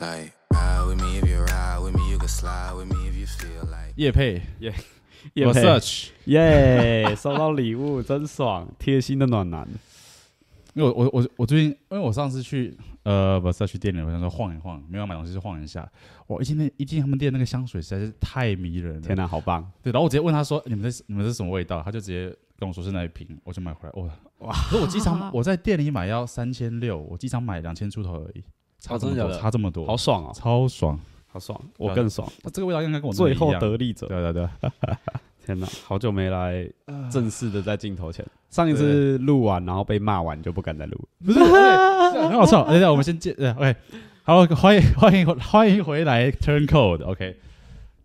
Like, ride with me if you ride with me, you can slide with me if you feel like. 叶配，叶我佩 search，耶 收到礼物真爽，贴心的暖男。因为我我我我最近，因为我上次去呃不是去店里，我想说晃一晃，没有买东西就晃一下。我一进那一进他们店那个香水实在是太迷人了，天哪、好棒！对，然后我直接问他说：“你们这你们这是什么味道？”他就直接跟我说是那一瓶，我就买回来。哇哇！可是我机场我在店里买要三千六，我机场买两千出头而已，差哦这真么的多，假的差这么多，好爽哦，超爽。好爽，我更爽，那这个味道应该跟我那个最一后样得利者。对对啊对， 天哪、好久没来正式的在镜头前，上一次录完然后被骂完就不敢再录。不是，对是很好 笑。等一下，我们先介，呃，OK，好，欢迎欢迎欢迎回来，Turn Code，OK，、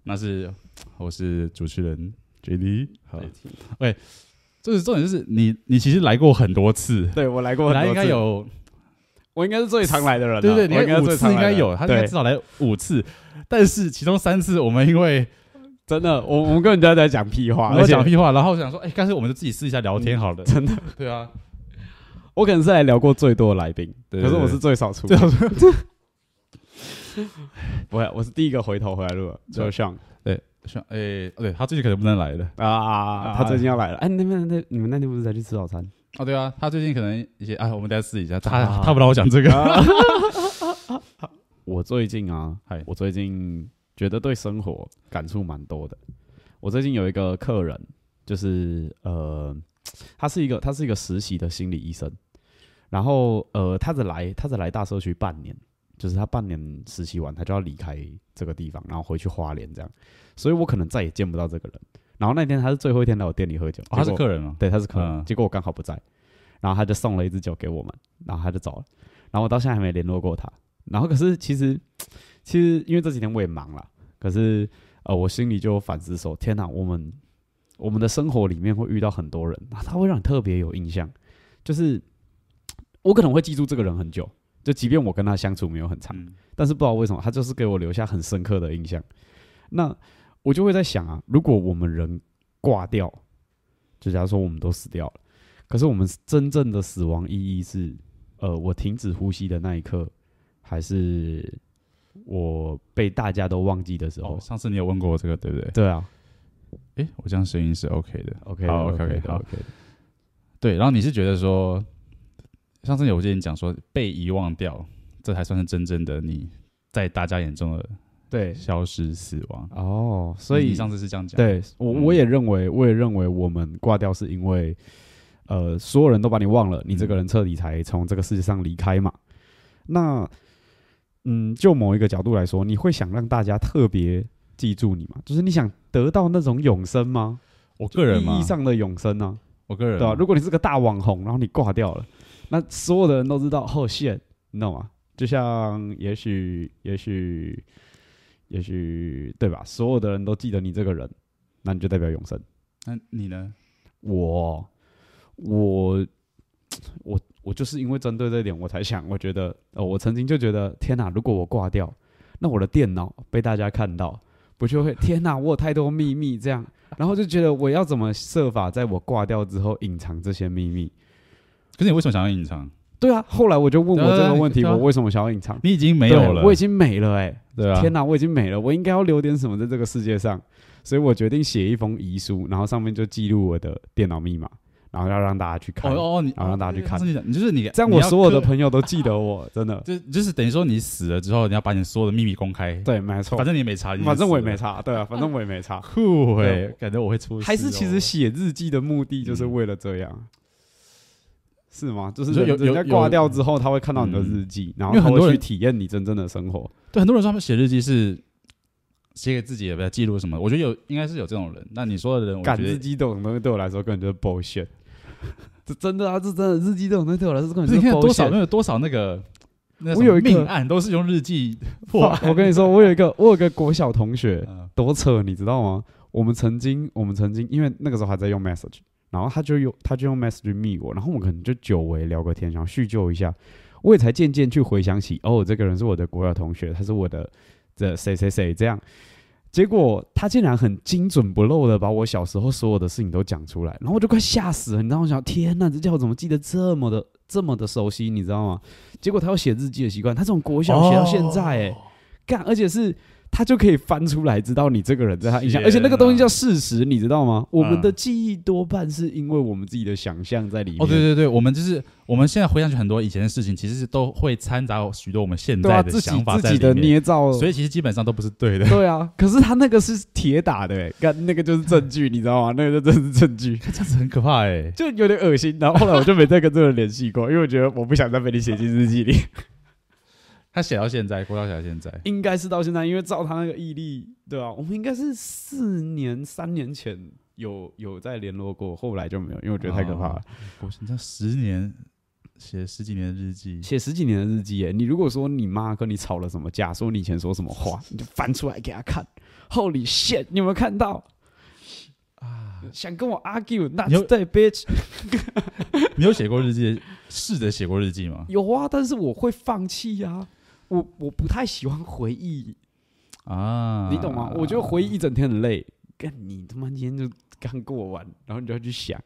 那是我是主持人 JD，好，就是重点就是你你其实来过很多次，对我来过本很多来应该次，有，我应该是最常来的人了，啊对对，我应你该有是五最次常应来的该人有，他应该对至，少来五次，但是其中三次我们因为真的，我我们跟人家在讲屁我话，而们且讲屁话，然后想说，哎、干脆我们就自己私底下聊天好了，真的，对啊，我可能是来聊过最多的来宾，对可是对我对是 最少出，最少出，不会，我是第一个回头回来录的，对就像像哎、对他最近可能不能来了。啊，他最近要来了，哎，那边那你们那天不是才去吃早餐？哦，对啊，他最近可能一些啊，我们等一下试一下，他、啊他不让我讲这个，我最近啊嗨，我最近觉得对生活感触蛮多的。我最近有一个客人，就是呃，他是一个他是一个实习的心理医生，然后呃，他只来他只来大社区半年，就是他半年实习完，他就要离开这个地方，然后回去花莲这样，所以我可能再也见不到这个人。然后那天他是最后一天来我店里喝酒，哦、他结是果客人吗？对，他是客人。嗯结果我刚好不在，然后他就送了一支酒给我们，然后他就走了。然后我到现在还没联络过他。然后可是其实其实因为这几天我也忙了，可是呃，我心里就有反思说，天哪，我们我们的生活里面会遇到很多人，啊他会让你特别有印象，就是我可能会记住这个人很久。就即便我跟他相处没有很长，嗯但是不知道为什么，他就是给我留下很深刻的印象。那我就会在想啊，如果我们人挂掉，就假如说我们都死掉了，可是我们真正的死亡意义是，呃，我停止呼吸的那一刻，还是我被大家都忘记的时候？哦，上次你有问过我这个，对不对？对啊诶，我这样声音是 OK 的。 ，OK，好 OK ，OK，OK，好 OK，对，然后你是觉得说，上次有我跟你讲说被遗忘掉，这才算是真正的你在大家眼中的对，消失死亡。哦，所以你上次是这样讲，，对我，嗯我也认为，我也认为我们挂掉是因为，呃，所有人都把你忘了，你嗯这个人彻底才从这个世界上离开嘛。那，嗯，就某一个角度来说，你会想让大家特别记住你吗？就是你想得到那种永生吗？我个人嘛意义，上的永生啊，我个人对嘛吧、如果你是个大网红，然后你挂掉了，那所有的人都知道，哦，谢，你懂吗？就像也许，也许，也许，对吧？所有的人都记得你这个人，那你就代表永生。那你呢？我，我，我，我就是因为针对这一点，我才想，我觉得，呃，我曾经就觉得，天哪、如果我挂掉，那我的电脑被大家看到，不就会，天哪、我有太多秘密这样，然后就觉得我要怎么设法在我挂掉之后隐藏这些秘密？可是你为什么想要隐藏？对啊，后来我就问对啊我这对个啊问题，对啊我为什么想要隐藏？你已经没有对了，我已经没了哎、对啊，天哪，我已经没了，我应该要留点什么在这个世界上，所以我决定写一封遗书，然后上面就记录我的电脑密码，然后要让大家去看，哦哦，你然后让大家去上看次你讲你就是你，这样你我要所有刻的朋友都记 得我，真的。就就是等于说你死了之后，你要把你所有的秘密公开，，对，没错，反正你也没查，你已经反正我也死了没差， 对啊，反正我也没差。酷哎、对感觉我会出事、哦还是其实。写日记的目的就是为了这样，是吗？就是你说有人人家有有嗯挂掉之后，他会看到你的日记，然后因为很他多会去人体验你真正的生活。对，很多人说他们写日记是写给自己，也不要记录什么。我觉得有应该是有这种人。那你说的人，我赶觉日得记这种东西对我来说根本就是 bullshit。这真的啊，这真的日记这种东西对我来说根本不是就你是看多少 bullshit。那有多少那个，那我有一个命案都是用日记 破哇 案。啊我跟你说，我有一个我有一个国小同 学，嗯多扯，你知道吗？我们曾经，我们曾经，因为那个时候还在用 message，然后他就用他就用 message 密我，然后我们可能就久违聊个天，想叙旧一下。我也才渐渐去回想起，哦，这个人是我的国小同学，他是我的这谁谁谁这样。结果他竟然很精准不漏的把我小时候所有的事情都讲出来，然后我就快吓死了，你知道吗？我想天呐，这家伙怎么记得这么的这么的熟悉，你知道吗？结果他有写日记的习惯，他从国小写到现在、哎、干，而且是他就可以翻出来，知道你这个人在他印象，而且那个天哪东西叫事实，你知道吗？我们嗯的记忆多半是因为我们自己的想象在里面。哦，对对对，我们就是我们现在回想起很多以前的事情，其实是都会掺杂许多我们现对啊，在自己想法自在己里的面，捏造，所以其实基本上都不是对 的。 对啊。可是他那个是铁打的、欸，干那个就是证据，你知道吗？ 那个就真的是证据，这样子很可怕哎、就有点恶心。然后后来我就没再跟这个人联系过，因为我觉得我不想再被你写进日记里。他写到现在，郭涛写到现在， 应该是到现在，因为照他那个毅力，对啊，我们应该是四年、三年前有有在联络过，后来就没有，因为我觉得太可怕了哦。我现在十年写十几年的日 记，写十几年的日记欸耶，你如果说你妈跟你吵了什么架，说你以前说什么话，你就翻出来给她看。Holy shit！你有没有看到？啊，想跟我 argue，那你有对 bitch 你有写过日记？试着写过日记吗？有啊，但是我会放弃呀、我我不太喜欢回忆，啊，你懂吗？我觉得回忆一整天很累。干你他妈今天就刚过完，然后你就要去想，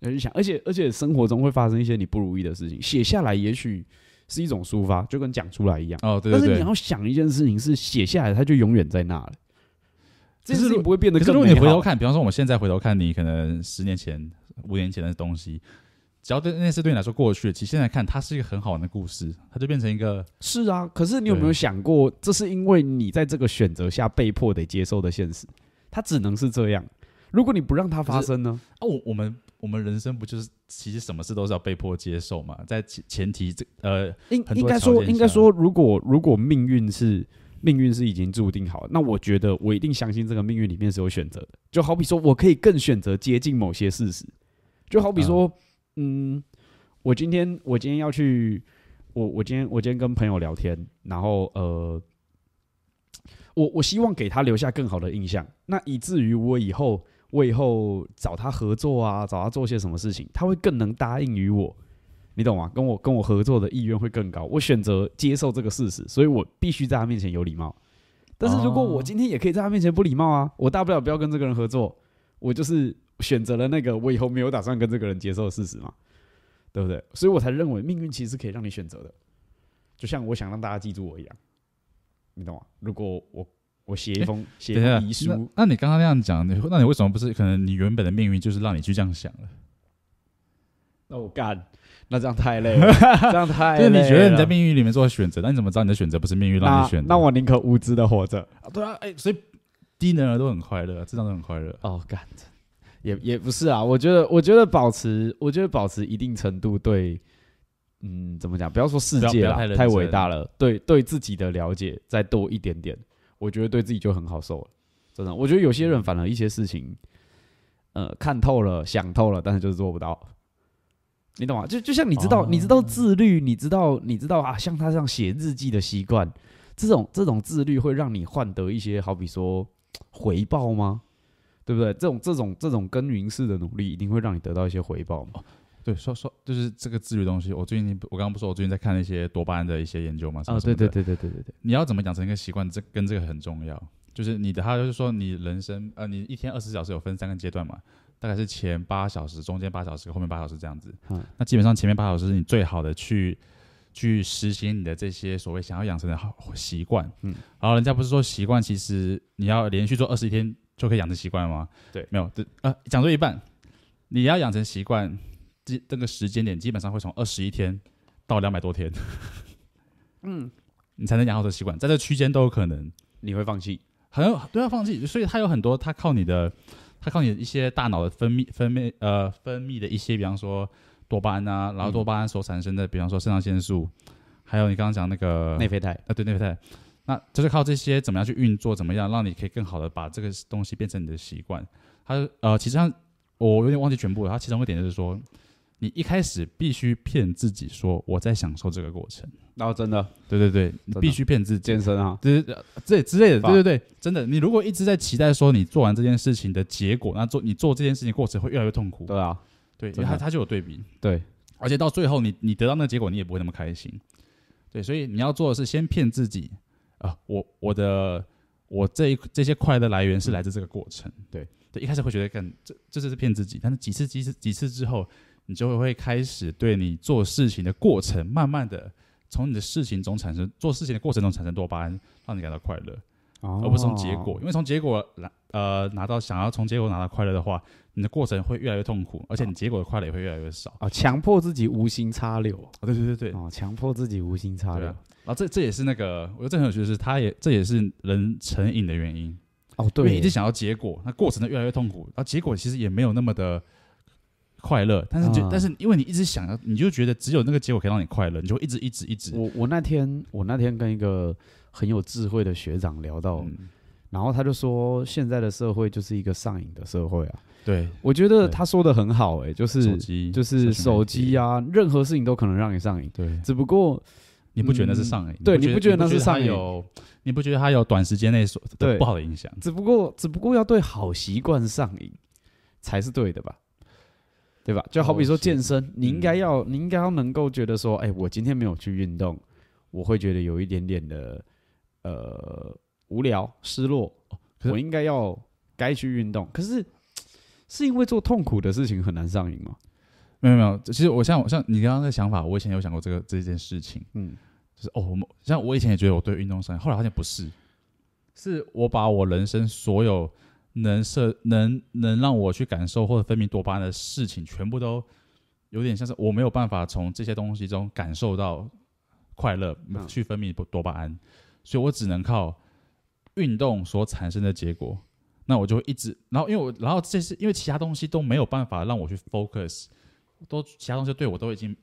要去想，而且而且生活中会发生一些你不如意的事情，写下来也许是一种抒发，就跟讲出来一样。哦，对但对是对你。要想一件事情是写下来，它就永远在那了。这可件是事如情不会变得可是更如美好。果你回头看，比方说我们现在回头看你可能十年前、五年前的东西，只要对那是对你来说过去，其实现在看它是一个很好玩的故事，它就变成一个是啊，可是你有没有对想过，这是因为你在这个选择下被迫得接受的现实，它只能是这样。如果你不让它发生呢？啊，我我们我们人生不就是其实什么事都是要被迫接受嘛？在前前提这呃，应很多应该条说，件应该下说，如果如果命运是命运是已经注定好了，那我觉得我一定相信这个命运里面是有选择的。就好比说，我可以更选择接近某些事实，就好比说，嗯我今天我今天要去，我我今天我今天跟朋友聊天，然后呃。我我希望给他留下更好的印象，那以至于我以后我以后找他合作啊，找他做些什么事情，他会更能答应于我，你懂吗？跟我跟我合作的意愿会更高。我选择接受这个事实，所以我必须在他面前有礼貌。但是如果我哦今天也可以在他面前不礼貌啊，我大不了不要跟这个人合作，我就是选择了那个我以后没有打算跟这个人接受的事实嘛，对不对？所以我才认为命运其实可以让你选择的，就像我想让大家记住我一样，你懂吗？如果我我写一封写、等一一下封遗，那书，那你刚刚那样讲，你那你为什么不是可能你原本的命运就是让你去这样想了？那我干，那这样太累 了，这样太就是累了。你觉得你在命运里面做选择，那你怎么知道你的选择不是命运让那你选的？那我宁可无知的活着。啊对啊，哎，所以低能儿都很快乐啊，智障都很快乐啊。哦，干，也也不是啊。我觉得，我觉得保持，我觉得保持一定程度对，嗯，怎么讲？不要说世不要界不要啦太认太真伟大了。对对自己的了解再多一点点，我觉得对自己就很好受了。真的，我觉得有些人反而一些事情，呃，看透了，想透了，但是就是做不到。你懂吗？就就像你知道，你知道自律，你知道，你知道啊，像他这样写日记的习惯，这种这种自律会让你换得一些，好比说回报吗？对不对？这种这种这种耕耘式的努力，一定会让你得到一些回报嘛？对，说说就是这个自律东西，我最近我刚刚不是说我最近在看那些多巴胺的一些研究嘛？什么什么的啊哦对对对对对，你要怎么养成一个习惯，这跟这个很重要。就是你的，他就是说你人生，呃，你一天二十小时有分三个阶段嘛，大概是前八小时、中间八小时、后面八小时这样子。嗯那基本上前面八小时是你最好的去去实行你的这些所谓想要养成的好习惯。嗯嗯，然后人家不是说习惯其实你要连续做二十一天就可以养成习惯吗？对没有，这呃，讲对一半，你要养成习惯，这这个时间点基本上会从二十一天到两百多天。嗯，你才能养好这个习惯，在这区间都有可能，你会放弃？很有都要放弃，所以它有很多，它靠你的，它靠你的一些大脑的分泌分泌呃分泌的一些，比方说多巴胺啊，然后嗯多巴胺所产生的，比方说肾上腺素，还有你刚刚讲那个内啡肽啊对内啡肽，那就是靠这些怎么样去运作，怎么样让你可以更好的把这个东西变成你的习惯。它呃其实上我有点忘记全部了，它其中一点就是说，你一开始必须骗自己说我在享受这个过程，然后真的对对对，你真的必须骗自己。健身啊，对这之类的，吧对对对，真的，你如果一直在期待说你做完这件事情的结果，那做你做这件事情过程会越来越痛苦，对啊，对，因真为的它它就有对比，对，而且到最后你你得到那个结果，你也不会那么开心，对，所以你要做的是先骗自己啊、我我的我这一这些快乐来源是来自这个过程，对对，一开始会觉得干这这就是骗自己，但是几次几次几次之后，你就会会开始对你做事情的过程慢慢的从你的事情中产生，做事情的过程中产生多巴胺，让你感到快乐，哦而不是从结果。因为从结果拿呃拿到想要从结果拿到快乐的话，你的过程会越来越痛苦，而且你结果的快乐也会越来越少。哦，强迫自己无心插柳哦，对对对对，哦，强迫自己无心插对柳啊。然后这这也是那个，我觉得这很有趣的是，他也这也是人成瘾的原因，因哦，为对一直，想要结果，那过程呢越来越痛苦，然后结果其实也没有那么的快乐，但是就、啊但是因为你一直想要，你就觉得只有那个结果可以让你快乐，你就会一直一直一直。我我那天我那天跟一个很有智慧的学长聊到，嗯然后他就说现在的社会就是一个上瘾的社会啊。对，我觉对得他说的很好、欸，就是手机就是手机，啊，任何事情都可能让你上瘾，社群媒体对，只不过你不觉得那是上瘾？嗯对你你不觉得那是上你不瘾觉得它有？你不觉得它有短时间内所的对不好的影响？只不过只不过要对好习惯上瘾才是对的吧？对吧？就好哦比说健嗯身，你应该要、你应该要能够觉得说，哎、我今天没有去运动，我会觉得有一点点的呃无聊、失落，可是我应该要该去运动。可是是因为做痛苦的事情很难上瘾吗？没有没有，其实我像我像你刚刚的想法，我以前有想过这个这件事情。嗯，就是哦，我们像我以前也觉得我对运动上瘾，后来发现不是，是我把我人生所有能摄能能让我去感受或者分泌多巴胺的事情，全部都有点像是我没有办法从这些东西中感受到快乐，嗯去分泌多巴胺，所以我只能靠运动所产生的结果。那我就会一直，然后因为我，然后这是因为其他东西都没有办法让我去 focus，都其他东西对我都已经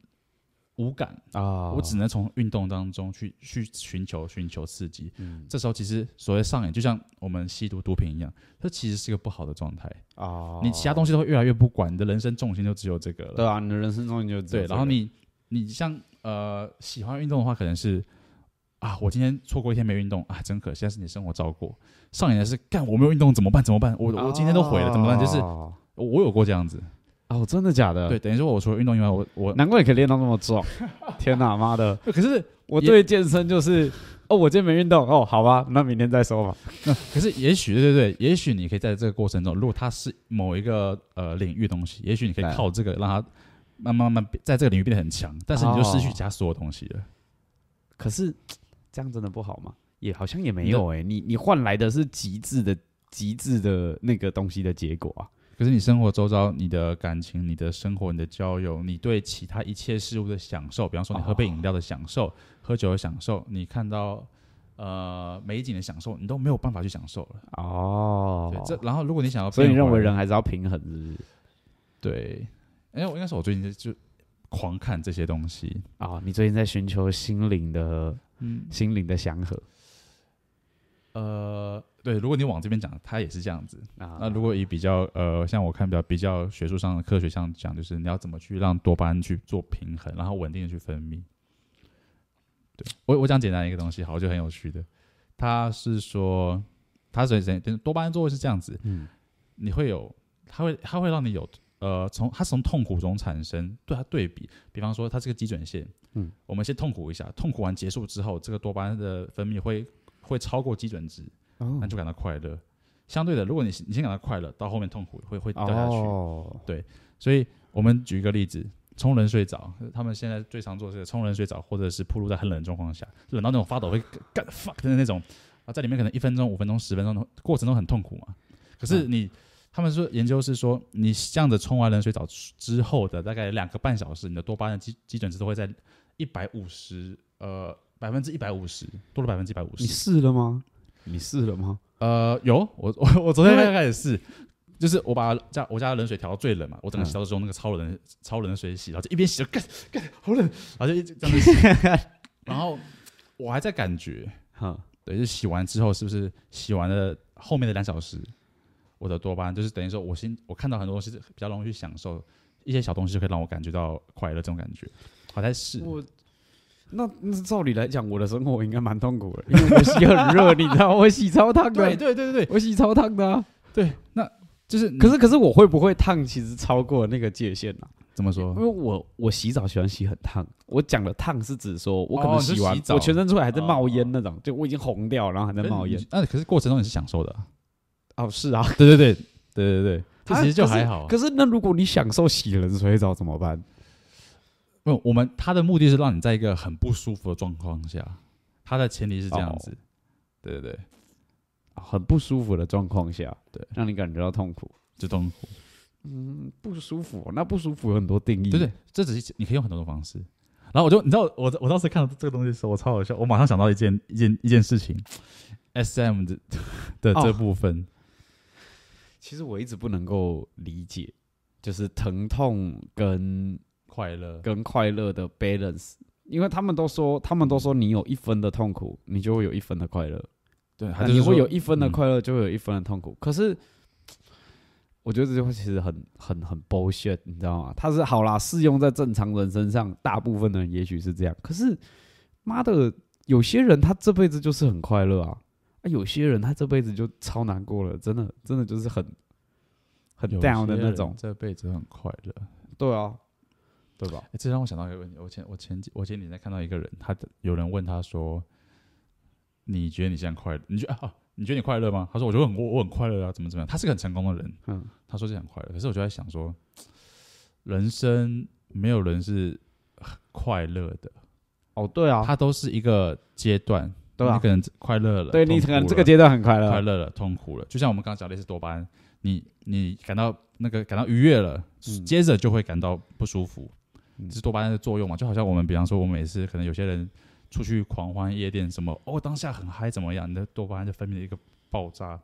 无感，啊我只能从运动当中去去寻求寻求刺激。嗯这时候其实所谓上瘾，就像我们吸毒毒品一样，它其实是一个不好的状态。啊你其他东西都会越来越不管，你的人生重心就只有这个了。对啊，你的人生中你就只有对这然后个你你像呃喜欢运动的话，可能是啊，我今天错过一天没运动啊，真可惜。但是你生活照过，上瘾的是干我没有运动怎么办？怎么办？我我今天都毁了怎么办？就是哦我有过这样子。哦，真的假的？对，，等于说我除了运动以外，我我 难怪你可以练到那么 壮，天哪妈的！可是我也对健身就是，哦，我今天没运动，哦，好吧，那明天再说吧。可是，也许对对对，也许你可以在这个过程中，如果它是某一个呃领域的东西，也许你可以对靠这个让它慢慢慢慢变在这个领域变得很强，但哦是你就失去其他所有东西了。可是这样真的不好吗？也好像也没有哎、你你换来的是极致的极致的那个东西的结果啊。可是你生活周遭、你的感情、你的生活、你的交友、你对其他一切事物的享受，比方说你喝杯饮料的享受、喝酒的享受，你看到呃美景的享受，你都没有办法去享受了。哦对，这然后如果你想要所变回，以你认为人还是要平衡，是不是？对？因为我应该是我最近就就狂看这些东西，啊、你最近在寻求心灵的嗯，心灵的祥和呃，对，如果你往这边讲，它也是这样子。啊那如果以比较呃，像我看比较比较学术上的科学上讲，就是你要怎么去让多巴胺去做平衡，然后稳定的去分泌。对我我讲简单一个东西，好，我觉得很有趣的，它是说它是怎等多巴胺作用是这样子，嗯你会有它会它会让你有呃从它是从痛苦中产生对它对比，比方说它是个基准线，嗯，我们先痛苦一下，痛苦完结束之后，这个多巴胺的分泌会会超过基准值，哦那就感到快乐。相对的，如果你你先感到快乐，到后面痛苦会会掉下去。哦所以我们举一个例子，冲冷水澡，他们现在最常做的是冲冷水澡，或者是铺路在很冷的状况下，冷到那种发抖会干 fuck 的那种啊，在里面可能一分钟、五分钟、十分钟的过程中很痛苦嘛。可是你、他们说研究是说，你这样子冲完冷水澡之后的大概两个半小时，你的多巴胺基基准值都会在一百五十呃百分之一百五十多了百分之一百五十。你试了吗？你试了吗？呃，有我我我昨天因为大概也是，就是我把家我家的冷水调到最冷嘛，嗯我整个洗澡都是用那个超冷的、超冷的水洗，然后就一边洗就干干好冷，然后就一直这样子 洗，然后我还在感觉，哈，对，就洗完之后是不是洗完了后面的两小时，我的多巴胺就是等于说我先我看到很多东西是比较容易去享受，一些小东西就可以让我感觉到快乐这种感觉，好在是我那那照理来讲，我的生活应该蛮痛苦的，因为我洗很 热，你知道，我洗超烫对的，嗯对对对对我洗超烫的、啊。对，那就是可是是可是我会不会烫，其实超过那个界限啊，怎么因说为我我洗澡喜欢洗很烫。我讲的烫是指说我可哦能你是洗完、洗澡哦我全身出来还在冒烟那种，就我已经红掉，然后还在冒烟。，那可哎是过程中你是享受的啊、哦，是啊，对对对对对对，这其实就还好啊。可是可是那如果你享受洗冷水澡怎么办？没没有，我们他的目的是让你在一个很不舒服的状况下，他的前提是这样子，对对对，很不舒服的状况下，对，让你感觉到痛苦。就痛苦，嗯，不舒服，那不舒服有很多定义。哦对对，这只是你可以用很多种方式。然后我就你知道我我当时看到这个东西的时候，我超好笑，我马上想到一件一件一件事情，S M 的的这哦部分，其实我一直不能够理解，就是疼痛跟快乐跟快乐的 balance，因为他们都说，他们都说你有一分的痛苦，你就会有一分的快乐，对，啊他就是你说会有一分的嗯快乐，就会有一分的痛苦。可是，我觉得这句话其实很很很 bullshit，你知道吗？它是好啦，适用在正常人身上，大部分的人也许是这样。可是，妈的，有些人他这辈子就是很快乐啊，啊，有些人他这辈子就超难过了，真的真的就是很很有 down 些的那人种，这辈子很快乐。对啊，对吧？欸这让我想到一个问题，我前我前几我前几天看到一个人，他的有人问他说：“你觉得你现在快乐？你觉得啊，你觉得你快乐吗？”他说：“我觉得很我我很快乐啊，怎么怎么样？”他是个很成功的人，嗯，他说是很快乐，可是我就在想说，人生没有人是快乐的，哦，对啊，它都是一个阶段，对啊你可能快乐了，对你痛可能苦这了个阶段很快乐，快乐了，痛苦了。就像我们刚刚讲的类似多巴胺，你你感到那个感到愉悦了，嗯接着就会感到不舒服，嗯这是多巴胺的作用嘛？就好像我们比方说，我们也是可能有些人出去狂欢夜店什么，哦，当下很嗨怎么样，你的多巴胺就分泌了一个爆炸。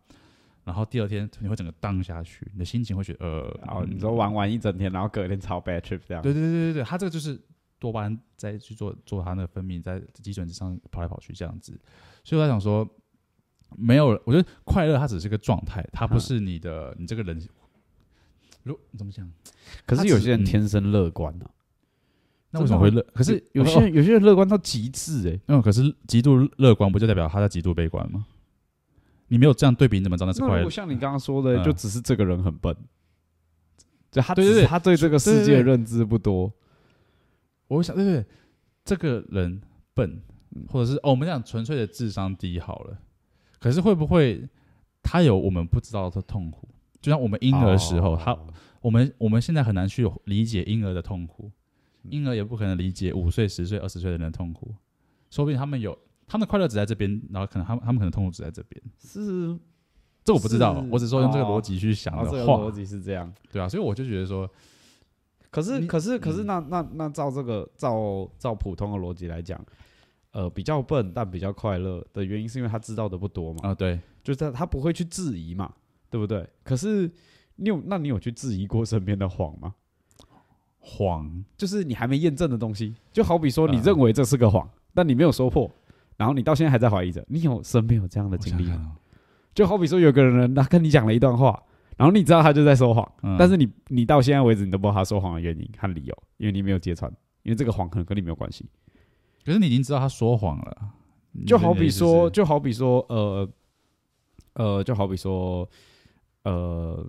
然后第二天你会整个荡下去，你的心情会觉得呃，然嗯后哦你说玩玩一整天，然后隔天超 bad trip 这样。对对对对对，它这个就是多巴胺在去做做它那个分泌在基准之上跑来跑去这样子，所以我在想说，没有，我觉得快乐它只是个状态，它不嗯是你的、你这个人。如怎么讲？可他是只有些人嗯天生乐观啊，那为什么会乐？可可是有哦些人有些人乐观到极致哎，嗯，可是极度乐观不就代表他在极度悲观吗？你没有这样对比，你怎么知道那是那快如乐果？像你刚刚说的，就嗯只是这个人很笨，就他对只是对对他对这个世对界对的对认知不多，我想，对对对，这个人笨嗯，或者是、哦、我们讲纯粹的智商低好了，可是会不会他有我们不知道的痛苦？就像我们婴儿的时候，哦他我们我们现在很难去理解婴儿的痛苦，嗯婴儿也不可能理解五岁、十岁、二十岁的人的痛苦，说不定他们有他们的快乐只在这边，然后可能他们他们可能痛苦只在这边，是这我不知道是，我只说用这个哦逻辑去想啊，这的个话，逻辑是这样。对啊，所以我就觉得说，可是你可是可是嗯那那那照这个照照普通的逻辑来讲，呃，比较笨但比较快乐的原因是因为他知道的不多嘛，啊、对，就是他他不会去质疑嘛，对不对？可是你有那你有去质疑过身边的谎吗？谎就是你还没验证的东西，就好比说你嗯认为这是个谎，但你没有说破，然后你到现在还在怀疑着，你有身边有这样我的经想历看吗？哦就好比说有个人他跟你讲了一段话，然后你知道他就在说谎，嗯但是你你到现在为止你都不知道他说谎的原因和理由，因为你没有揭穿，因为这个谎可能跟你没有关系。可是你已经知道他说谎了，你就的好你的比意思说，是就好比说，呃，呃，就好比说，呃，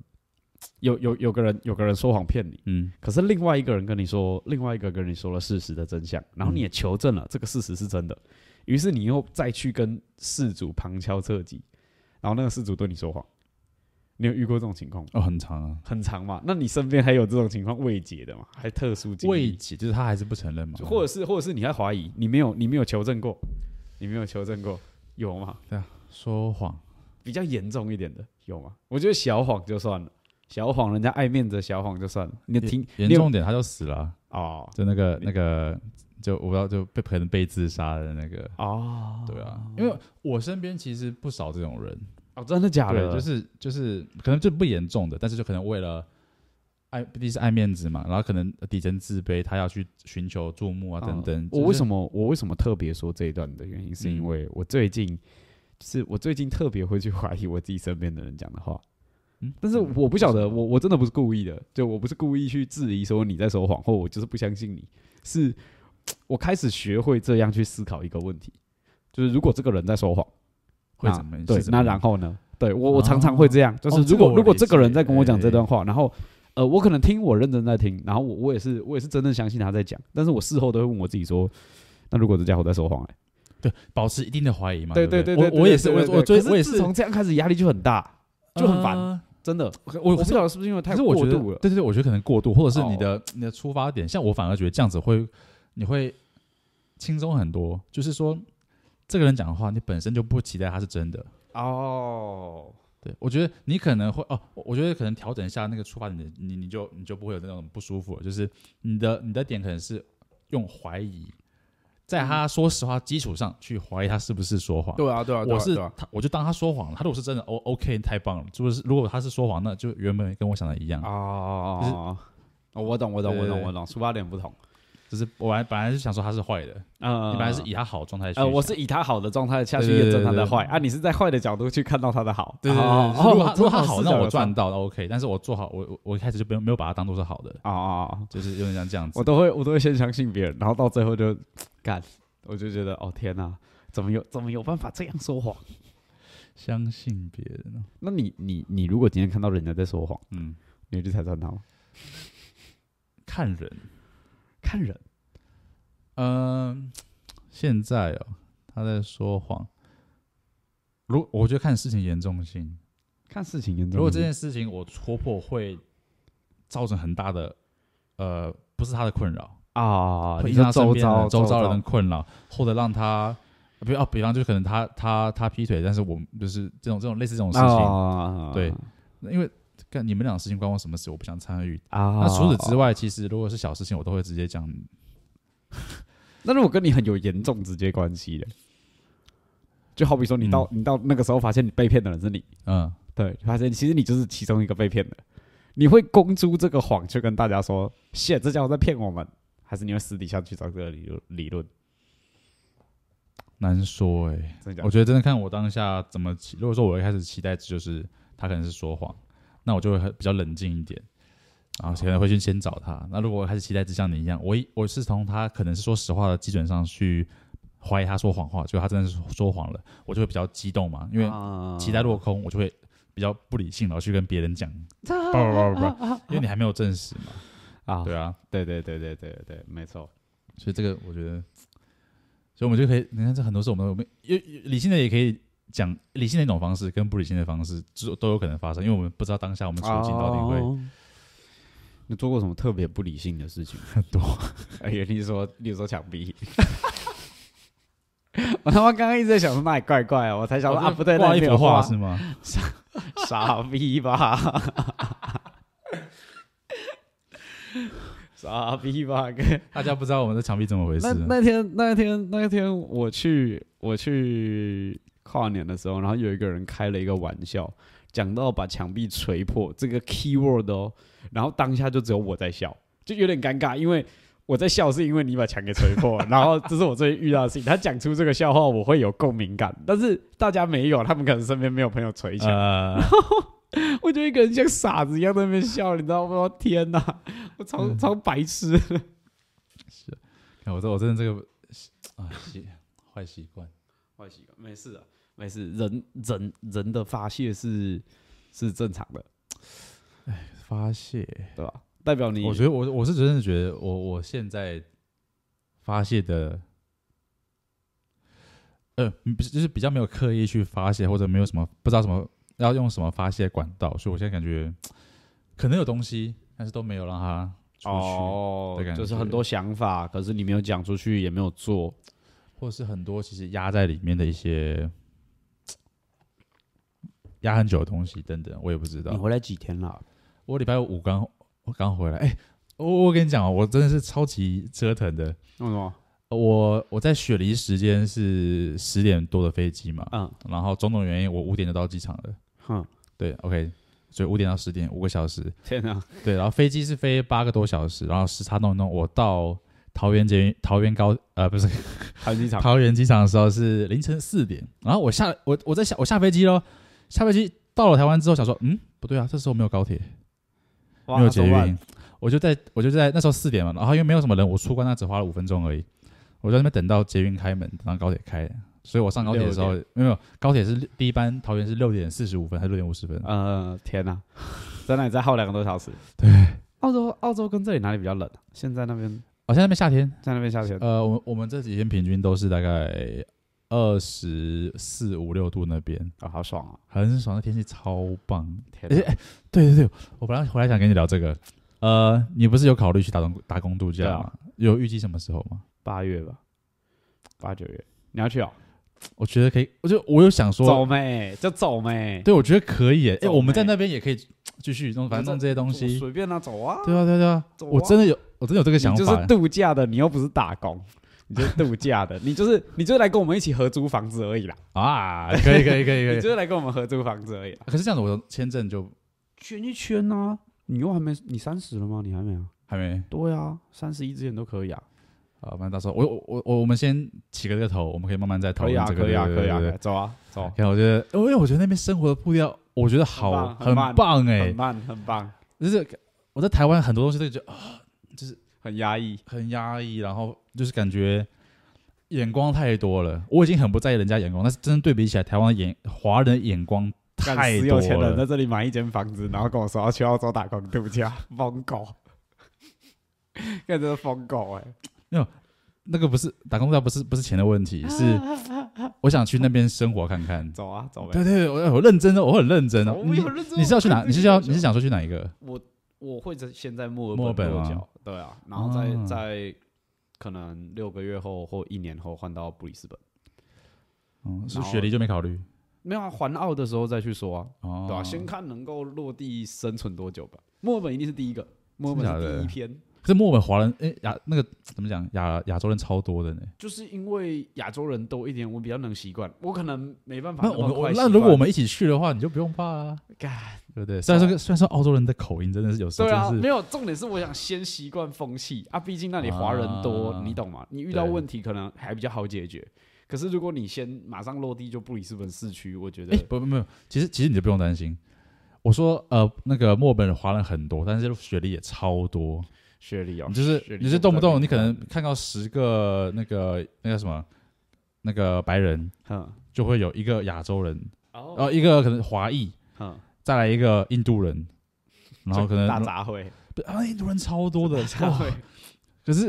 有有有个人有个人说谎骗你，嗯，可是另外一个人跟你说，另外一个跟你说了事实的真相，嗯然后你也求证了这个事实是真的，于是你又再去跟事主旁敲侧击，然后那个事主对你说谎，你有遇过这种情况吗？哦，很长啊，很长嘛，那你身边还有这种情况未解的嘛？还特殊经未历，解就是他还是不承认嘛，或者是或者是你还怀疑，你没有你没有求证过，你没有求证过，有吗？说谎，比较严重一点的有吗？我觉得小谎就算了，小谎人家爱面子，小谎就算了，你听严你有重点他就死了啊、哦就那个你那个，就我不知道，就被可能被自杀的那个，哦对啊，因为我身边其实不少这种人，哦，真的假对，啊的？就是就是可能就不严重的，但是就可能为了爱，毕竟是爱面子嘛，然后可能底层自卑，他要去寻求注目啊等等。哦嗯我为什么么我为什么特别说这一段的原因，是嗯因为我最近、就是我最近特别会去怀疑我自己身边的人讲的话，嗯但是我不晓得，我我真的不是故意的，就我不是故意去质疑说你在说谎，或我就是不相信你，是我开始学会这样去思考一个问题，就是如果这个人在说谎，会那怎么啊对是，怎么那样然后呢？对我我常常会这样，就是哦这如果、个我如果理这个人在跟我哎解讲这段话，然后呃，我可能听我认真在听，然后我我也是我也是真正相信他在讲，但是我事后都会问我自己说，那如果这家伙在说谎、欸，对保持一定的怀疑嘛？对对对不对，我我也是，我我追可我也自是从这样开始压力就很大，就很烦。呃真的，我我不知道是不是因为太可是我过觉得，度了。对对对，我觉得可能过度，或者是哦你的、你的出发点，像我反而觉得这样子会，你会轻松很多。就是说，这个人讲的话，你本身就不期待他是真的。哦，对，我觉得你可能会哦，我我觉得可能调整一下那个出发点的，你你就你就不会有那种不舒服了。就是你的你的点可能是用怀疑，在他说实话基础上去怀疑他是不是说谎。对啊，对啊，对啊我是对啊他，我就当他说谎了。他如果是真的，O OK，太棒了。就是如果他是说谎，那就原本跟我想的嗯一样。就是哦，哦我懂，我懂，对我对懂，对我懂，出发点不同。就是我本来本来是想说他是坏的，嗯，你本来是以他好的状态去呃，想。我是以他好的状态下去对对验证他对的对坏啊，你是在坏的角度去看到他的好。对对对哦对，对如果他如果他好，那让我赚。到那 OK，但是我做好，我我我一开始就没有没有把它当做是好的，哦哦，哦就是有点像这样子我。都会，我都会先相信别人，然后到最后就干，我就觉得哦天哪，怎么有怎么有办法这样说谎？相信别人哦，那你你你如果今天看到人家在说谎，嗯，你会去拆穿他吗？看人，看人，嗯、现在哦，他在说谎。如我觉得看事情严重性，看事情严重性。如果这件事情我戳破，会造成很大的，呃，不是他的困扰，啊，会你影响说到身周边的遭人周遭人的困扰，或者让他，比如啊，比方就可能他他他劈腿，但是我就是这种这种类似这种事情，啊，对因为干你们俩的事情关我什么事？我不想参与。啊。那除此之，外，其实如果是小事情，我都会直接讲。那如果跟你很有严重直接关系的，就好比说你到你到那个时候发现你被骗的人是你，嗯，对，发现其实你就是其中一个被骗的，你会公诸这个谎去跟大家说，谢这家伙在骗我们，还是你会私底下去找这个理论理论？难说哎、真的假我的？觉得真的看我当下怎么期。如果说我一开始期待就是他可能是说谎，那我就会很比较冷静一点，然后可能会去先找他。那如果我开始期待只像你一样，我一我是从他可能是说实话的基准上去怀疑他说谎话，结果他真的是说谎了，我就会比较激动嘛，因为为期待落空，我就会比较不理性，然后去跟别人讲，叭叭叭叭叭，因为你还没有证实嘛，啊，对啊，对对对对对对，没错，所以这个我觉得，所以我们就可以，你看这很多事我们我们有有理性的也可以讲理性的一种方式跟不理性的方式都都有可能发生，因为我们不知道当下我们处境到底会、哦你做过什么特别不理性的事情？很多。哎呀，你说，你说墙壁。 我他妈刚刚一直在想说那里怪怪啊，我才想说哦啊不对，挂那一里没幅有画画，是吗？傻 逼吧？傻逼吧哥！大家不知道我们的墙壁怎么回事啊那，那天那天那天我去我去跨年的时候，然后有一个人开了一个玩笑，讲到把墙壁锤破这个 keyword 哦，然后当下就只有我在笑，就有点尴尬，因为我在笑是因为你把墙给锤破，然后这是我最近遇到的事情。他讲出这个笑话，我会有共鸣感，但是大家没有，他们可能身边没有朋友锤墙，呃， 我就一个人像傻子一样在那边笑，你知道吗？我天哪，我超、嗯超白痴。看我这我真的这个啊习坏习惯，坏习惯，没事啊的，没事。人人人的发泄是是正常的，发泄。对吧？代表你，我觉得我我是真的觉得我我现在发泄的，呃，不是就是比较没有刻意去发泄，或者没有什么不知道什么要用什么发泄管道，所以我现在感觉可能有东西，但是都没有让它出去，哦的感，就是觉很多想法，可是你没有讲出去，也没有做。或者是很多其实压在里面的一些压很久的东西等等，我也不知道你。回来几天了？我礼拜五刚我刚回来，哎、我我跟你讲哦，我真的是超级折腾的。为什么？我我在雪梨时间是十点多的飞机嘛，嗯，然后种种原因，我五点就到机场了。哼，对，OK，所以五点到十点五个小时。天哪！对，然后飞机是飞八个多小时，然后时差弄一弄，我到桃园捷运桃园高呃不是 还有机场桃园机场的时候是凌晨四点，然后我下我我在下我下飞机咯，下飞机到了台湾之后想说，嗯，不对啊，这时候没有高铁， 哇没有捷怎么办运，我就在我就在那时候四点嘛，然后因为没有什么人，我出关那只花了五分钟而已，我在那边等到捷运开门，等到高铁开，所以我上高铁的时候六没有没有高铁是六第一班桃园是六点四十五分还是六点五十分？呃，天哪！在那里再耗两个多小时。对，澳洲澳洲跟这里哪里比较冷啊？现在那边好、像那边夏天，在那边夏天呃，我们我们这几天平均都是大概二十四五六度那边，啊，好爽啊！很爽，那天气超棒。天哎、哪哎对对对，我本来回来想跟你聊这个。呃，你不是有考虑去打工打工度假对啊吗？有预计什么时候吗？八月吧，八九月你要去哦，我觉得可以，我就我有想说，走妹就走妹，对，我觉得可以耶。哎、走我们在妹那边也可以继续弄，反正弄这些东西。随便啊，走啊，对啊，对啊，对啊，走啊我真的有，我真的有这个想你法。就是度假的，你又不是打工， 你就是度假的，你就是你就是来跟我们一起合租房子而已啦，啊，可以，可以，可以， 你可以。就是来跟我们合租房子而已啦， 可是这样子，我的签证就圈一圈啊，你又还没你三十了吗？你还没啊？还没对啊，三十一之前都可以啊，啊，反正到时候我我我我我们先起个这个头，我们可以慢慢再讨可以论啊，这个。可以啊，对可以啊，对对可以啊走啊，走对，看，我觉得，因为我觉得那边生活的步调，我觉得好很棒很棒哎很，棒，很棒，就是我在台湾很多东西都觉得啊很压抑，很压抑，然后就是感觉眼光太多了。我已经很不在意人家眼光，但是真的对比起来，台湾的眼华人眼光干太死多有钱人在了。这里买一间房子，然后跟我说要去澳洲打工度假，疯狗， 看这是疯狗哎、那个不是打工度假，不是不是钱的问题，是我想去那边生活看 看。走啊，走呗对。对对，我我认真的，我很认真的。我你有认真哦你是要去哪？我你是要你是想说去哪一个？我我会在先在墨墨尔尔本本落吗脚，对啊，然后再啊在可能六个月后或一年后换到布里斯本。嗯，是然后雪梨就没考虑没有啊，环澳的时候再去说啊，哦，对吧、先看能够落地生存多久吧。墨尔本一定是第一个，墨尔真的本假的是第一篇，可是墨尔本华人，哎、亚那个怎么讲，亚亚洲人超多的呢。就是因为亚洲人多一点，我比较能习惯，我可能没办法那么我们我快习那惯。如果我们一起去的话，你就不用怕啦、干，啊对不对？虽然说虽然说澳洲人的口音真的是有时候对真啊，的没是，有重点是我想先习惯风气啊，毕竟那里华人多，啊你懂吗？你遇到对问题可能还比较好解决。可是如果你先马上落地就布里斯本市区，我觉得哎、不不不，其实其实你就不用担心。我说呃，那个墨尔本华人很多，但是雪梨也超多，学历哦，你就是雪梨你是动不在动美你可国能看到十个那个那个什么那个白人，哼就会有一个亚洲人，然哦后一个可能华裔，哼，再来一个印度人，然后就可能大杂 烩，对啊，印度人超多 的，杂哇烩可是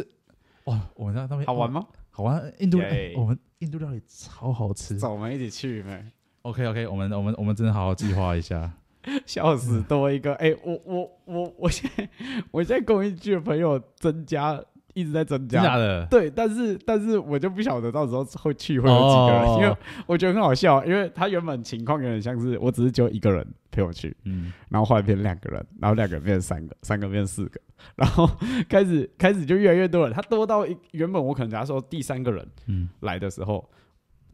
哇，我们在那边好玩？吗？好玩，印度哎耶我们印度料理超好吃。走，我们一起去 呗， OK OK，我们我们我们真的好好计划一 下。笑死，多一个哎，我我我我现在我现在公益剧的朋友增加一直在增真加，假的？ 对，但是但是我就不晓得到时候会去会有几个人，哦因为我觉得很好笑，因为他原本情况有点像是我只是只有一个人陪我去，嗯，然后后来变两个人，然后两个人变三个，三个变四个，然后 开始开始就越来越多人，他多到一原本我可能假如说第三个人嗯来的时候。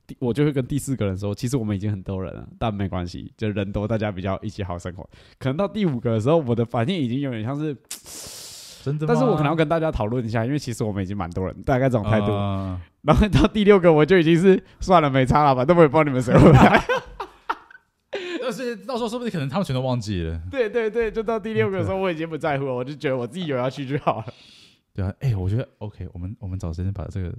第我就会跟第四个人说，其实我们已经很多人了，但没关系，就人多，大家比较一起好生活。可能到第五个的时候，我的反应已经有点像是，真的吗。但是我可能要跟大家讨论一下，因为其实我们已经蛮多人，大概这种态度。啊然后到第六个我就已经是算了，没差了，反正我也不知道你们谁会 来。但是到时候说不定可能他们全都忘记了。对对对，就到第六个的时候我已经不在乎了，我就觉得我自己有要去就好 了。对啊，哎、我觉得 OK，我们我们找时间把这个，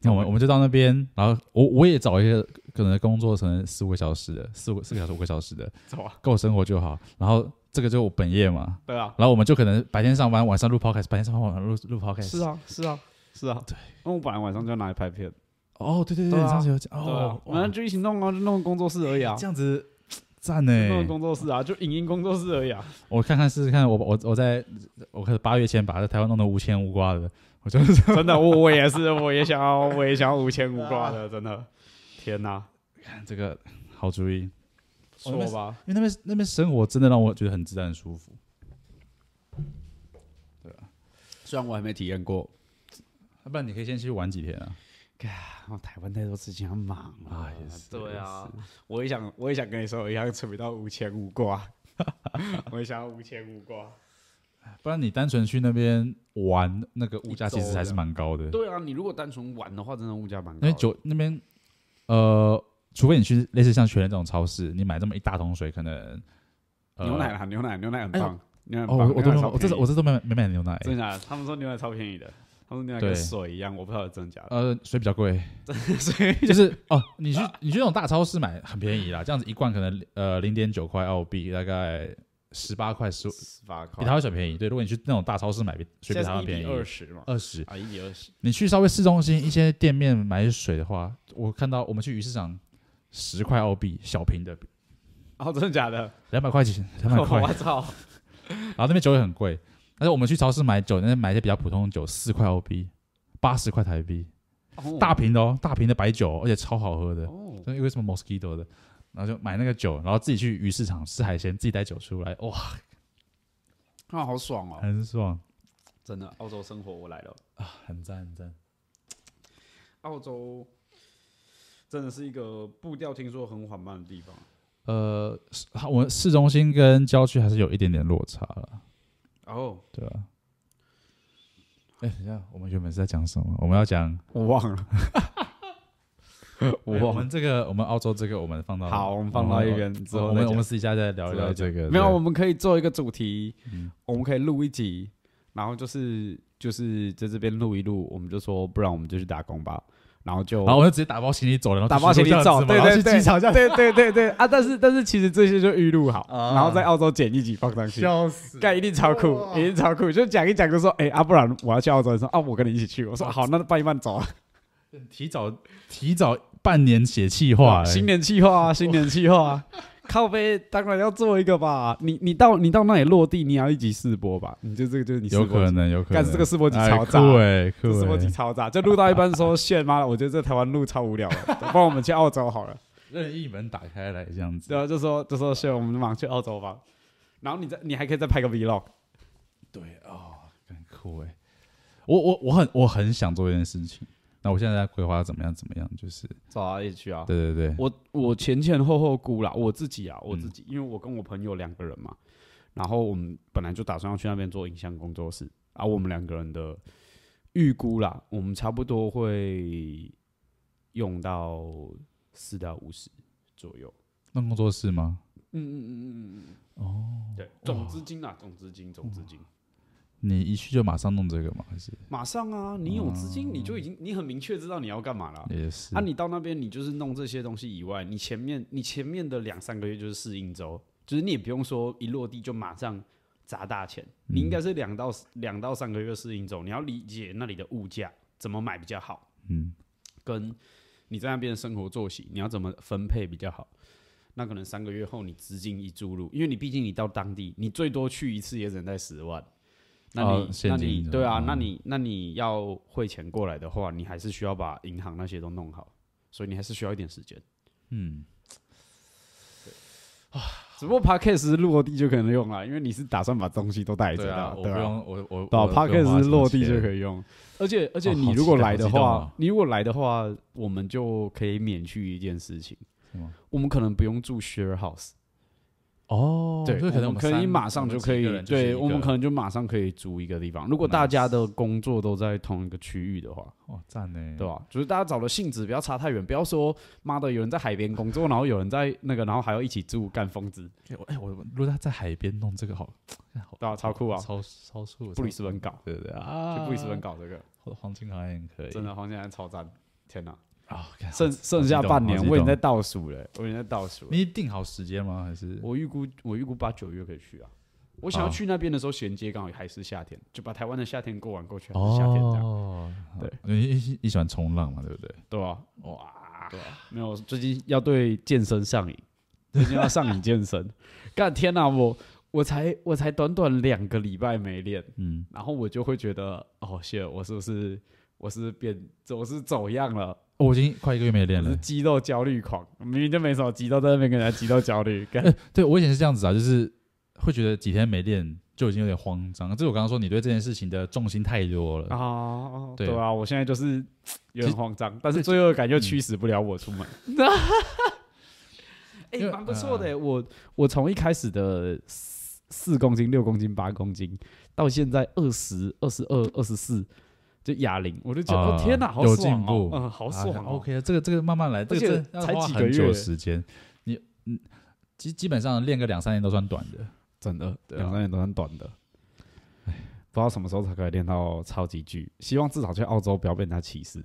那我们我们就到那边，然后我我也找一个可能工作可能四五个小时的，四五四个小时五个小时的，走啊，够生活就好。然后这个就我本业嘛，对啊，然后我们就可能白天上班，晚上录 podcast，白天上班晚上录录 podcast。是，啊，是啊，是啊。对，那我本来晚上就要拿来拍片，哦，对对对，对啊你上次有讲对啊哦，，晚上就一起弄啊，就弄工作室而已啊哇，这样子赞呢就。弄工作室啊，就影音工作室而已啊。 我看看试试看，我我我在我开始八月前把在台湾弄得无牵无挂的，我就是真的，我我也是，我也想要，我也想要无牵无挂 的，真的。天哪，看这个好主意，我那说边吧，因为那边那边生活真的让我觉得很自然舒服。虽然我还没体验过，要啊不然你可以先去玩几天啊。啊台湾太多事情要忙了啊也是对啊，我也想，我也想跟你说，我一样存不到无牵无挂， 我也想要无牵无挂。不然你单纯去那边玩，那个物价一周其实还是蛮高的。对啊，你如果单纯玩的话，真的物价蛮因高为的。酒那边，呃，除非你去类似像全联这种超市，你买这么一大桶水，可能、呃、牛奶啦，牛奶，牛奶很哎呦棒，牛奶哦，很棒我我都牛没奶有我超这便宜次我这次都没买没买牛奶、真的假的？他们说牛奶超便宜的，他们说牛奶跟对水一样，我不知道是真的假的。呃，水比较 贵，所以就是哦，你去你去那种大超市买很便宜啦，这样子一罐可能呃零点九块澳币，大概十八块十，十八块，比台湾小便宜。对，如果你去那种大超市买，比随比台现在是湾一便比宜二十嘛，二十。啊，一比二十，你去稍微市中心一些店面买水的话，我看到我们去鱼市场十块澳币小瓶的，哦，真的假的？两百块钱，两百 块。我操，然后那边酒也很贵，但是我们去超市买酒，那边买一些比较普通的酒，四块澳币，八十块台币，哦大瓶的哦，大瓶的白酒，而且超好喝的，哦，那因为什么 Mosquito 的，然后就买那个酒，然后自己去鱼市场吃海鲜，自己带酒出来，哇，啊，好爽哦，很爽，真的，澳洲生活我来了，很赞很赞。澳洲真的是一个步调听说很缓慢的地方，呃，市我市中心跟郊区还是有一点点落差了，哦，对吧、哎，等一下，我们原本是在讲什么？我们要讲，我忘 了，我哎我 忘了。们这个，我们澳洲这个，我们放到好，我们放到一边之后我再们讲我们私底下再聊一聊这个。没有，对我们可以做一个主题，嗯我们可以录一集，然后就是就是在这边录一录，我们就说，不然我们就去打工吧，然后就然后我就直接打包行李走了，然后打包行李走，对对对，机场这样对对对对啊！但是但是其实这些就预录好，啊然后在澳洲剪一集放上去，笑死。干一定超酷，一定超酷，就讲一讲就说，哎啊，不然我要去澳洲，你说啊，我跟你一起去，我说好，那办一办走啊，提早提早半年写气话， 新年计划啊，新年计划啊，靠背当然要做一个吧，你你到你到那里落地，你也要一集试播吧，你就这个就是你试有播可集，能有可能。干这个试播集超炸对这酷试播哎集超炸，就录到一半说， 炫妈的，我觉得这台湾路超无聊的，不然我们去澳洲好了。任意门打开来这样子对。啊，就说就说，谢，我们马上去澳洲吧。然后你再，你还可以再拍个 vlog。对哦，很酷哎！我我我很我很想做这件事情，那我现在在规划怎么样怎么样，就是走啊，一起去啊！对对对，我我前前后后估啦，我自己啊，我嗯自己，因为我跟我朋友两个人嘛，然后我们本来就打算要去那边做影像工作室啊，我们两个人的预估啦，我们差不多会用到四到五十左右。弄工作室吗？嗯嗯嗯嗯嗯嗯。哦，对，总资金啊啦，总资金，总资金。你一去就马上弄这个吗？还是马上啊，你有资金，你就已经你很明确知道你要干嘛了。也是啊，你到那边你就是弄这些东西以外，你前面你前面的两三个月就是适应周，就是你也不用说一落地就马上砸大钱，你应该是两到两到三个月适应周，你要理解那里的物价怎么买比较好，嗯，跟你在那边的生活作息你要怎么分配比较好。那可能三个月后你资金一注入，因为你毕竟你到当地，你最多去一次也只能带十万。那你、哦现那金你的对啊，嗯那你那你要汇钱过来的话，你还是需要把银行那些都弄好，所以你还是需要一点时间。嗯，只不过 podcast 是落地就可能用了，因为你是打算把东西都带着对的啊，我不对吧？用我我对啊我不用花，podcast 什是么落地钱就可以用。而且而且哦你好如期果待来好的激动话哦，你如果来的话，我们就可以免去一件事情什么，我们可能不用住 share house，哦，对，所以可能我们可以三马上就可我以，们几个人就是一对个我们可能就马上可以租一个地方。如果大家的工作都在同一个区域的话，哦赞呢，对吧？啊就是大家找的性质不要差太远，不要说妈的有人在海边工作，然后有人在那个，然后还要一起住干疯子，哎我哎我如果他在海边弄这个好，哎好对啊，超酷啊！超超速，布里斯本搞，对对对啊，去布里斯本搞这个，搞黄金好像也可以，真的黄金海岸超赞，天哪！啊，看剩剩下半年好，激动我已经在倒数了，我已经在倒数了。你定好时间吗？还是我预估我预估八九月可以去啊。我想要好去那边的时候，衔接刚好还是夏天，就把台湾的夏天过完过去，还是夏天这样，哦对，你你你喜欢冲浪嘛？对不对？对吧？哇，对啊，没有，最近要对健身上瘾，最近要上瘾健身。 干天哪、我我才我才短短两个礼拜没练，嗯，然后我就会觉得，哦，谢，我是不是我是不是变我是走样了？哦我已经快一个月没练我是了。肌肉焦虑狂，明明就没什么肌肉，在那边跟人家肌肉焦虑，干哎，对我以前是这样子啊，就是会觉得几天没练就已经有点慌张。这是我刚刚说你对这件事情的重心太多了。啊，对对啊，我现在就是有其嗯点慌张，但是罪恶感又驱使不了我出 门。哎因为蛮不错的。欸我我从一开始的四四公斤、六公斤、八公斤，到现在二十二、十二、二十四，就哑铃，我就觉得啊哦天哪，好有爽进哦步，嗯，好啊爽哦。 OK，这个这个慢慢来，这个而且真的要才花几个很久月的时间。你嗯，基基本上练个两三年都算短的。真的，啊两三年都很短的。啊哎不知道什么时候才可以练到超级巨，希望至少去澳洲不要被人家歧视。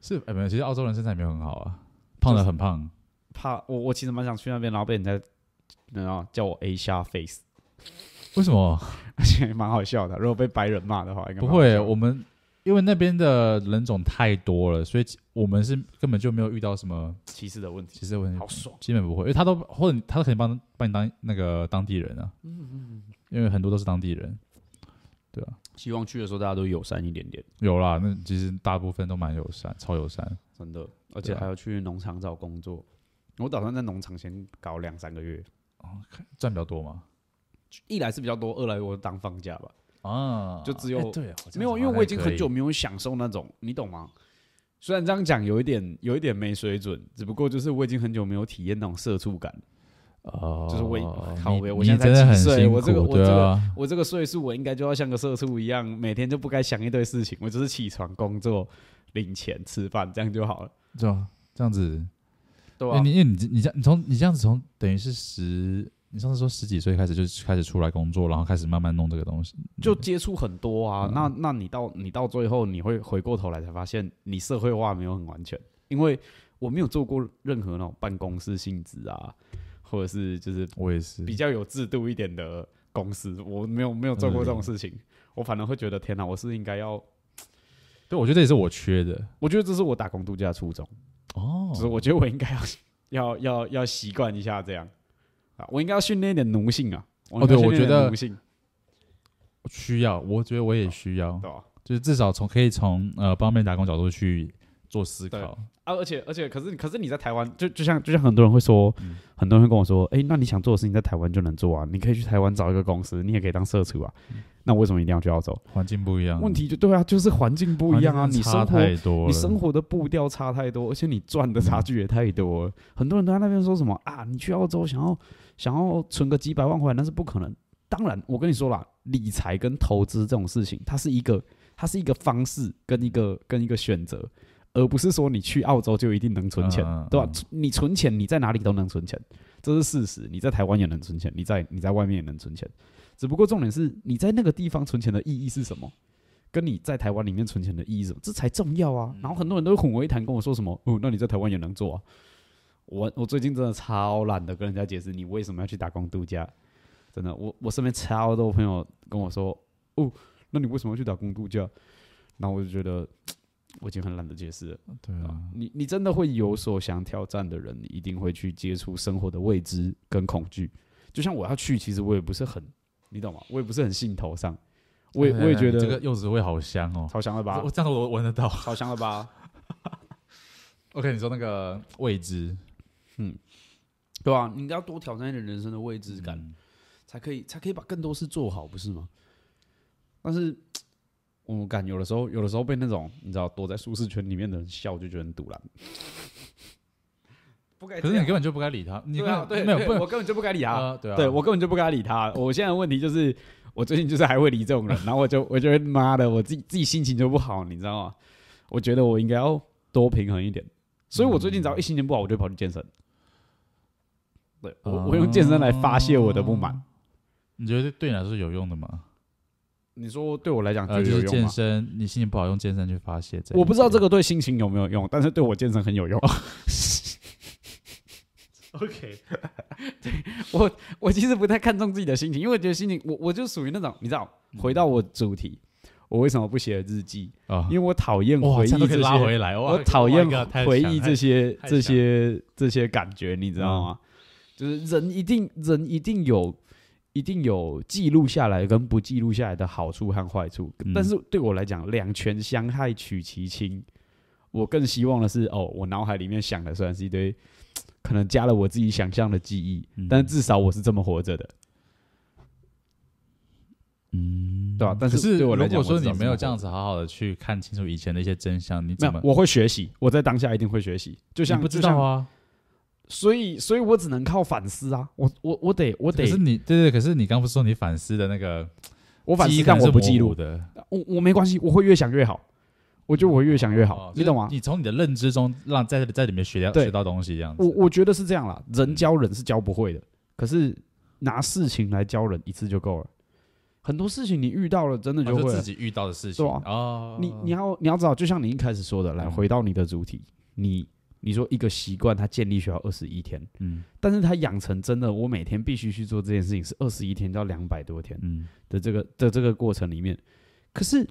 是，哎，没有，其实澳洲人身材没有很好啊，胖的很胖。怕我，我其实蛮想去那边，然后被人家，然后叫我 A 虾 face。为什么？ 而且蛮好笑啊的。如果被白人骂的话，应该不蛮好笑会，的我们因为那边的人种太多了，所以其我们是根本就没有遇到什么歧视的问题。歧视问题好，爽，基本不会，因为他都或者他都可以帮帮你当那个当地人啊，因为很多都是当地人，对啊，希望去的时候大家都友善一点点，有啦，那其实大部分都蛮友善，超友善，真的。而而且还要去农场找工作，我打算在农场先搞两三个月，赚比较多嘛，一来是比较多，二来我当放假吧。啊，就只有哎对啊，我这样没有，子因好为像我已经可很以久没有享受那种，你懂吗？虽然这样讲有一点有一点没水准，只不过就是我已经很久没有体验那种社畜感。哦，就是我已靠你北你我现在才真的几很岁辛苦，我这个我对这个啊，我这个岁数，我应该就要像个社畜一样，每天就不该想一堆事情，我就是起床、工作、领钱、吃饭，这样就好了，对啊，这样子，对啊吧、哎你因为你这你这样你从你这样子从等于是十。你上次说十几岁开始就开始出来工作，然后开始慢慢弄这个东西，就接触很多啊。嗯那那你到你到最后，你会回过头来才发现，你社会化没有很完全，因为我没有做过任何那种办公室性质啊，或者是就是我也是比较有制度一点的公司，我没有没有做过嗯这种事情，我反而会觉得天哪，我是应该要，对，我觉得这也是我缺的我觉得这是我打工度假的初衷。哦就是我觉得我应该要 要要要习惯一下这样啊，我应该要训练一点奴性啊。哦对应该训练一我点觉得奴性需要，我觉得我也需要，对吧？就是至少从可以从呃帮别人打工角度去做思对考。啊，而且而且，可是可是你在台湾，就就像就像很多人会说，嗯很多人会跟我说，哎、那你想做的事情在台湾就能做啊，你可以去台湾找一个公司，你也可以当社畜啊。嗯那为什么一定要去澳洲？环境不一样，问题就对啊，就是环境不一样啊，嗯环境你真的差生活太多了，你生活的步调差太多，而且你赚的差距也太多了。很多人都在那边说什么啊，你去澳洲想要想要存个几百万回来，那是不可能。当然，我跟你说啦，理财跟投资这种事情，它是一个它是一个方式跟一个跟一个选择，而不是说你去澳洲就一定能存钱，嗯嗯对吧、嗯你存钱，你在哪里都能存钱，这是事实。你在台湾也能存钱，你在你在外面也能存钱。只不过重点是你在那个地方存钱的意义是什么，跟你在台湾里面存钱的意义是什么，这才重要嗯啊。然后很多人都会混为一谈跟我说什么，哦，那你在台湾也能做啊。我我最近真的超懒得跟人家解释你为什么要去打工度假，真的，我我身边超多朋友跟我说，哦，那你为什么要去打工度假？然后我就觉得我已经很懒得解释了。对啊，你你真的会有所想挑战的人，你一定会去接触生活的未知跟恐惧。就像我要去，其实我也不是很，你懂吗？我也不是很兴头上，我也哎我也觉得这个柚子味好香哦，超香了吧我，这样我闻得 到。超香了吧， OK，你说那个未知对吧、你应该要多挑战一点人生的未知感，嗯才可以才可以把更多事做好，不是吗？但是我感有的时候，有的时候被那种你知道躲在舒适圈里面的人笑，就觉得很堵然。 不该可哎这是样你根本就不该理他，你对啊，对，没有对不能我根本就不该呃理他。啊，对啊，对我根本就不该理他。我现在的问题就是，我最近就是还会理这种人，然后我就 我就会妈的，我自己自己心情就不好，你知道吗？我觉得我应该要多平衡一点，所以我最近只要一心情不好，我就跑去健身。对我，哦我用健身来发泄我的不满。嗯你觉得对你来说有用的吗？你说对我来讲呃，就就是啊有用健吗？身，你心情不好用健身去发泄。我不知道这个。个对心情有没有用，但是对我健身很有用。 OK，我我其实不太看重自己的心情，因为我觉得心情，我我就属于那种，你知道，嗯回到我主题，我为什么不写日记？啊因，为我讨厌哇，回哦忆这样都这可以些拉回来，哇我讨厌 Oh my God，太 回强忆太这些太这强嗯些这些感觉，你知道吗？就是人一定人一定有一定有记录下来跟不记录下来的好处和坏处，嗯但是对我来讲，两全相害取其轻。我更希望的是，哦，我脑海里面想的虽然是一堆可能加了我自己想象的记忆，嗯但至少我是这么活着的，嗯，对吧、但可是对我来如果讲，我说至你少是没有么这活样着子好好的去看清楚以前的一些真相，你没怎么有，我会学习，我在当下一定会学习。就你像不知就像道啊？所以，所以我只能靠反思啊！我我我得我可得是你对对，可是你刚不是说你反思的那个我反记思，忆可但能是我不模记糊录，的，我我没关系，我会越想越好。我觉得我会越想越哦好，就你是懂吗？你从你的认知中让在在里面学到对学到东西，这样子。哦我我觉得是这样嗯啦，人教人是教不会的，可是拿事情来教人一次就够了。很多事情你遇到了，真的哦就就会自了。己遇到的事情对啊哦，你你要你要知道，就像你一开始说的，来嗯回到你的主体，你你说一个习惯，它建立需要二十一天，嗯但是它养成真的，我每天必须去做这件事情，是二十一天到两百多天嗯的这个的这个过程里面。可是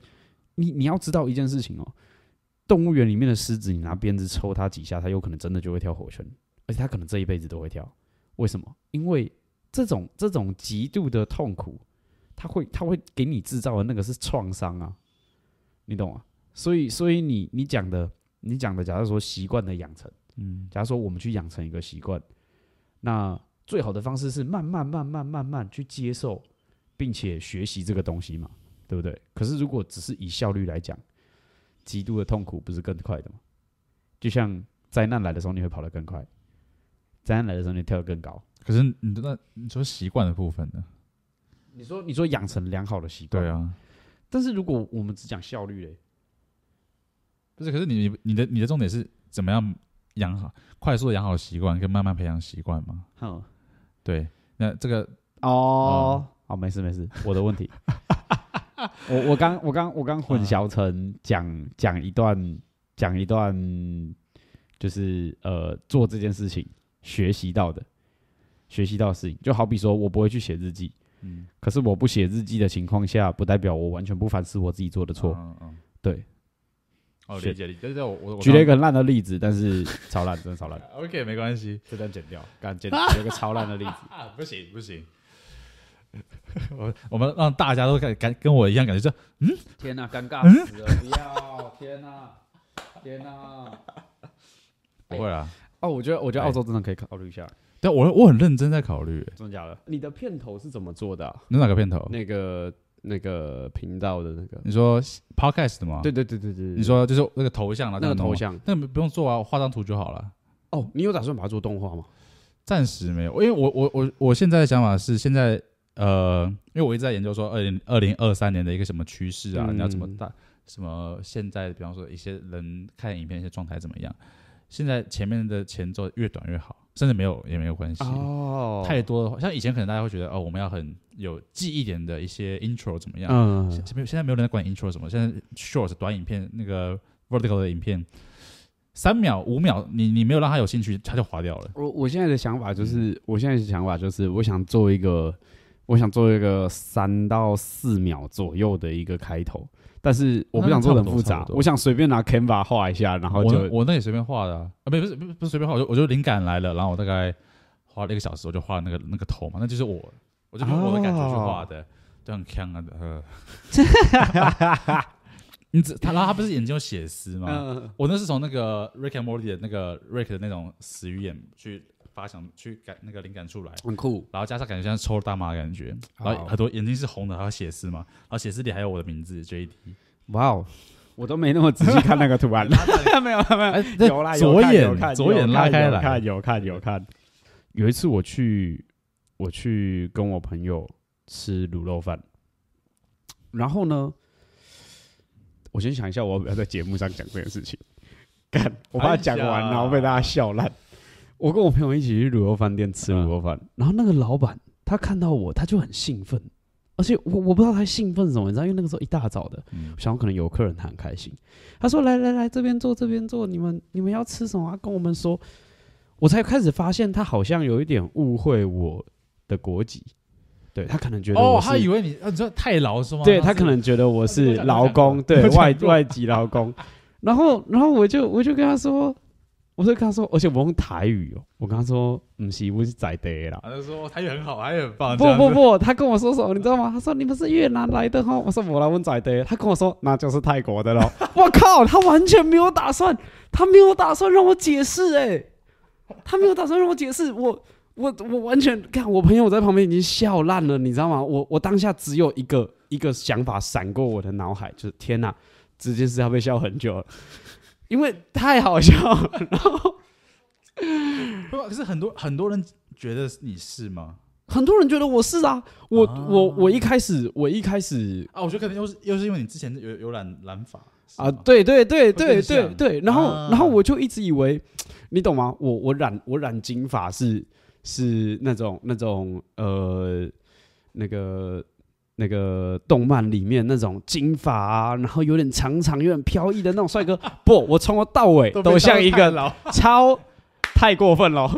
你你要知道一件事情哦，动物园里面的狮子，你拿鞭子抽它几下，它有可能真的就会跳火圈，而且它可能这一辈子都会跳。为什么？因为这种这种极度的痛苦，它会它会给你制造的那个是创伤啊，你懂吗？所以所以你你讲的你讲的，假如说习惯的养成。嗯假如说我们去养成一个习惯，那最好的方式是慢慢、慢慢、慢慢去接受，并且学习这个东西嘛，对不对？可是如果只是以效率来讲，极度的痛苦不是更快的吗？就像灾难来的时候，你会跑得更快；灾难来的时候，你跳得更高。可是你那你说习惯的部分呢？你说，你说养成良好的习惯，对。啊，但是如果我们只讲效率嘞，不是，可是你你你的你的重点是怎么样养好快速地养好习惯，跟慢慢培养习惯嘛？哼，对，那这个哦，好，没事没事， 我的问题。我我刚我刚我刚混淆成讲讲一段讲一段，就是呃做这件事情学习到的学习到的事情，就好比说我不会去写日记，嗯可是我不写日记的情况下，不代表我完全不反思我自己做的错。嗯嗯，对，哦，是理解理解，对对，我我举了一个很烂的例子，但是 超烂，真的超烂， OK 没关系这段剪掉，刚剪有一个超烂的例子。啊，不行不行。 我我们让大家都感感跟我一样感觉这 天哪、尴尬死了！不要，天哪、天哪、不哎会啦，哦，我觉得我觉得澳洲真的可以考虑一下，但我我很认真在考虑欸真的假的？你的片头是怎么做的啊、那哪个片头？那个那个频道的那个？你说 Podcast 的吗？对，对对对对，对嗯你说就是那个头像啊，那个这样弄吗头，像那不用做啊，我画张图就好了。哦，你有打算把它做动画吗？暂时没有，因为我我我我现在的想法是，现在呃，因为我一直在研究说二零二零二三年的一个什么趋势啊，嗯你要怎么大什么现在，比方说一些人看影片一些状态怎么样，现在前面的前奏越短越好，甚至没有也没有关系。哦太多的话，像以前可能大家会觉得哦，我们要很有记忆点的一些 intro 怎么样？嗯，现现没有现在没有人在管 intro 什么，现在 short 短影片那个 vertical 的影片，三秒五秒，你你没有让他有兴趣，他就划掉了。我我现在的想法就是，我现在的想法就是，我想做一个，我想做一个三到四秒左右的一个开头，但是我不想做的很复那差杂不多差，不多我想随便拿 Canva 画一下，然后我就我那也随便画的啊，啊不是不是不是不是随便画，我就我就灵感来了，然后我大概花了一个小时，我就画那个那个头嘛，那就是我，我就用我的感觉去画的，就很强啊，呃， 你只他然后他不是眼睛有血丝吗？嗯我那是从那个 Rick and Morty 的那个 Rick 的那种死鱼眼去发想去感那个灵感出来，很酷，然后加上感觉像抽大麻的感觉，然后哦很多眼睛是红的，还有血丝嘛，然后血丝里还有我的名字 JD， 哇哦，我都没那么仔细看那个图案， 没有没有，哎，有啦，有左看有眼看左眼拉开有来，看有看有看。有一次我去，我去跟我朋友吃卤肉饭，然后呢，我先想一下我要不要在节目上讲这件事情。 干，我怕讲完哎呀然后被大家笑烂。我跟我朋友一起去卤肉饭店吃卤肉饭，然后那个老板他看到我，他就很兴奋，而且我我不知道他兴奋什么，你知道，因为那个时候一大早的，嗯我想可能有客人他很开心，他说来来来这边坐这边坐，你们你们要吃什么、啊、跟我们说。我才开始发现他好像有一点误会我的国籍，对他可能觉得哦我，是他以为你，啊、你说太牢是吗？ 对他他是可能觉得我是劳我工， 讲过对我讲过外外籍劳工。然后，然后我就我就跟他说，我就跟他说，而且我用台语哦，我跟他说，不是，我是在地的啦。啊，他说他也很好，他也很棒。这不样不子，不，他跟我说什么，你知道吗？他说你们是越南来的哈，我说我来问仔的，他跟我说那就是泰国的咯。 我靠，他完全没有打算，他没有打算让我解释哎、他没有打算让我解释，我我我完全看我朋友在旁边已经笑烂了，你知道吗？我我当下只有一个一个想法闪过我的脑海，就是天哪，这件事要被笑很久了，因为太好笑了。然后不 过可是很多很多人觉得你是吗？很多人觉得我是啊，我、啊我我一开始我一开始啊，我觉得可能又是又是因为你之前有有染染发是啊，吗对对对变对对相对，然后、啊然后我就一直以为，你懂吗？我我染我染金发是是那种那种呃那个那个动漫里面那种金发啊，然后有点长长、有点飘逸的那种帅 哥。不，我从头到尾都像一个老，超太过分了。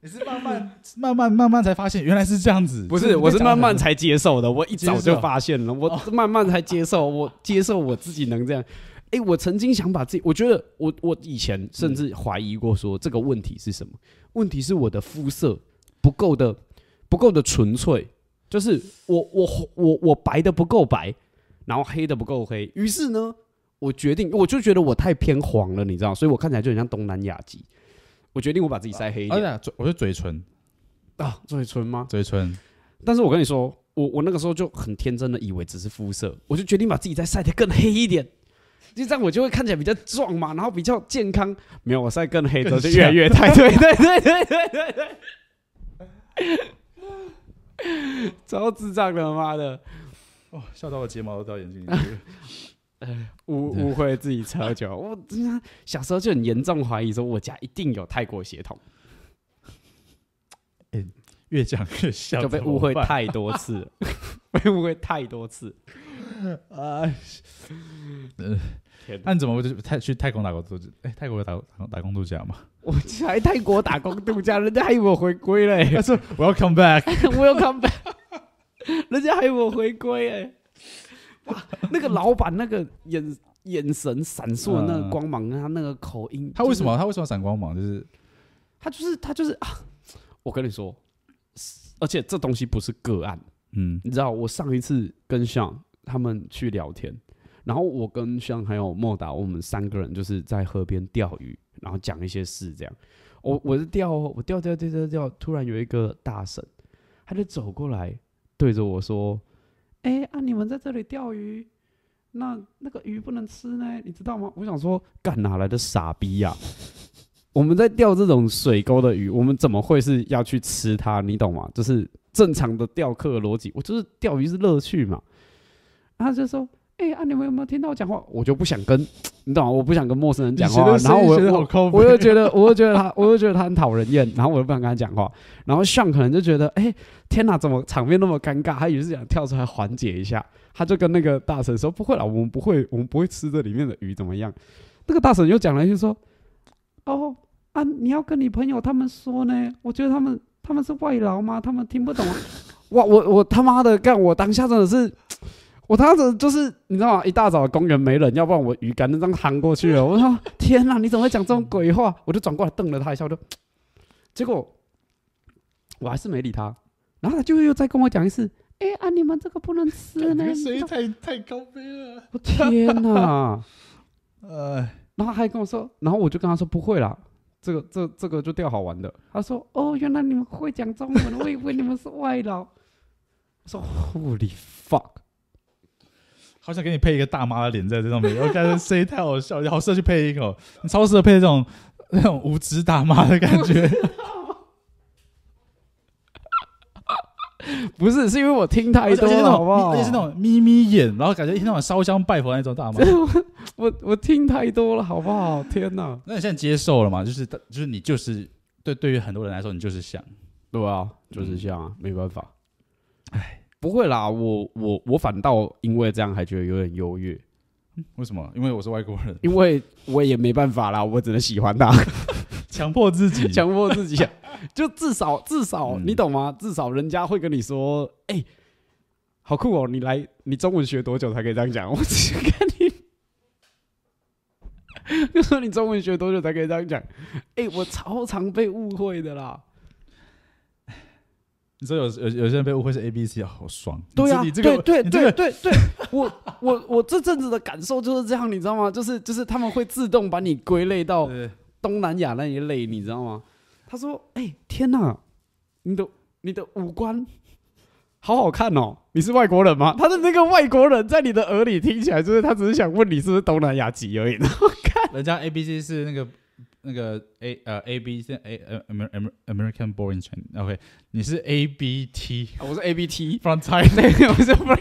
你是慢慢慢慢慢慢才发现原来是这样子，不是，我是慢慢才接受的。我一接受哦早就发现了，我慢慢才接受，我接受我自己能这样。哎，我曾经想把自己，我觉得我我以前甚至怀疑过，说这个问题是什么？问题是我的肤色不够的，不够的纯粹，就是我我我我白的不够白，然后黑的不够黑。于是呢，我决定，我就觉得我太偏黄了，你知道，所以我看起来就很像东南亚籍。我决定我把自己晒黑一而点且哎嘴，我是嘴唇，啊，嘴唇吗？嘴唇，但是我跟你说，我我那个时候就很天真的以为只是肤色，我就决定把自己再晒得更黑一点，就这样我就会看起来比较壮嘛，然后比较健康。没有，我晒更黑的更就越来越太对对对对对对对，超智障的妈的，哦，笑到我睫毛都掉眼睛里 去。误误会自己吃喝酒，我真的小时候就很严重怀疑说我家一定有泰国血统，越讲越笑，就被误会太多次了，被误会太多次。啊！那你怎么会就是泰去泰国打工度假？哎，泰国有打打打工度假吗？ 我来泰国打工度假，人家还以为我回归嘞、但是 Welcome back， Welcome back，人家还以为我回归哎、哇，那个老板那个眼眼神闪烁的那个光芒，跟他那个口音， 他为什就是？么他为什么闪光芒？就是他就是他就是啊！我跟你说，而且这东西不是个案，嗯你知道，我上一次跟向他们去聊天，然后我跟向还有莫达，我们三个人就是在河边钓鱼，然后讲一些事这样。我我是钓哦，我钓钓钓钓钓，突然有一个大婶，他就走过来对着我说：“哎、啊，你们在这里钓鱼，那那个鱼不能吃呢，你知道吗？”我想说，干哪来的傻逼呀、 我们在钓这种水沟的鱼，我们怎么会是要去吃它？你懂吗？就是正常的钓客的逻辑，我就是钓鱼是乐趣嘛。然后他就说：“哎、啊，你们有没有听到我讲话？”我就不想跟，你懂吗？我不想跟陌生人讲话。然后我觉得我好啊抠我又觉得，我又觉得他，我又觉得他很讨人厌，然后我又不想跟他讲话。然后上可能就觉得，哎、天哪，怎么场面那么尴尬？他也是想跳出来缓解一下，他就跟那个大神说：“不会啦，我们不会，我们不会吃这里面的鱼，怎么样？”那个大神又讲了一句说：“哦啊，你要跟你朋友他们说呢，我觉得他们他们是外劳吗？他们听不懂啊。” 哇，我我他妈的干！我当下真的是。我当时就是你知道吗？一大早公园没人，要不然我鱼竿就这样扛过去了。 我说天哪，你怎么会讲这种鬼话？我就转过来瞪了他一下，我就，结果我还是没理他。然后他就又再跟我讲一次，哎、啊，你们这个不能吃呢。 你知道太太高飞了。我天哪！呃，然后还跟我说，然后我就跟他说不会啦，这个这这个就钓好玩的。他说哦，原来你们会讲中文，我以为你们是外劳。我说 Holy fuck！好想给你配一个大妈的脸在这上面，我感觉声音太好笑，好适合去配音哦。你超适合配这种那种无知大妈的感 觉。不是，是因为我听太而且多而且是了，那好不好？种，而且是那种眯眯眼，然后感觉一天到晚烧香拜佛那种大妈。我我听太多了，好不好？天哪，那你现在接受了嘛？就是就是你就是对对于很多人来说，你就是想对啊，就是这样啊，没办法。哎，不会啦，我我我反倒因为这样还觉得有点优越，为什么？因为我是外国人，因为我也没办法啦，我只能喜欢他，强迫自己。强迫 自己啊，就至少至少、嗯你懂吗？至少人家会跟你说，哎、好酷哦，你来，你中文学多久才可以这样讲？ 我只看你。就说你中文学多久才可以这样讲？哎、我超常被误会的啦。你说有有有些人被误会是 A B C，好哦爽。对呀、啊， 你这个对你对这对个对对， 我我我这阵子的感受就是这样，你知道吗？就是就是他们会自动把你归类到对东南亚那一类，你知道吗？他说：“哎、天哪，你的你的五官好好看哦，你是外国人吗？”他的那个外国人在你的耳里听起来就是他只是想问你是不是东南亚籍而已。人家 A B C 是那个那个 A 呃 A B 是 A 呃 Amer- Amer- American born in China。OK，你是 A B T 我是 A B T， from China。对， 我是 不是？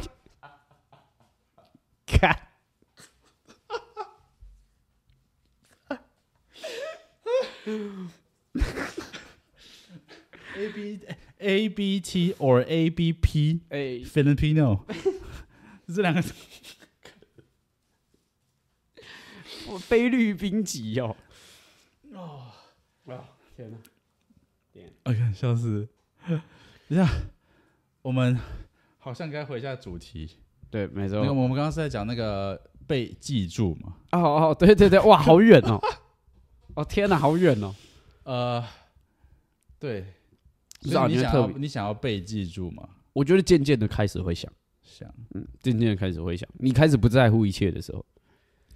看， A B A B T or A B P 哎 Filipino，这两个我菲律宾籍哦。哦，啊，天哪！哎呀，笑死！等一下，我们好像该回一下主题。对，没那个错。我们刚刚是在讲那个被记住嘛？哦哦，对对对，哇，好远 哦！哦天哪，好远哦！呃，对，不所知以道你你会想特要别你想要被记住嘛？我觉得渐渐的开始会想，想，渐渐的开始会想，你开始不在乎一切的时候，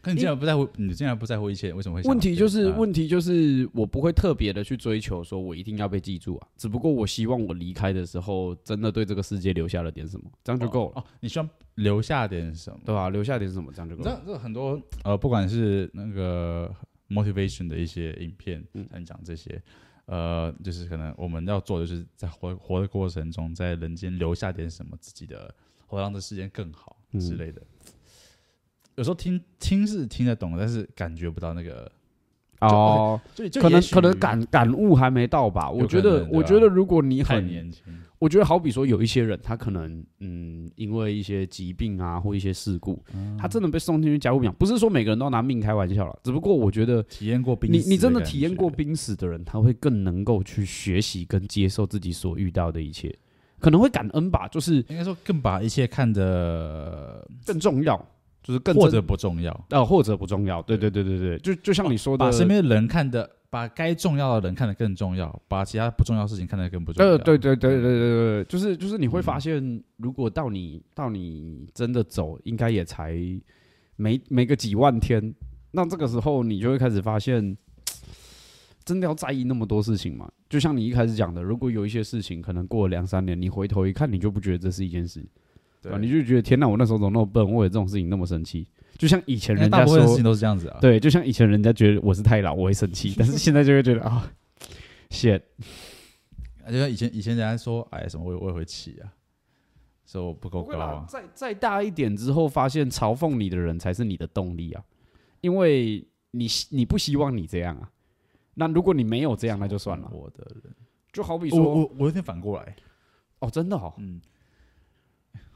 可你竟然不在乎，你竟然不在乎一切，为什么会想要被？问题就是啊问题就是我不会特别的去追求说我一定要被记住啊，只不过我希望我离开的时候真的对这个世界留下了点什么，这样就够了，哦。你希望留下点什么？对吧、留下点什么，这样就你够知了。道，这很多呃，不管是那个 motivation 的一些影片，嗯像讲这些，呃，就是可能我们要做的就是在活活的过程中，在人间留下点什么自己的，或让这世界更好嗯之类的。有时候听听是听得懂，但是感觉不到那个，哦，所以就可能也许可能感感悟还没到吧？我觉有可得能，对吧我觉得如果你太很年轻，我觉得好比说有一些人，他可能嗯，因为一些疾病啊或一些事故，他真的被送进去加护病房。不是说每个人都拿命开玩笑了，只不过我觉得体验过病你死你真的感体验过觉，濒死的人，他会更能够去学习跟接受自己所遇到的一切，可能会感恩吧，就是应该说更把一切看得更重要，就是更或真者不重要，呃或者不重要。对对对对对，就就像你说的，把身边的人看得，把该重要的人看得更重要，把其他不重要的事情看得更不重要。呃，对对对对对对，对就是就是你会发现，如果到你到你真的走，应该也才没没个几万天，那这个时候你就会开始发现，真的要在意那么多事情嘛？就像你一开始讲的，如果有一些事情可能过了两三年，你回头一看，你就不觉得这是一件事，对吧你就觉得天哪，我那时候怎么那么笨，我有这种事情那么生气？就像以前因为人大家部分事说情，都是这样子啊。对，就像以前人家觉得我是太老，我会生气，但是现在就会觉得啊、谢。shit，就像以前以前人家说，哎，什么我也我也会气啊，说我不够不会高啦啊，。再再大一点之后，发现嘲讽你的人才是你的动力啊，因为你希你不希望你这样啊。那如果你没有这样，那就算了。我的人，就好比我说，我我有点反过来，哦，真的哦。嗯，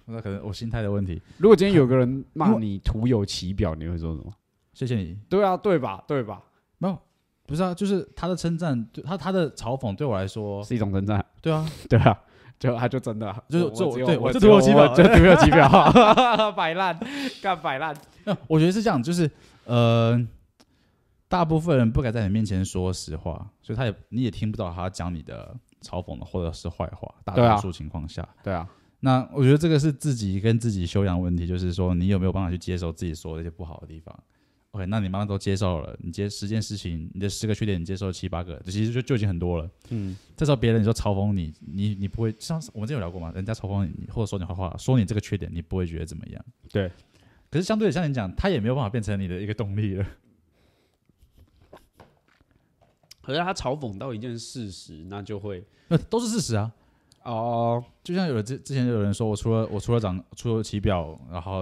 那可能我心态的问题。如果今天有个人骂你徒有其表，你会说什么？谢谢你，对啊，对吧？对吧？没有，不是啊，就是他的称赞，对他他的嘲讽对我来说，是一种称赞， 对啊，对啊，就他就真的啊，就是我就只有对我我就只徒有有其表我就徒有其表， 摆烂，干摆烂。那我觉得是这样，就是呃，大部分人不敢在你面前说实话，所以他也你也听不到他讲你的嘲讽的或者是坏话。大对啊多数情况下，对啊，那我觉得这个是自己跟自己修养问题，就是说你有没有办法去接受自己所有的一些不好的地方。OK，那你慢慢都接受了，你接十件事情，你的十个缺点你接受了七八个，其实就就已经很多了。嗯，这时候别人你说嘲讽你，你你不会像我们之前有聊过嘛？人家嘲讽你或者说你坏话，说你这个缺点，你不会觉得怎么样。对。可是相对的，像你讲，他也没有办法变成你的一个动力了。可是他嘲讽到一件事实，那就会 那都是事实啊。哦，就像有人之之前有人说我除了我除了长除了其表，然后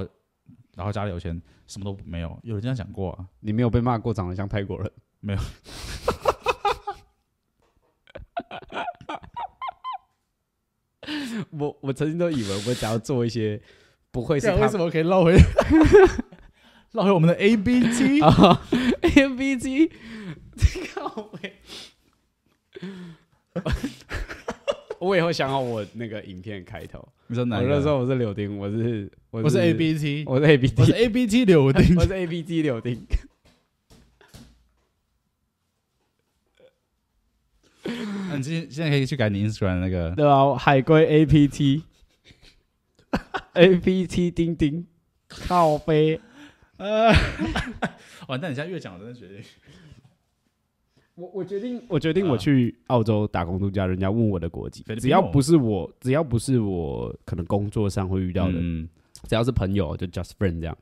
然后家里有钱，什么都没有。有人这样讲过啊。你没有被骂过长得像泰国人？没有。 我我曾经都以为我只要做一些不会是他么可以绕回 绕回我们的 A B T？啊 A B G，靠背。我以后想好我那个影片开头，你说哪我一个？就说我是柳丁，我是我我是 A B T，我是 A B 我是 T， A B T 柳丁我。是 A B T 柳丁。那啊你今现在可以去改你 Instagram 那 个。对啊，海龟 A P T A P T 钉钉靠 背，呃，完蛋！你现在越讲，我真的决定。我我决定，我决定啊我去澳洲打工度假，人家问我的国籍菲律，宾只要哦不是我，只要不是我可能工作上会遇到的，嗯，只要是朋友就 just friend 这样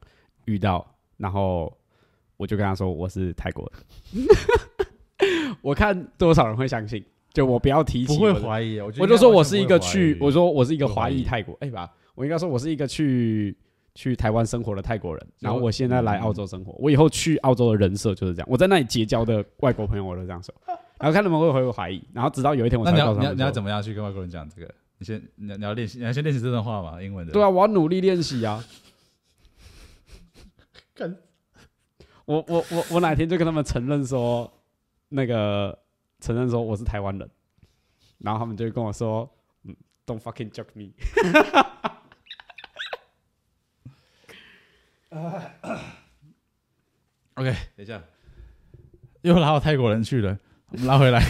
遇到，然后我就跟他说我是泰国人， 我看多少人会相信，就我不要提起不会我的怀疑，我觉得我就说我是一个去，应该完全不会怀疑我说我是一个不会华怀裔疑泰国，哎吧，我应该说我是一个去去台湾生活的泰国人，然后就我现在来澳洲嗯生活，我以后去澳洲的人设就是这样，我在那里结交的外国朋友我都这 样说，然后看他们会不会怀疑，然后直到有一天我那才你会告要诉你他要们你要说怎么样去跟外国人讲这个？你先你要你要练习，你要先练习这段话嘛，英文的。对啊，我要努力练 习啊。我我我我哪天就跟他们承认说，那个承认说我是台湾人，然后他们就会跟我说，嗯，Don't fucking joke me。 OK，等一下，又拉到泰国人去了，我们拉回来。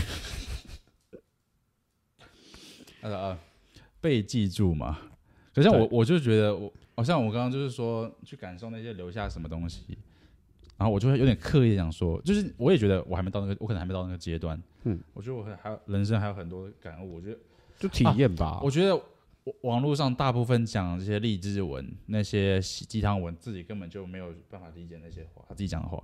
啊啊，被记住嘛？可是我我就觉得我，好像我刚刚就是说去感受那些留下什么东西，然后我就会有点刻意地想说，就是我也觉得我还没到那个，我可能还没到那个阶段。嗯，我觉得我还还有人生还有很多感悟。我觉得，就体验 吧。我觉得我网络上大部分讲这些励志文、那些喜鸡汤文，自己根本就没有办法理解那些话，他自己讲的话。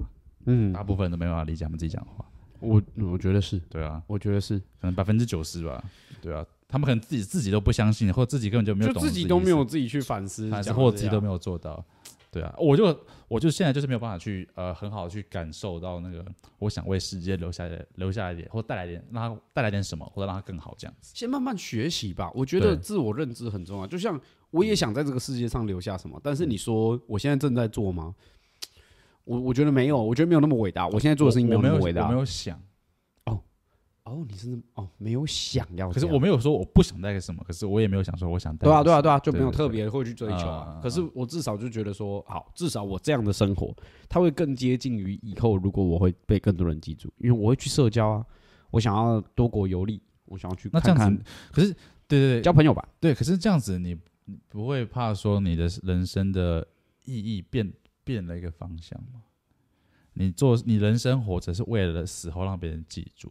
嗯，大部分都没办法理解他们自己讲的话。我我觉得是，对啊，我觉得是，可能百分之九十吧。对啊，他们可能自己自己都不相信，或者自己根本就没有就懂自己己的都意没思有，自己去反思，反讲正的或者自己这都样没有做到。对啊，我就我就现在就是没有办法去呃很好的去感受到那个我想为世界留下来留下来一点，或带来一点让它带来点什么，或者让它更好这样子。先慢慢学习吧。我觉对得嗯自我认知很重要。就像我也想在这个世界上留下什么，但是你说我现在正在做吗？我我觉得没有，我觉得没有那么伟大。我现在做的事情我我没没有那有么伟我大没。有想，哦，你是那么哦，没有想要这样。可是我没有说我不想带给什么，可是我也没有想说我想带对啊，给对什么啊，对啊，就没有对对特别会去追求啊。可是我至少就觉得说，好，至少我这样的生活，它会更接近于以后，如果我会被更多人记住，因为我会去社交啊，我想要多国游历，我想要去那这看样看子，可是对对对，交朋友吧。对，可是这样子你你不会怕说你的人生的意义变变了一个方向吗？你做你人生活着是为了死后让别人记住，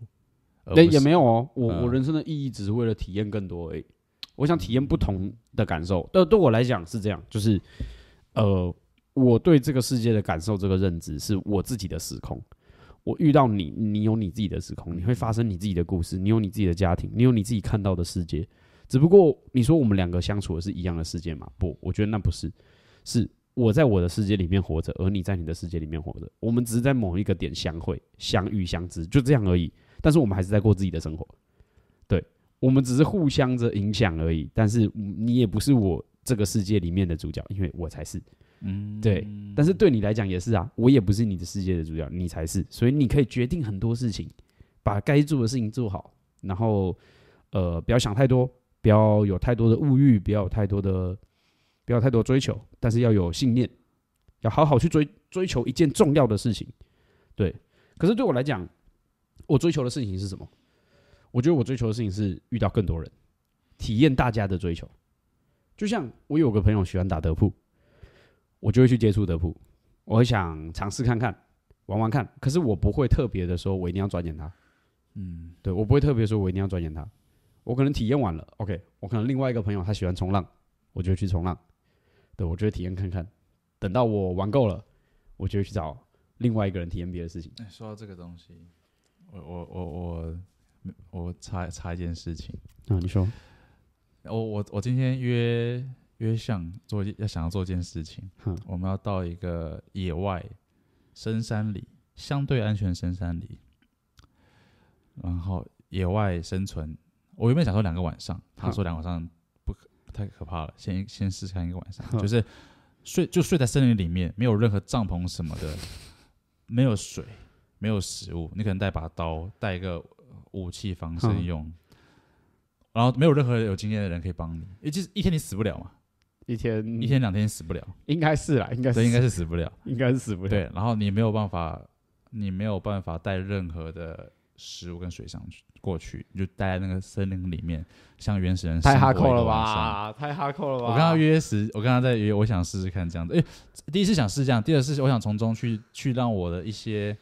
而对，不也是没有哦，我、我嗯人生的意义只是为了体验更多而已。我想体验不同的感受，对对我来讲是这样，就是呃，我对这个世界的感受、这个认知是我自己的时空。我遇到你，你有你自己的时空，你会发生你自己的故事，你有你自己的家庭，你有你自己看到的世界。只不过你说我们两个相处的是一样的世界吗？不，我觉得那不是，是我在我的世界里面活着，而你在你的世界里面活着，我们只是在某一个点相会、相遇、相知，就这样而已。但是我们还是在过自己的生活。对，我们只是互相着影响而已。但是你也不是我这个世界里面的主角，因为我才是。嗯对但是对你来讲也是啊，我也不是你的世界的主角，你才是。所以你可以决定很多事情，把该做的事情做好，然后呃，不要想太多，不要有太多的物欲，不要有太多的，不要有太多追求，但是要有信念，要好好去追追求一件重要的事情。对，可是对我来讲，我追求的事情是什么？我觉得我追求的事情是遇到更多人，体验大家的追求。就像我有个朋友喜欢打德扑，我就会去接触德扑，我会想尝试看看，玩玩看。可是我不会特别的说，我一定要钻研它。嗯，对我不会特别说我一定要钻研它。我可能体验完了，OK，我可能另外一个朋友他喜欢冲浪，我就会去冲浪。对我就会体验看看。等到我玩够了，我就会去找另外一个人体验别的事情。哎说到这个东西，我我我我我插插一件事情，啊，你说，我我我今天约约想做一要想要做一件事情，哼我们要到一个野外深山里，相对安全深山里，然后野外生存。我原本想说两个晚上，他说两个晚上不可太可怕了，先先试试看一个晚上，就是睡就睡在森林里面，没有任何帐篷什么的， 没有水，没有食物，你可能带把刀，带一个武器防身嗯用。然后没有任何有经验的人可以帮你，也就是一天你死不了嘛，一天一天两天死不了，应该是啦，应该对，是应该是嗯呃死不了。应该是死不了。对，然后你没有办法，你没有办法带任何的食物跟水上去过去，你就待在那个森林里面，像原始人太生活哈一扣个了晚上？吧，太哈扣了吧。我跟他约时，我跟他在约，我想试试看这样子。诶，第一次想试这样，第二次是我想从中去去让我的一些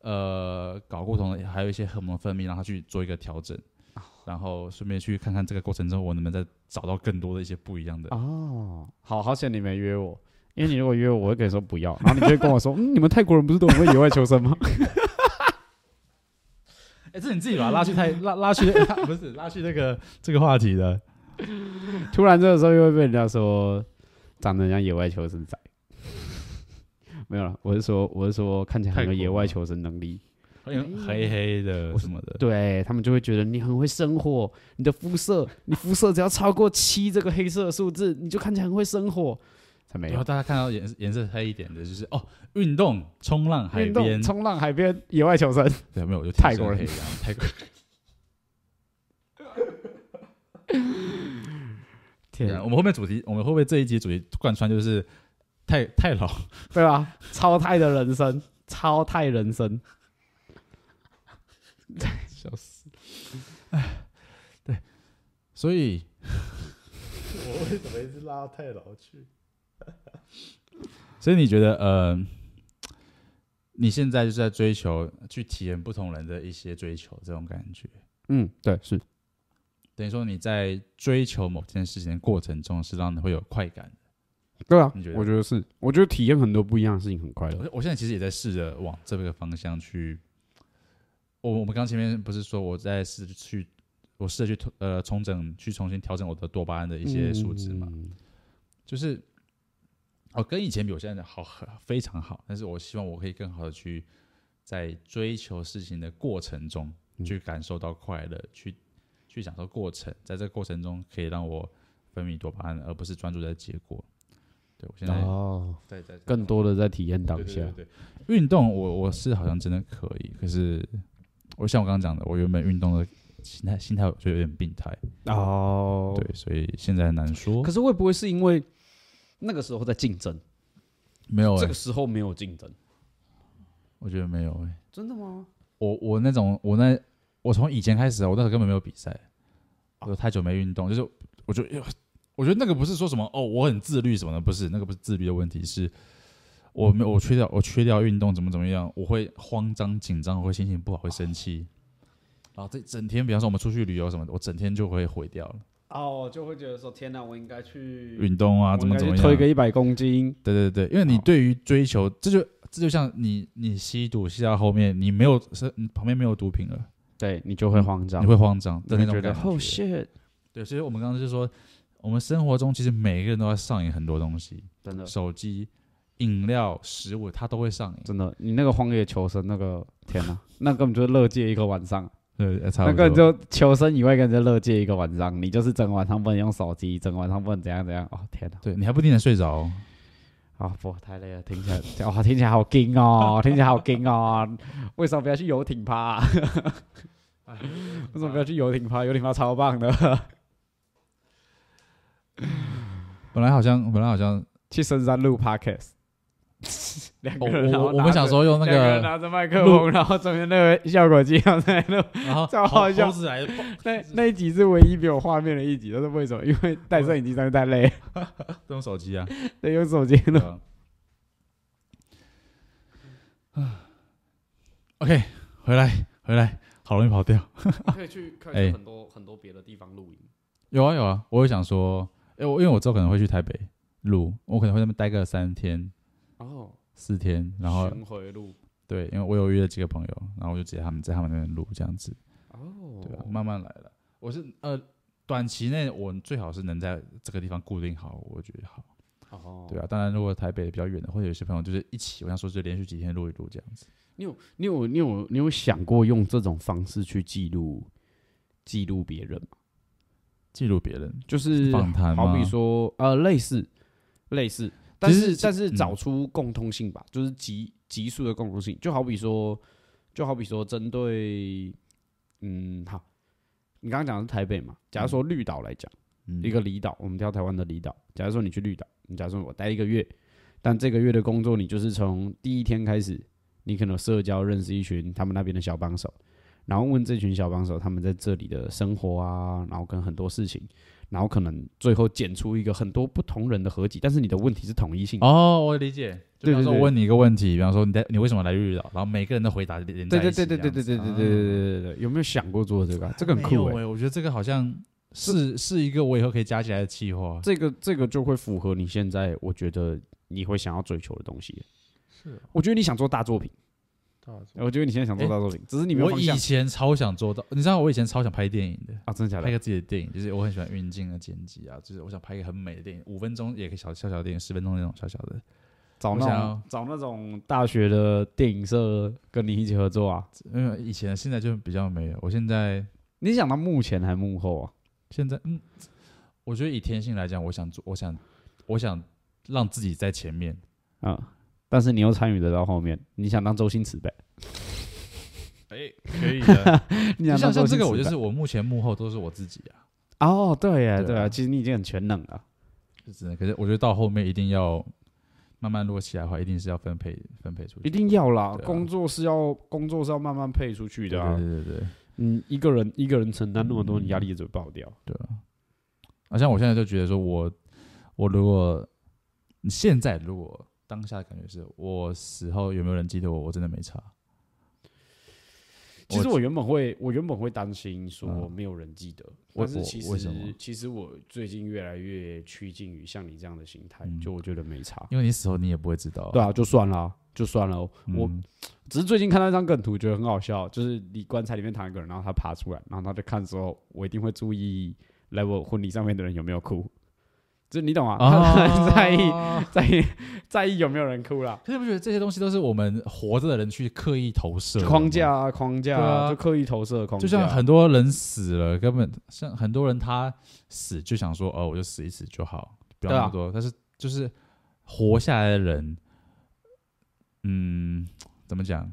呃睾固酮的，还有一些荷尔蒙分泌，让它去做一个调整，然后顺便去看看这个过程中我能不能再找到更多的一些不一样的。哦，好好险你没约我，因为你如果约我，我会跟你说不要，然后你就会跟我说， 嗯，你们泰国人不是都很会野外求生 吗？哎、这你自己把他拉去太 拉拉去拉不是拉去那个这个话题的。突然这个时候又会被人家说，长得像野外求生仔。 没有了，我是说，我是说，看起来很有泰国野外吗求生能力，哎黑黑的什么的，对他们就会觉得你很会生火，你的肤色，你肤色只要超过七这个黑色的数字，你就看起来很会生火，才没然有啊后。大家看到颜色颜色黑一点的，就是哦，运动、冲浪、海运动边，冲浪、海边、野外求生，对，没有，我就泰国人天生黑啊泰国人。啊我们后面主题，我们会不会这一集主题贯穿就是太太老？ 对吧？超泰的人生，超泰人生，所以拉太老去， 所以你觉得，呃，你现在就是在追求去体验不同人的一些追求，这种感觉，嗯，对，是等于说你在追求某件事情的过程中，是让你会有快感的。对啊你觉，得我觉得是，我觉得体验很多不一样的事情很快乐。我我现在其实也在试着往这个方向去。我我们刚前面不是说我在试着去，我试着去呃重整，去重新调整我的多巴胺的一些数值嘛，嗯就是哦跟以前比，我现在好很非常好，但是我希望我可以更好的去在追求事情的过程中嗯去感受到快乐，去去享受过程，在这个过程中可以让我分泌多巴胺，而不是专注在结果。对我现在哦，在在在更多的在体验当对下对，对对运动我我是好像真的可以，可是我像我刚刚讲的，我原本运动的心态心态我觉得有点病态，哦，对，所以现在很难说可。是会不会是因为那个时候在竞争，没有、欸，这个时候没有竞争？我觉得没有、欸。真的吗？我我那种我那我从以前开始啊，我那时候根本没有比赛，啊我太久没运动，就是我觉得我觉得那个不是说什么哦我很自律什么的，不是那个不是自律的问题，是我没有我缺掉我缺掉运动怎么怎么样，我会慌张紧张，我会心情不好，会生气。啊然后这整天，比方说我们出去旅游什么的，我整天就会毁掉了。哦，就会觉得说天哪，我应该去运动啊，怎么怎么样？推个啊一百公斤，对对对，因为你对于追求，这就这就像你你吸毒吸到后面，你没有是你旁边没有毒品了，对你就会慌张你，会慌张的那会种啊觉感得觉。哦 shit，对，所以我们刚刚就说，我们生活中其实每个人都在上瘾很多东西，真的手机、饮料、食物，它都会上瘾。真的，你那个荒野求生那个，天 哪，那根本就是乐界一个晚上，对，差那不多。个就求生以外，跟人家乐界一个晚上，你就是整个晚上不能用手机，整个晚上不能怎样怎样，哦天哪，对你还不一定能睡着哦、啊、不，太累了，听起 来，哇，听起来好惊哦，听起来好惊哦，为什么不要去游艇趴、 为什么不要去游艇趴？游艇趴超棒的， 本来好像本来好像，去深山录 podcast。两我个人，然后哦我我拿们着想说用那两个人个，拿着麦克风，然后中间那个效果机然后在那录。然后 超好猴笑猴子来， 那那一集是唯一没有画面的一集，但是为什么？因为带摄影机真的太累，都用手机 啊。得用手机录对。啊 OK，回来回来，好容易跑掉。可以去可以哎去很多、很多别的地方露营。有啊有啊，我有想说，哎、我因为我之后可能会去台北录，我可能会在那边待个三天哦，四天，然后巡回路对，因为我有约了几个朋友，然后我就直接他们在他们那边录这样子，哦，对啊，慢慢来了。我是呃，短期内我最好是能在这个地方固定好，我觉得好，哦，对啊。当然，如果台北比较远的，或者有些朋友就是一起，我想说就连续几天录一录这样子。你有你有你有你有想过用这种方式去记录记录别人吗？记录别人，就是啊访谈吗好比说呃类似类似，但其实是其但是嗯找出共通性吧，就是集集数的共通性，就好比说就好比说针对嗯好，你刚刚讲的是台北嘛，假如说绿岛来讲。嗯一个离岛，我们挑台湾的离岛。假如说你去绿岛，你假如说我待一个月，但这个月的工作你就是从第一天开始，你可能有社交认识一群他们那边的小帮手，然后问这群小帮手他们在这里的生活啊，然后跟很多事情，然后可能最后剪出一个很多不同人的合集，但是你的问题是统一性的。哦，我理解。就比对方对说，我对问你一个问题，比方说你在你为什么来绿岛，然后每个人的回答连在对一对起对对对对对对对对啊对对对，有没有想过做这个啊、这这个很酷哎、哎、我觉得这个好像是是一个我以后可以加起来的计划。这个这个就会符合你现在我觉得你会想要追求的东西。是，我觉得你想做大作品，大作我觉得你现在想做大作品，只是你没有我方以向前超想做到，你知道我以前超想拍电影的，啊，真的假拍的？个自己的电影，就是我很喜欢运镜啊、剪辑啊，就是我想拍一个很美的电影，五分钟也可以小小小的电影，十分钟那种小小的，找我那想种要找那种大学的电影社跟你一起合作啊？因为以前现在就比较没有，我现在你想到幕前还幕后啊？现在嗯，我觉得以天性来讲，我想做，我想我想让自己在前面，啊，但是你又参与得到后面，你想当周星驰呗？哎、可以的。 你就像想当像周这星个，驰我就呗是我目前幕后都是我自己啊，哦，对耶，对对啊啊，其实你已经很全能了。就只能可是我觉得到后面一定要慢慢落起来的话，一定是要分配分配出一去。定要啦，对啊工作是要工作是要慢慢配出去对的啊。对对对嗯，一个人一个人承担那么多，你压力也就会爆掉。对啊，好像我现在就觉得说我，我如果现在如果当下感觉是我死后有没有人记得我，我真的没差。其实我原本会，我原本会担心说嗯没有人记得，我但是我其为什么实其实我最近越来越趋近于像你这样的心态嗯，就我觉得没差。因为你死后你也不会知道、对，啊，就算了，就算了。我嗯、只是最近看到一张梗图，觉得很好笑，就是你棺材里面躺一个人，然后他爬出来，然后他就看之后，我一定会注意来我婚礼上面的人有没有哭，就是你懂吗？ 啊 在意在意在意有没有人哭啦。可是你不觉得这些东西都是我们活着的人去刻意投射的吗框架？啊，框架对啊啊就刻意投射的框架，就像很多人死了，根本像很多人他死就想说，哦，我就死一死就好，不要那么多。但啊是就是活下来的人，嗯，怎么讲？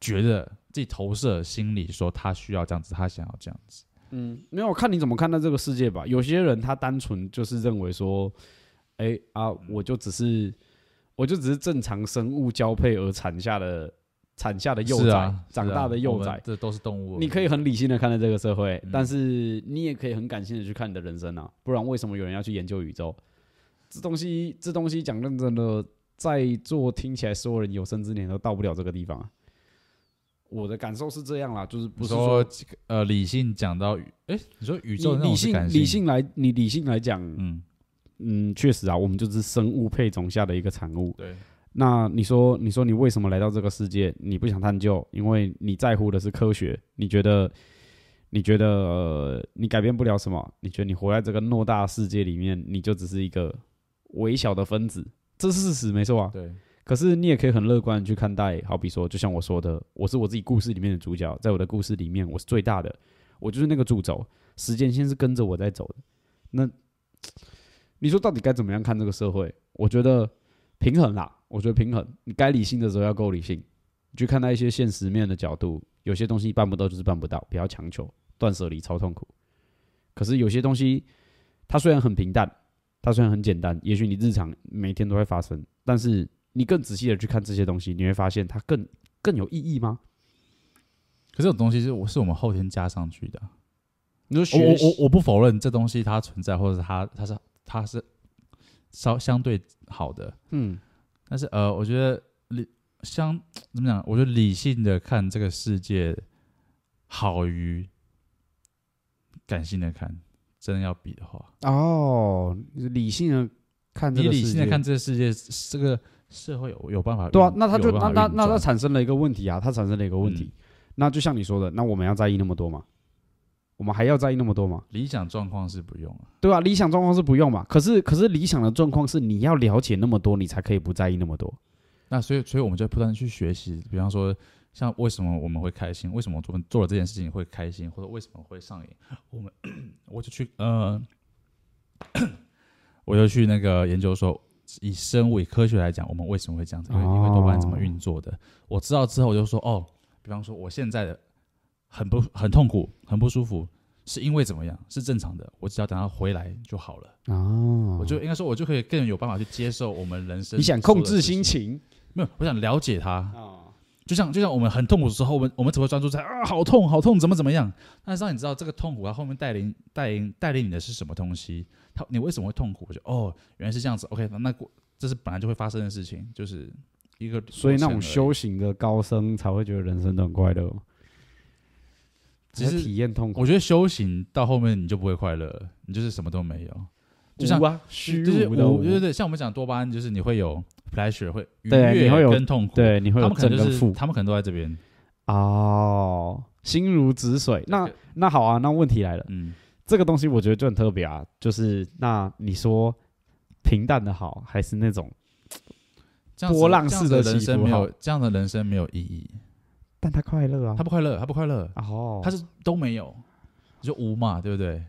觉得自己投射心理说他需要这样子，他想要这样子。嗯，没有看你怎么看待这个世界吧。有些人他单纯就是认为说，哎、啊，我就只是我就只是正常生物交配而产下的产下的幼是崽，啊，是长啊大的幼我们崽。这都是动物而已。你可以很理性的看待这个社会，嗯但是你也可以很感性的去看你的人生啊。不然为什么有人要去研究宇宙？这东西，这东西讲认真的，在座听起来所有人有生之年都到不了这个地方啊。我的感受是这样啦，就是不不是说这个呃理性讲到宇，哎，你说宇宙那你种理是感性理，性来，你理性来讲，嗯，嗯，确实啊，我们就是生物配种下的一个产物。对，那你说，你说你为什么来到这个世界？你不想探究，因为你在乎的是科学，你觉得，你觉得、呃、你改变不了什么，你觉得你活在这个偌大的世界里面，你就只是一个微小的分子，这是事实，没错啊。对，可是你也可以很乐观地去看待，好比说，就像我说的，我是我自己故事里面的主角，在我的故事里面，我是最大的，我就是那个主轴，时间线是跟着我在走的。那你说到底该怎么样看这个社会？我觉得平衡啦，我觉得平衡，你该理性的时候要够理性，你去看待一些现实面的角度，有些东西办不到就是办不到，不要强求，断舍离超痛苦。可是有些东西，它虽然很平淡，它虽然很简单，也许你日常每天都会发生，但是你更仔细的去看这些东西，你会发现它更更有意义吗？可是这种东西是我是我们后天加上去的啊、你说我学我习，我我不否认这东西它存在，或者是它它是它是稍相对好的，嗯，但是呃，我觉得理相怎么讲？我觉得理性的看这个世界好于感性的看，真的要比的话，哦，理性的看这你个世界，理性的看这个世界，这个社会有有办法运对啊，那他就有办嗯那法那运那他转产生了一个问题啊，他产生了一个问题。那就像你说的，那我们要在意那么多吗？我们还要在意那么多吗？理想状况是不用啊，对啊，理想状况是不用嘛。可是可是理想的状况是你要了解那么多，你才可以不在意那么多。那所以，所以我们就不断地去学习，比方说，像为什么我们会开心，为什么做做了这件事情会开心，或者为什么会上瘾，我们我就去呃，我就去那个研究说，以生物以科学来讲，我们为什么会这样子，因为因为多巴胺怎哦么运作的，我知道之后我就说，哦，比方说我现在的很不很痛苦，很不舒服，是因为怎么样，是正常的，我只要等它回来就好了，哦我就应该说，我就可以更有办法去接受我们人生。你想控制心？情没有，我想了解它。啊？就像就像我们很痛苦的时候，我们我们只会专注在啊好痛好痛怎么怎么样，但是让你知道这个痛苦它后面带领带领带领你的是什么东西，它你为什么会痛苦？就哦原来是这样子，OK，那那过这是本来就会发生的事情，就是一个所以那种过程而已修行的高僧才会觉得人生都很快乐，其实才体验痛苦。我觉得修行到后面你就不会快乐了，你就是什么都没有。就像无啊，虚就是无的我无，对对对，像我们讲多巴胺，就是你会有 pleasure，会愉对悦你会有跟痛苦，，对，你会他有们可正能跟就负是他们可能都在这边，哦，心如止水。那那好啊，那问题来了，嗯，这个东西我觉得就很特别啊，就是那你说平淡的好，还是那种？这样子波浪这样式子的的人起生伏没好有这样的人生没有意义，但他快乐啊他，不快乐，他不快乐，哦，他是都没有，你就无嘛，对不对？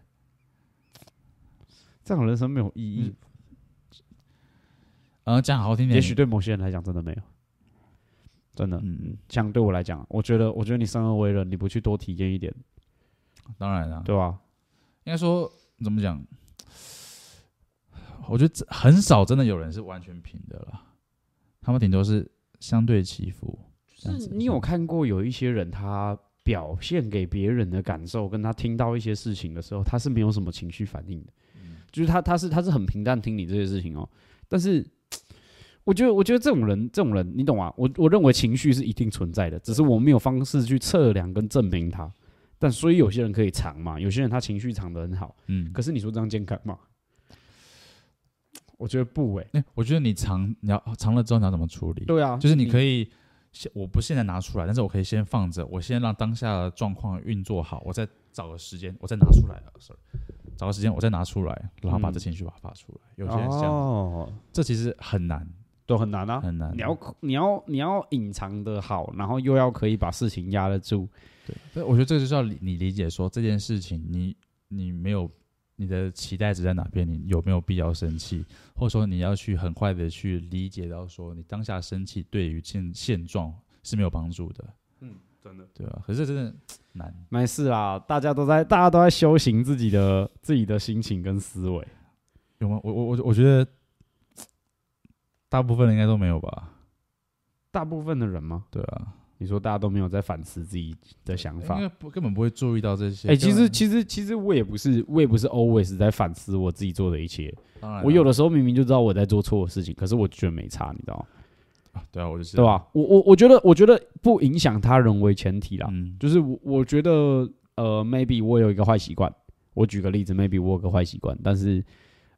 这种人生没有意义，嗯，讲好听点，也许对某些人来讲真的没有，真的。嗯，像对我来讲，我觉得，我觉得你生而为人，你不去多体验一点，当然啦、对吧？应该说怎么讲？我觉得这很少真的有人是完全平的啦，他们顶多是相对起伏。这样是子你有看过有一些人，他表现给别人的感受，跟他听到一些事情的时候，他是没有什么情绪反应的，嗯就是他他是他是很平淡听你这些事情哦。但是我觉得我觉得这种人这种人，你懂吗？我我认为情绪是一定存在的，只是我没有方式去测量跟证明它。但所以有些人可以藏嘛，有些人他情绪藏得很好，嗯，可是你说这样健康吗？我觉得不欸诶、哎、我觉得你藏你要藏了之后你要怎么处理？对啊，就是你以可以先，我不现在拿出来，但是我可以先放着，我先让当下的状况运作好，我再找个时间，我再拿出来。sorry，找个时间我再拿出来，然后把这嗯情绪把它发出来。有些人是这样子，哦，这其实很难都很难啊，很难。你要控你要你要隐藏的好，然后又要可以把事情压得住。对，我觉得这就是要理你理解说这件事情你，你没有你的期待值在哪边，你有没有必要生气，或者说你要去很快的去理解到说你当下生气对于现现状是没有帮助的。嗯，真的，对啊，可是这真的难，没事啦，大家都在大家都在修行自己的自己的心情跟思维。有吗？我我我我觉得大部分人应该都没有吧？大部分的人吗？对啊，你说大家都没有在反思自己的想法因？为啊不根本不会注意到这些。哎、其根实本其实其实我也不是我也不是 always 在反思我自己做的一切。当然啊我有的时候明明就知道我在做错的事情，可是我觉得没差，你知道吗？对啊，我就是对？吧？我我我觉得我觉得不影响他人为前提啦。嗯，就是我我觉得呃，maybe 我有一个坏习惯，我举个例子，maybe 我有个坏习惯，但是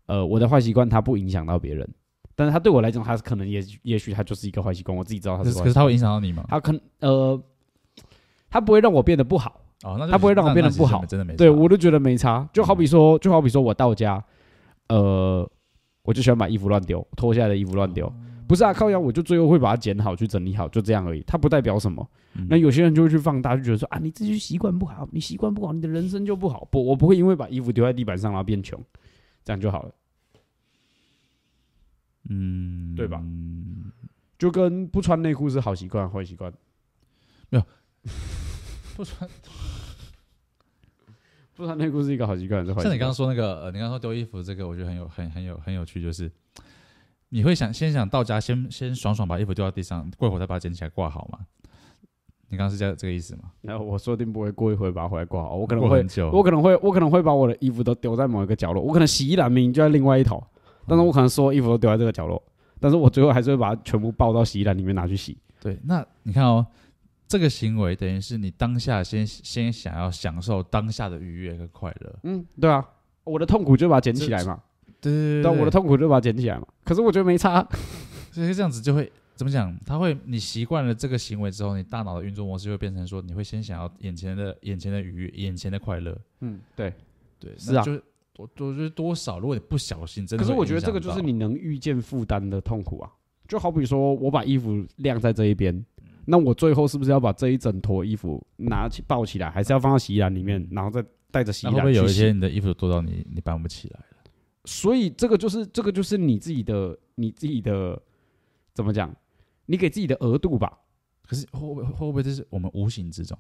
呃，我的坏习惯它不影响到别人，但是它对我来讲，它可能也也许它就是一个坏习惯，我自己知道它可是是个可坏是习它惯，会影响到你吗？它可能呃，它不会让我变得不好，哦，那就它不会让我那变得那其不实好真的没对差我都觉得没差。就好比说，就好比说我到家，呃，我就喜欢把衣服乱丢，脱下来的衣服乱丢。不是啊，靠腰，我就最后会把它剪好，去整理好，就这样而已。它不代表什么。嗯那有些人就会去放大，就觉得说啊，你这就习惯不好，你习惯不好，你的人生就不好。不，我不会因为把衣服丢在地板上然后变穷，这样就好了，嗯，对吧嗯就跟不穿内裤是好习惯、坏习惯。不穿，不穿内裤是一个好习惯，是坏习惯。像你刚刚说那个，呃、你刚刚说丢衣服这个，我觉得很有很很有很有趣，就是你会想先想到家先先爽爽把衣服丢到地上，过一会儿再把它捡起来挂好嘛？你刚刚是这样这个意思吗？然后我说不定不会过一会儿把它回来挂好，我可能过会很久，我可能会，我可能会把我的衣服都丢在某一个角落，我可能洗衣篮明明就在另外一头，但是我可能所有衣服都丢在这个角落，但是我最后还是会把它全部抱到洗衣篮里面拿去洗。对，那你看哦，这个行为等于是你当下先先想要享受当下的愉悦跟快乐，嗯，对啊，我的痛苦就把它捡起来嘛，对对对对啊，我的痛苦就把它捡起来嘛。可是我觉得没差，所以这样子就会怎么讲？它会你习惯了这个行为之后，你大脑的运作模式会变成说，你会先想要眼前的眼前的愉悦，眼前的快乐。嗯，对。对，是那啊就是我我觉得多少，如果你不小心，真可的是会我觉得影这响个就是到你能预见负担的痛苦啊，就好比说我把衣服晾在这一边，嗯那我最后是不是要把这一整坨衣服拿起抱起来，还是要放到洗衣篮里面，然后再带着洗嗯那衣会篮不会有去一洗些你的衣服多到你你搬不起来？所以这个就是这个就是你自己的你自己的怎么讲？你给自己的额度吧。可是会不会会不会这是我们无形之中，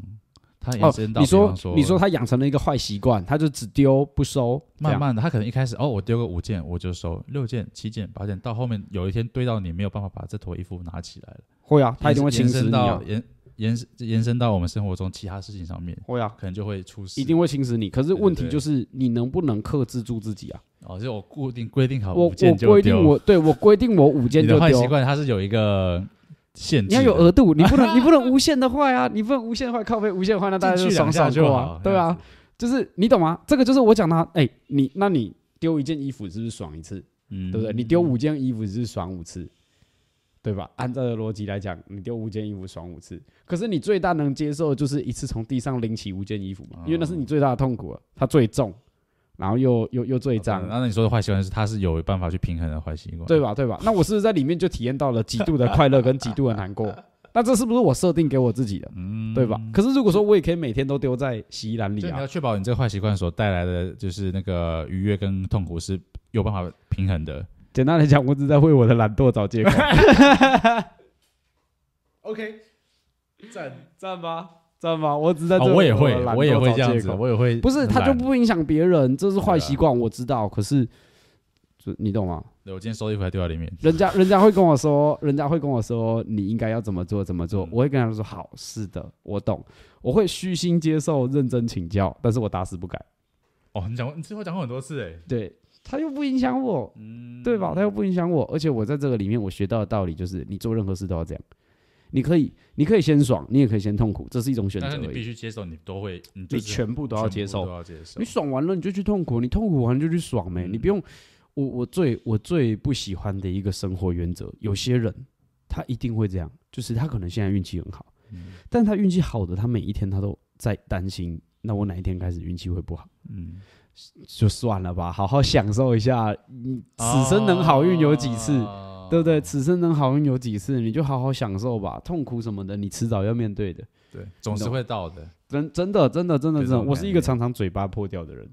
它哦延伸，到、你比说方说你说他养成了一个坏习惯，他就只丢不收，慢慢的，他可能一开始哦，我丢个五件我就收，六件、七件、八件，到后面有一天堆到你没有办法把这坨衣服拿起来了，会啊，他一定会延侵伸蚀你啊到，延延伸延伸到我们生活中其他事情上面，会啊，可能就会出事。一定会侵蚀你。可是对对问题对就是你能不能克制住自己啊？哦，就我固定规定好我哦五件我就规定丢我对我规定我五件你就的坏习丢。惯它是有一个限制的，你要有额度，你不 能你不能无限的坏啊！你不能无限坏，靠背无限坏，那大家 进就去爽啊两下爽就过好啊啊，，对啊，，就是你懂吗？这个就是我讲的啊，哎、你那你丢一件衣服是不是爽一次？嗯，对不对？你丢五件衣服是爽五次，对吧？按照逻辑来讲，你丢五件衣服爽五次，可是你最大能接受的就是一次从地上拎起五件衣服嘛，因为那是你最大的痛苦了，啊它最重，然后又又又最脏嗯，那你说的坏习惯是他是有办法去平衡的坏习惯，对吧？对吧？那我是不是在里面就体验到了极度的快乐跟极度的难过？那这是不是我设定给我自己的，嗯？对吧？可是如果说我也可以每天都丢在洗衣篮里就你啊要，确保你这个坏习惯所带来的就是那个愉悦跟痛苦是有办法平衡的。简单来讲，我只是在为我的懒惰找借口。 OK，赞赞吧。知道吗？我只是在、哦，我也会，我也会这样子，。我也会。不是，他就懒不影响别人，这是坏对啊习惯，我知道。可是，就你懂吗？对我今天收衣服还丢在里面。人家人家会跟我说，人家会跟我说你应该要怎么做怎么嗯做，我会跟他说好，是的，我懂，我会虚心接受，认真请教，但是我打死不改。哦，你讲过，你这话讲过很多次哎。对他又不影响我，嗯，对吧？他又不影响我，而且我在这个里面我学到的道理就是，你做任何事都要这样，你可以你可以先爽，你也可以先痛苦，这是一种选择但是而你必已，须接受，你都会，你就你是全部都要接受全部。都要接受你。爽完了你就去痛苦，你痛苦完了就去爽没、你不用。我我最我最不喜欢的一个生活原则，有些人他一定会这样，就是他可能现在运气很好，但他运气好的，他每一天他都在担心，那我哪一天开始运气会不好？嗯，就算了吧，好好享受一下，嗯此生能好运有几次？哦对不对？？此生能好运有几次？你就好好享受吧，痛苦什么的，你迟早要面对的。对，总是会到的。真真的真的真的对真这的，种我是感一个觉常常嘴巴破掉的人，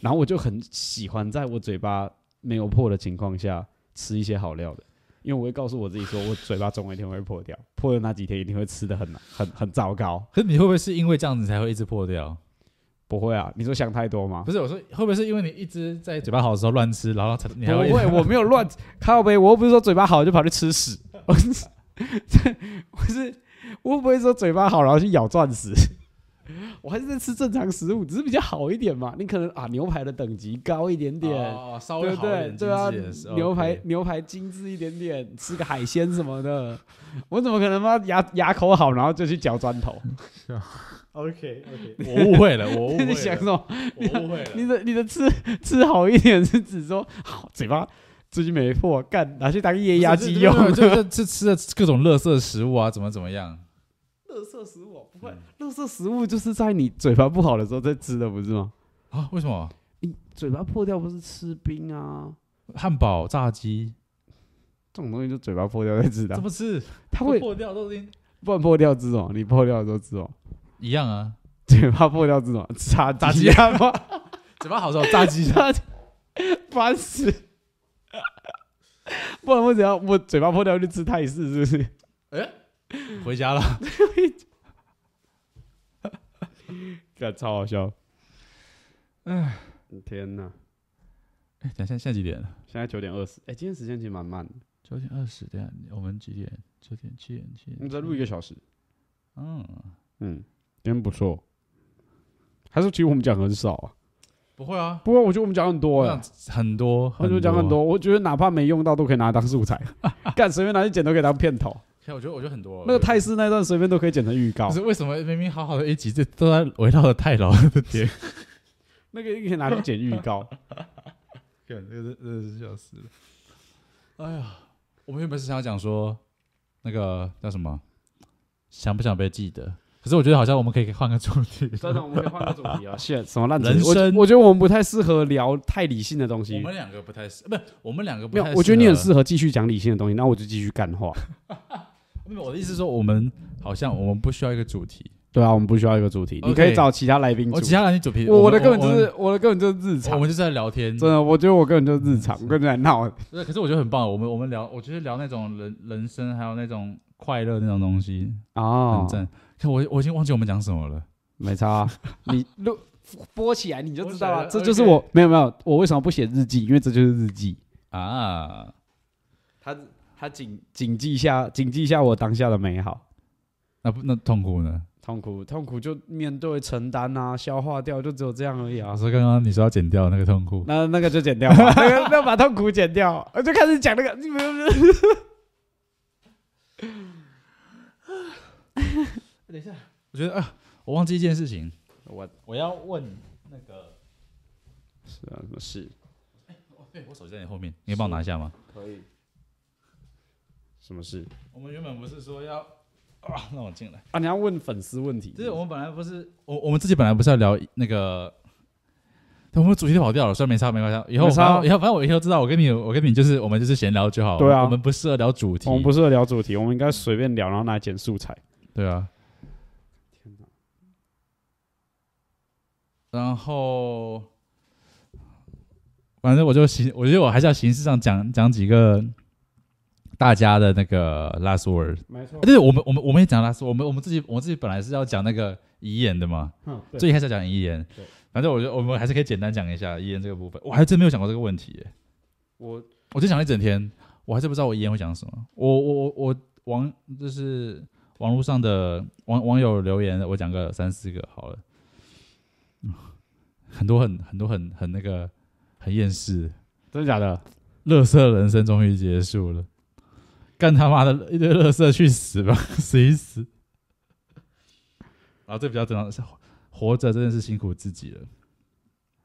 然后我就很喜欢在我嘴巴没有破的情况下吃一些好料的，因为我会告诉我自己说，我嘴巴总有一天会破掉，破的那几天一定会吃的很很很糟糕。可是你会不会是因为这样子才会一直破掉？不会啊，你说想太多吗不？是，我说会不会是因为你一直在嘴巴好的时候乱吃，然后才你不还会会， 我没有乱靠呗，我又不是说嘴巴好就跑去吃屎， 我是我是我又不会说嘴巴好然后去咬钻石。我还是在吃正常食物，只是比较好一点嘛。你可能啊，牛排的等级高一点点，哦，稍微对好不一对点？对啊精致一点是，牛 OK 排牛排精致一点点，吃个海鲜什么的，我怎么可能妈牙牙口好，然后就去嚼 砖头？ OK OK，我误会了，我误会 你想什了，么？我误会了。你的你的吃吃好一点是指说好嘴巴最近没破，干拿去当夜不压是鸡这用？这这这这吃的各种垃圾食物啊，怎么怎么样？垃圾食物啊不会，嗯垃圾食物就是在你嘴巴不好的时候在吃的，不是吗？啊？为什么你嘴巴破掉不是吃冰啊？汉堡、炸鸡这种东西就嘴巴破掉在吃的怎啊，么吃？它都会破掉都已经不然破掉吃哦，你破掉的时候吃哦，一样啊。 嘴巴破掉吃哦，吃炸炸鸡啊吗？嘴巴好时候炸 鸡他烦死！ 不然我只要我嘴巴破掉就吃泰式，是不是？回家了。干超好笑。哎，天哪！哎，等一下现在现在几点了？现在九点二十，哎，今天时间其实蛮慢的，九点二十。等一下我们几点？九点七点七我们点。再录一个小时。嗯，嗯，今天不错。还是其实我们讲很少啊，不会啊，不过我觉得我们讲很多我哎、想很多，我觉得讲很多，。我觉得哪怕没用到都可以拿来当素 材，干随便拿去剪都可以当片头。看，我觉得我觉得很多。那个泰式那段随便都可以剪成预告可，是为什么明明好好的一集，这都在围绕着太老的点？那个也可以拿去剪预告。看，这个真真的是笑死了。哎呀，我们原本是想要讲说，那个叫什么，想不想被记得？可是我觉得好像我们可以换个主题。真的，我们可以换个主题啊！谢什么烂主人题？我觉生我觉得我们不太适合聊太理性的东我西。们两个不太适，不是我们两个不没有太。，我觉得你很适。合继续讲理性的东西，那我就继续干话。没有，我的意思是说，我们好像我们不需要一个主题。对啊，我们不需要一个主题，你可 OK 以找其他来宾我其主。他人的主题，我我们的根本就我是我的根本就是日我常，们就是在聊天。真的，我觉得我根本就是日常，我跟你在闹。对，可是我觉得很棒。我们我们聊，我觉得聊那种人人生，还有那种快乐那种东西，哦很，赞。看我我已经忘记我们讲什么了。没差啊，你录播起来你就知道播了。起来这就是我没有没有，我为什么不写日记？因为这就是日记，啊，它它谨谨记下谨记下我当下的美 好。那不那痛苦呢？痛苦，痛苦就面对承担啊，消化掉，就只有这样而已啊老。师刚刚你说要剪掉那个痛苦， 那那个就剪掉吧，啊那个那把痛苦剪掉，我就开始讲那个，没有没有，我觉得啊，我忘记一件事情，我我要问那个是啊，什么事？对我手机在你后面，你可以帮我拿一下吗？可以。什么事我们原本不是说要啊，让我进来。啊？你要问粉丝问题？就是我们本来不是我我们自己本来不是要聊那个，但我们主题都跑掉了，算没差没关系。以后没差啊反正以后反正我以后知道，我跟你我跟你就是我们就是闲聊就好。对啊我们不适合聊主题我。们不适合聊主题，我们应该随便聊，然后拿来剪素材。对啊。然后，反正我就形，我觉得我还是要形式上讲讲几个大家的那个 last word。没错欸对，我们我们我们也讲 last，word，我们我们自己我们自己本来是要讲那个遗言的嘛，嗯，对，最一开始要讲遗言对。反正我觉得我们还是可以简单讲一下遗言这个部分。我还真没有想过这个问题耶、我我就想了一整天，我还是不知道我遗言会讲什么。我我我我网就是网络上的网网友留言，我讲个三四个好了， 很多很很多很很那个很厌世，真的假的？乐色人生终于结束了，干他妈的一堆乐色去死吧， 死一死。啊然后这比较正常，是活着真的是辛苦自己了。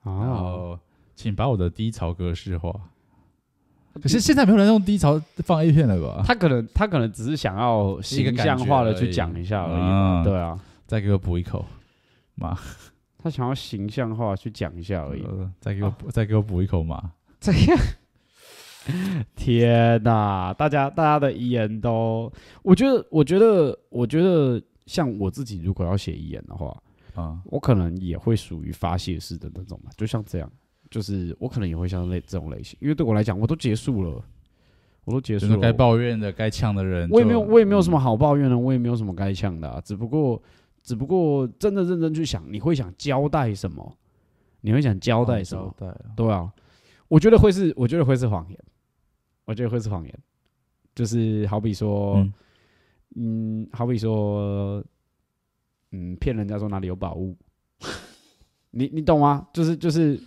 然啊，后，请把我的低潮格式化。可是现在没有人用低潮放 A 片了吧？他可能他可能只是想要是一个形感觉象化的而去已讲一下而已啊嘛，对啊，再给我补一口，妈！他想要形象化去讲一下而已。呃再给我补、再给我补一口嘛！这样，天哪！大家大家的遗言都，我觉得，我觉得，我觉得，像我自己如果要写遗言的话，啊、我可能也会属于发泄式的那种吧，就像这样，就是我可能也会像类这种类型，因为对我来讲，我都结束了，我都结就束是了，该抱怨的、该呛的人，我也没有，就我也没有什么好抱怨的，我也没有什么该呛的、啊，只不过，只不过真的认真去想，你会想交代什么？你会想交代什么？交代啊对啊，我觉得会是，我觉得会是谎言，我觉得会是谎言，就是好比说，嗯好比说，嗯，骗人家说哪里有宝物， 你你懂吗？就是就是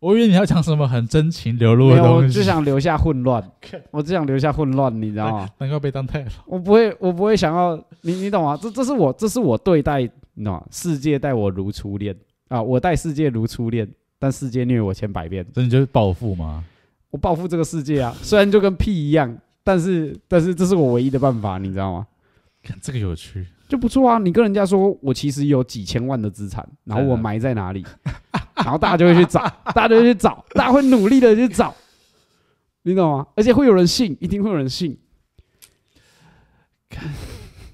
我以为你要讲什么很真情流露的没有，我东西，就想留下混乱，我只想留下混乱，你知道 吗？能够被当太郎。我不会，我不会想要你，你懂吗？这这是我，这是我对待，你懂吗？世界待我如初恋啊，我待世界如初恋，但世界虐我千百遍。所以你就是报复嘛？我报复这个世界啊，虽然就跟屁一样，但是但是这是我唯一的办法，你知道吗？看这个有趣，就不错啊，你跟人家说我其实有几千万的资产，然后我埋在哪里， 然后大家就会去找，大家就会去找，大家会努力的去找，你懂吗？而且会有人信，一定会有人信。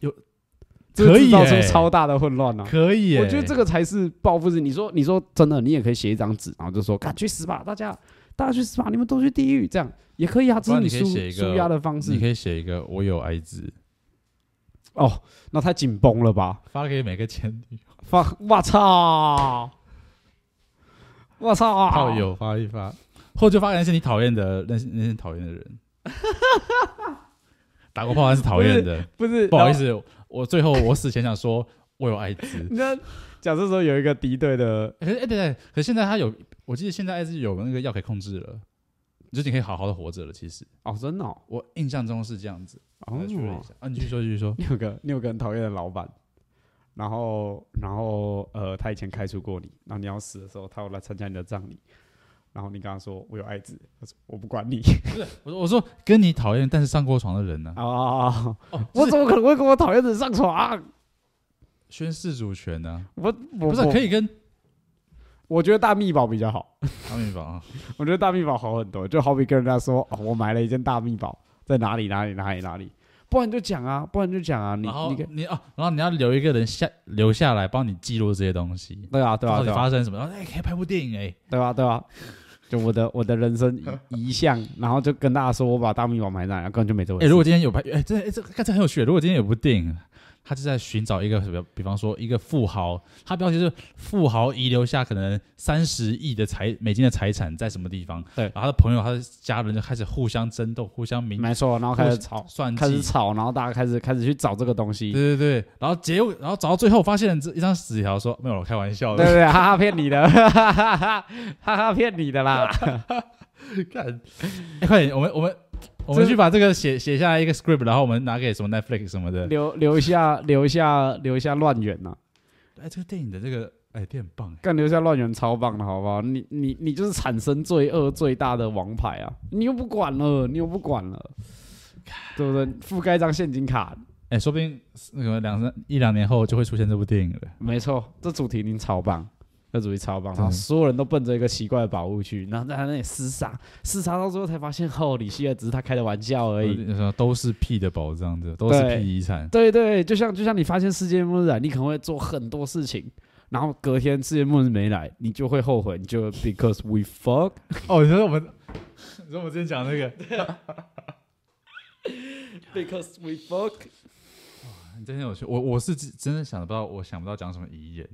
有 这个可以制造出耶超大的混乱啊！可以耶、我觉得这个才是报复式。你说，你说真的，你也可以写一张纸，然后就说：“干去死吧，大家，大家去死吧，你们都去地狱。”这样也可以啊，这不然是你你可以写舒一个舒压的方你式可。以写一个我有癌症，哦，那太紧绷了吧？发给每个前女放，我操！我操！炮友发一发，或者就发给那些你讨厌的那些那些讨厌的 人。打过炮还是讨厌的，不是不好意，思，我最后我死前想说，我有艾滋。然后那假设说有一个敌对的，可是哎、对对，可是现在他有，我记得现在艾滋有那个药可以控制了，就是你可以好好的活着了。其实哦，真的哦，我印象中是这样子。我哦再确认一下啊，你继续说，继续说。你有个你有个很讨厌的老板，然后然后呃，他以前开除过你，然后你要死的时候，他要来参加你的葬礼，然后你跟他说我有艾滋，他说我不管你我说我说跟你讨厌但是上过床的人呢、啊、哦，哦，我我怎么可能会跟我讨厌的人上床？啊宣誓主权呢、我我不是啊可，以跟我我觉得大密宝比较好，阿米宝啊？我觉得大密宝好很多，就好比跟人家说哦，我买了一件大密宝，在哪里哪里哪里哪里，不然就讲啊，不然就讲啊，你然后你给你哦，然后你要留一个人下留下来帮你记录这些东西，对啊对啊到底对啊发生什么？然后哎，可以拍部电影哎，对吧？对吧？就我的我的人生遗遗像，然后就跟大家说我把大密宝埋在哪，根本就没这回哎，事。如果今天有拍，哎，这哎这看这很有趣。如果今天有部电影，他就在寻找一个什么，比方说一个富豪，他标题是富豪遗留下可能三十亿的财美金的财产在什么地方，对然后他的朋友、他的家人就开始互相争斗、互相明没错，然后开始吵，算开始计。吵，然后大家开始开始去找这个东西，对对对对，然后结尾，然后找到最后发现这一张纸条说没有，我开玩笑不的。对？哈哈，骗你的，哈哈哈哈，哈哈，骗你的啦！看，哎，快点，我们我们我们去把这个写写下来一个 script，然后我们拿给什么 Netflix 什么的。留留下留下留下乱源呐！哎，这个电影的这个哎，你很棒哎，干留下乱源超棒的，好不好？你你你就是产生罪恶最大的王牌啊！你又不管了，你又不管了，对不对？覆盖一张现金卡，哎，说不定那个两三一两年后就会出现这部电影了。没错，这主题一定超棒，这主题超棒，真的然后所有人都奔着一个奇怪的宝物去，然后在他那里厮杀，厮杀到最后才发现，哦，李希尔只是他开的玩笑而已。什么都是屁的宝藏，这都是对屁遗产。对对，就像就像你发现世界末日来，你可能会做很多事情，然后隔天世界末日没来，你就会后悔，你就 because we fuck。哦，你说我们，你说我们之前讲那个， Because we fuck，你真的有趣。我我是真真的想不到，我想不到讲什么遗言。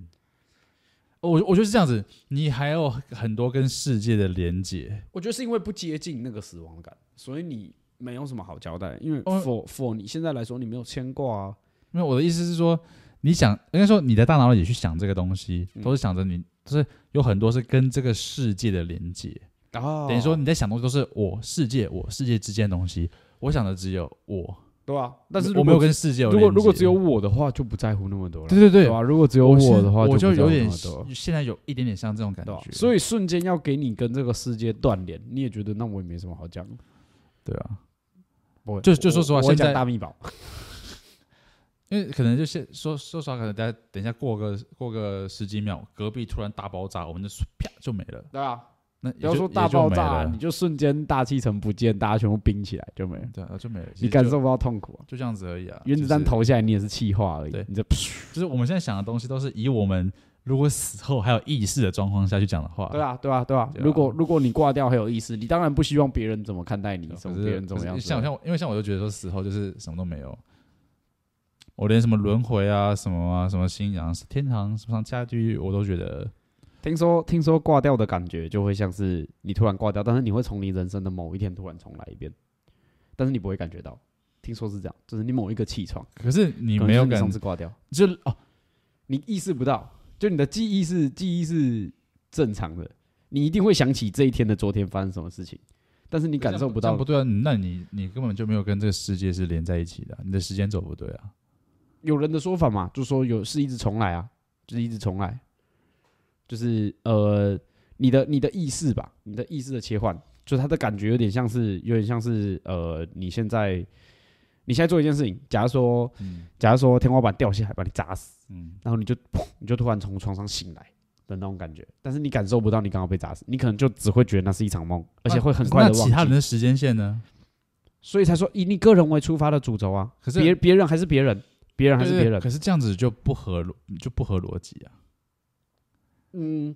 哦我我就是这样子，你还有很多跟世界的连接。我觉得是因为不接近那个死亡感，所以你没有什么好交代。因为哦 for for 你现在来说，你没有牵挂啊，没有，我的意思是说，你想应该说你的大脑里去想这个东西，嗯都是想着你，就是有很多是跟这个世界的连接。哦等于说你在想东西都是我世界我世界之间的东西，我想的只有我，对啊，但是我如没有果跟世界有如果连如果接只有我的话，就不在乎那么多了。对对对对，啊，如果只有我是我的话，我就就有点多。现在有一点点像这种感对啊觉，，所以以瞬间要给你跟这个世界断联，你也觉得那我也没什么好讲。对啊，不会就就说实话我我会现在讲大密宝，因为可能就现说说实话，可能大家等一下过个过个十几秒，隔壁突然大爆炸，我们就啪就没了。对啊，那不要说大爆炸，你就瞬间大气层不见，大家全部冰起来就没了，对啊，就没了。其你实感就受不到痛苦啊。就这样子而已啊。原子弹就是投下来，你也是气化而已对，你这就是我们现在想的东西，都是以我们如果死后还有意识的状况下去讲的话。对啊，对啊，对啊。对啊如果如果你挂掉很有意思，你当然不希望别人怎么看待你对，啊可什么是别人怎可么是样。像像我，因为像我就觉得说死后就是什么都没有，我连什么轮回啊、什么啊、什么信仰、天堂、什么上下地狱，我都觉得听说听说挂掉的感觉就会像是你突然挂掉，但是你会从你人生的某一天突然重来一遍，但是你不会感觉到。听说是这样，就是你某一个起床，可是你可能没有就是感上次挂掉，就哦，你意识不到，就你的记忆是记忆是正常的，你一定会想起这一天的昨天发生什么事情，但是你感受不这样到不，对啊，你那你你根本就没有跟这个世界是连在一起的啊、你的时间轴不对啊。有人的说法嘛，就说有是一直重来啊，就是一直重来，就是呃，你的你的意识吧，你的意识的切换，就是它的感觉有点像是有点像是呃，你现在你现在做一件事情，假如说嗯假如说天花板掉下来把你砸死，嗯，然后你就 砰，你就突然从床上醒来的那种感觉，但是你感受不到你刚刚被砸死，你可能就只会觉得那是一场梦，而且会很快啊那的忘其他人记，的时间线呢？所以才说以你个人为出发的主轴啊，可是别别人还是别人，别人还对是对别人可。是这样子就不合逻就不合逻辑啊。嗯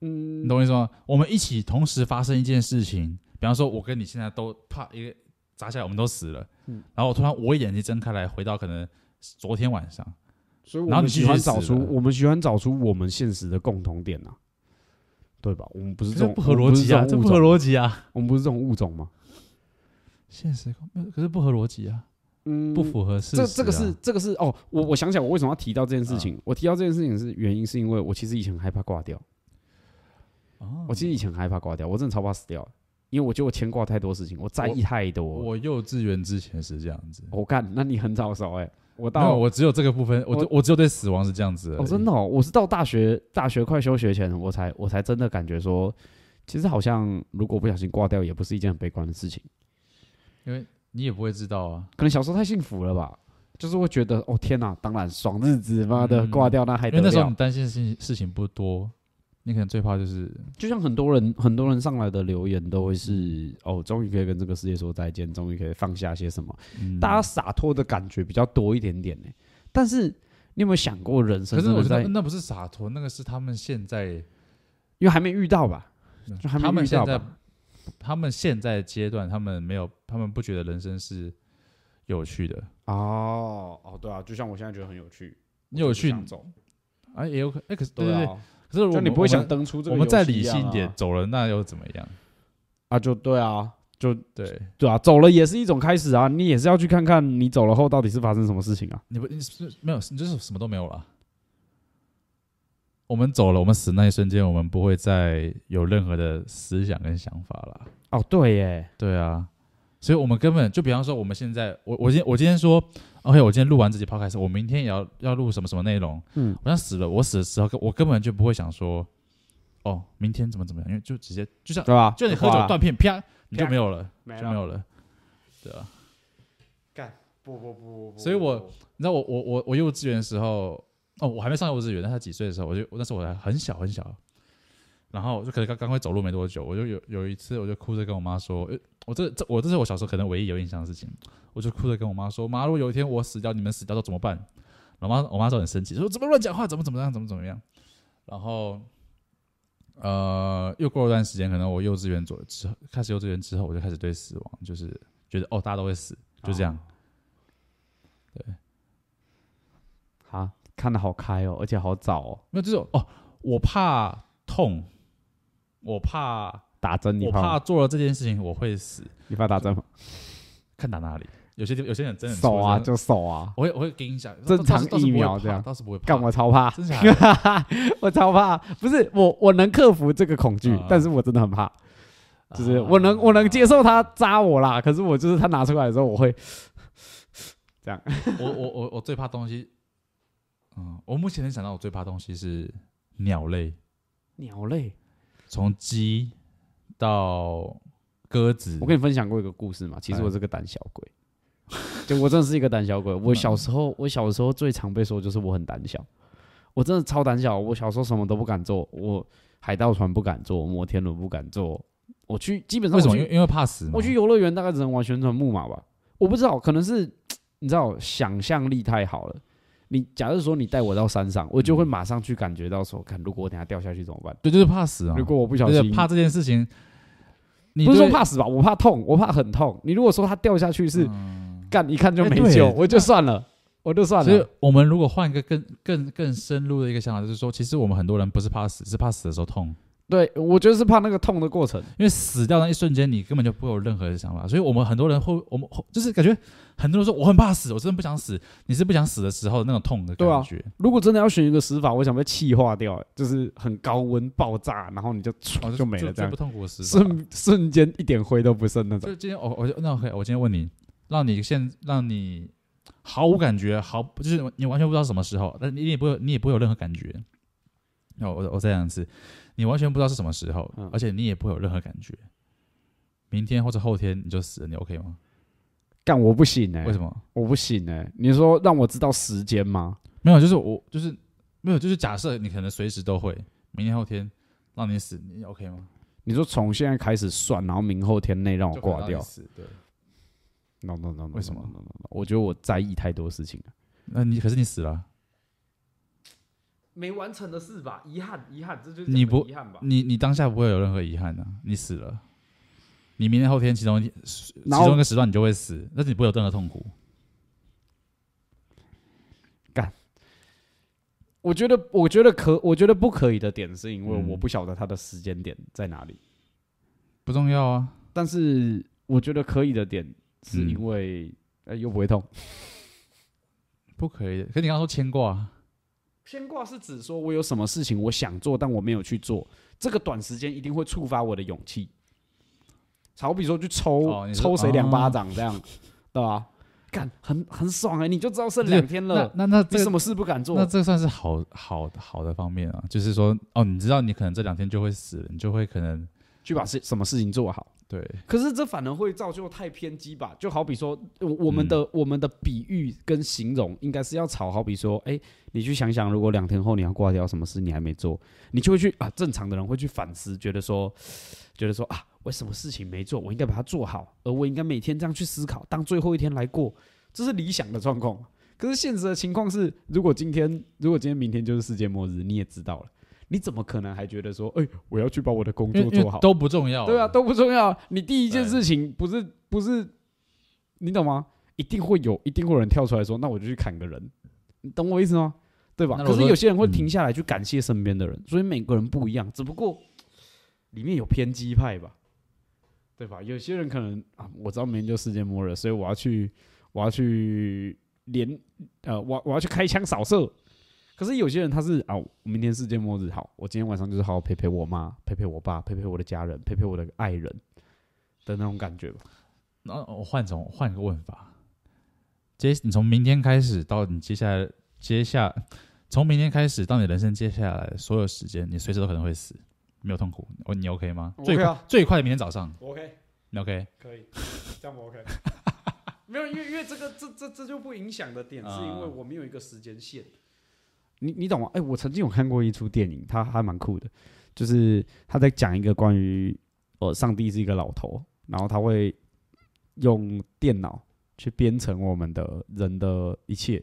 嗯，你懂我意思吗？我们一起同时发生一件事情，比方说，我跟你现在都啪一个砸下来，我们都死了。嗯然后我突然我眼睛睁开来，回到可能昨天晚上，所以我然后们你继喜续欢死找出了我们喜欢找出我们现实的共同点啊，对吧？我们不是这这种不合逻辑啊，这不合辑，逻辑啊！我们不是这种物种吗？现实可是不合逻辑啊，嗯不符合事实、啊这这个是，这个是哦，我我想起来，我为什么要提到这件事情？我提到这件事情是原因，是因为我其实以前很害怕挂掉，哦、我其实以前很害怕挂掉，我真的超怕死掉的，因为我觉得我牵挂太多事情，我在意太多了。我幼稚园之前是这样子，我干，那你很早熟哎、我没有，到我只有这个部分，我我我只有对死亡是这样子而已。哦，真的哦，我是到大学大学快休学前，我才我才真的感觉说，其实好像如果不小心挂掉，也不是一件很悲观的事情。因为你也不会知道啊。可能小时候太幸福了吧，就是会觉得哦天哪，当然爽日子，妈的嗯挂掉那还因哎得为那时候了你？担心的事情事情不多，你可能最怕就是就像很多人很多人上来的留言都会是哦，终于可以跟这个世界说再见，终于可以放下些什么，嗯大家洒脱的感觉比较多一点点呢。但是你有没有想过人生可是真我的觉在得那不是洒脱，那个是他们现在，因为还没遇到吧？就还嗯没他们遇到现在吧，他们现在阶段，他们没有，他们不觉得人生是有趣的，哦哦，对啊，就像我现在觉得很有趣，有趣想走，啊，也有可，哎，可是对对对，啊，可是我就们你不会想我们登出这个我们再游戏理一样性一点啊，走了那又怎么样？啊，就对啊，就对，对啊，走了也是一种开始啊，你也是要去看看你走了后到底是发生什么事情啊。你不你是不是没有，你就是什么都没有了。我们走了，我们死那一瞬间，我们不会再有任何的思想跟想法了。哦，对耶，对啊，所以我们根本就比方说，我们现在我我今我今天说，OK，我今天录完这集 podcast，我明天也要要录什么什么内容。嗯，我想死了，我死的时候，我根本就不会想说，哦，明天怎么怎么样，因为就直接就像对吧？就你喝酒花了断片，啪，你就没有了，没就没有了。对啊，不不不所以我你知道我我我我幼稚园的时候，哦，我还没上幼稚园，但他几岁的时候，我就那时候我还很小很小，然后就可能刚刚会走路没多久，我就有有一次我就哭着跟我妈说，呃我这这我这是我小时候可能唯一有印象的事情，我就哭着跟我妈说，妈，如果有一天我死掉，你们死掉都怎么办？然后我妈我妈就很生气，说怎么乱讲话，怎么怎么样，怎么怎么样。然后，呃，又过了一段时间，可能我幼稚园左之后开始幼稚园之后，我就开始对死亡就是觉得哦，大家都会死，就这样。啊，看的好开哦，而且好早哦，没有，就是哦，我怕痛，我怕打针你我怕怕做了这件事情我会死，你怕打针吗？看打哪里。有些地有些人真的很手啊抽象就手啊，我会我会给你讲正常倒是疫苗倒是不会怕这样倒是不会怕。干我超怕，真的假的 我超怕，不是我我能克服这个恐惧，啊但是我真的很怕，就是我能啊我能接受他扎我啦，可是我就是他拿出来的时候我会我我我我最怕东西，嗯，我目前能想到我最怕东西是鸟类，鸟类。从鸡到鸽子我。跟你分享过一个故事嘛，其实哎我是个胆小鬼，就我真的是一个胆小鬼。嗯我小时候，我小时候最常被说就是我很胆小，我真的超胆小。我小时候什么都不敢做，我海盗船不敢坐，摩天轮不敢坐。我去，基本上为什我么？去因为因为怕死吗。我去游乐园大概只能玩旋转木马吧，我不知道，可能是你知道想象力太好了。你假如说你带我到山上，我就会马上去感觉到说，看如果我等下掉下去怎么办？对，就是怕嗯死啊。如果我不小对心，怕这件事情，你不是说对怕死吧，我怕痛，我怕很痛。你如果说它掉下去是干，一看就哎没对救，那我就算了，我就算所以啊了。，我们如果换一个更更更深入的一个想法，就是说，其实我们很多人不是怕死，是怕死的时候痛，对，我就是怕那个痛的过程。因为死掉那一瞬间，你根本就不会有任何的想法。所以，我们很多人会，我们就是感觉很多人说我很怕死，我真的不想死。你是不想死的时候那种痛的对啊感觉，如果真的要选一个死法，我想被气化掉，哎就是很高温爆炸，然后你就哦，唰就没了，这最样不痛苦的死法。瞬瞬间一点灰都不剩那种。就今天我我那 OK，我今天问你，让你现让你毫无感觉，毫就是你完全不知道什么时候，但你也不会你也不会有任何感觉。那我我再讲一次，你完全不知道是什么时候，嗯而且你也不会有任何感觉。明天或者后天你就死了，你 OK 吗？干，我不行哎、为什么？我不行哎、你说让我知道时间吗？没有，就是我就是没有，就是假设你可能随时都会，明天后天让你死，你 OK 吗？你说从现在开始算，然后明后天内让我就可能挂让你掉死，对。 ？No No No，, no 为什么 no, no, no, no. 我觉得我在意太多事情了。那你可是你死了啊、没完成的事吧，遗憾，遗憾，这就是你不遗憾吧？你你当下不会有任何遗憾的、啊你死了，你明天后天其中一天其然后中一个时段你就会死，但是你不会有任何痛苦。我觉得，我觉得可，我觉得不可以的点是因为嗯我不晓得它的时间点在哪里，不重要啊，但是我觉得可以的点是因为、呃又不会痛。不可以的。可你刚刚说牵挂，啊牵挂是指说我有什么事情我想做，但我没有去做，这个短时间一定会触发我的勇气。好比说去抽、哦你说哦抽谁两巴掌这样，对吧？干很很爽哎、你就知道剩两天那了，那那你这什么事不敢那做？这算是好好好的方面啊，就是说哦，你知道你可能这两天就会死了，你就会可能去把事什么事情做好。对可是这反而会造就太偏激吧？就好比说，我我们的、我们的比喻跟形容应该是要吵，好比说，哎、你去想想，如果两天后你要挂掉，什么事你还没做，你就会去啊，正常的人会去反思，觉得说，觉得说啊，我什么事情没做，我应该把它做好，而我应该每天这样去思考，当最后一天来过，这是理想的状况。可是现实的情况是，如果今天，如果今天明天就是世界末日，你也知道了，你怎么可能还觉得说，哎、我要去把我的工因作为因做为好？都不重要。对啊，，都不重要。你第一件对事情不是不是，你懂吗？一定会有，一定会有人跳出来说：“那我就去砍个人。”你懂我意思吗？对吧？那如可果是说有些人会停下来去感谢身边的人，所以每个人不一样，只不过里面有偏激派吧，对吧？有些人可能啊，我知道明天就世界末日，所以我要去，我要去连呃，我我要去开枪扫射。可是有些人他是啊，明天世界末日，好，我今天晚上就是好好陪陪我妈，陪陪我爸，陪陪我的家人，陪陪我的爱人的那种感觉吧。然后我哦换种换个问法，接你从明天开始到你接下来接下，从明天开始到你人生接下来所有时间，你随时都可能会死，没有痛苦，哦，你 OK 吗？我最 OK 啊快最快明天早上， OK，你 OK？可以，这样我 OK。没有，因为因为这个这这这就不影响的点，是因为我没有一个时间线。你你懂吗？哎、我曾经有看过一出电影，它还蛮酷的，就是他在讲一个关于呃，上帝是一个老头，然后他会用电脑去编程我们的人的一切，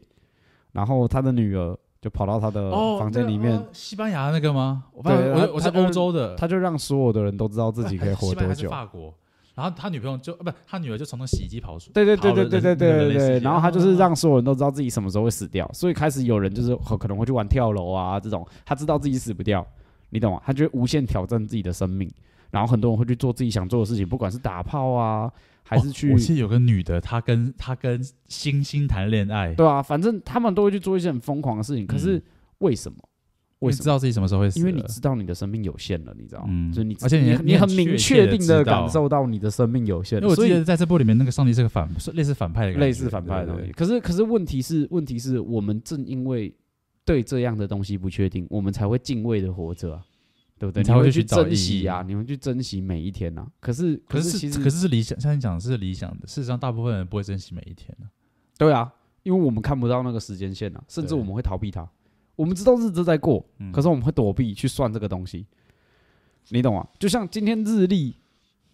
然后他的女儿就跑到他的呃房间里面，啊那个哦西班牙那个吗？我对我他我是他就欧洲的，他就让所有的人都知道自己可以 西活班牙多还是久。法国，然后他女朋友就呃不，他女儿就从那洗衣机跑出，对对对跑了对对对人那个人对对类世对，界然后他就是让所有人都知道自己什么时候会死掉，所以开始有人就是很可能会去玩跳楼啊这种，他知道自己死不掉，你懂吗？他就会无限挑战自己的生命，然后很多人会去做自己想做的事情，不管是打炮啊，还是去哦我记得有个女的，她跟她跟星星谈恋爱，对啊，反正他们都会去做一些很疯狂的事情。可是嗯为什么？我为知什么？道自己什么时候会死因了，为你知道你的生命有限了，你知道吗，嗯哦就是你，而且你你你很很确明切地定的知道感受到你的生命有限因为，我所记以得在这部里面，那个上帝是个反，是类似反派的感觉，类似反派的东对对西。可是可是问题是，问题是我们正因为对这样的东西不确定，我们才会敬畏的活着、啊，对不对？你你才会会去找珍意惜义啊，你会去珍惜每一天啊。可是可是是其是实可是是理想，像你讲的是理想的，事实上大部分人不会珍惜每一天的。对啊，因为我们看不到那个时间线啊，甚至对我们会逃避它。我们知道日子在过，嗯可是我们会躲避去算这个东西，你懂吗？就像今天日历，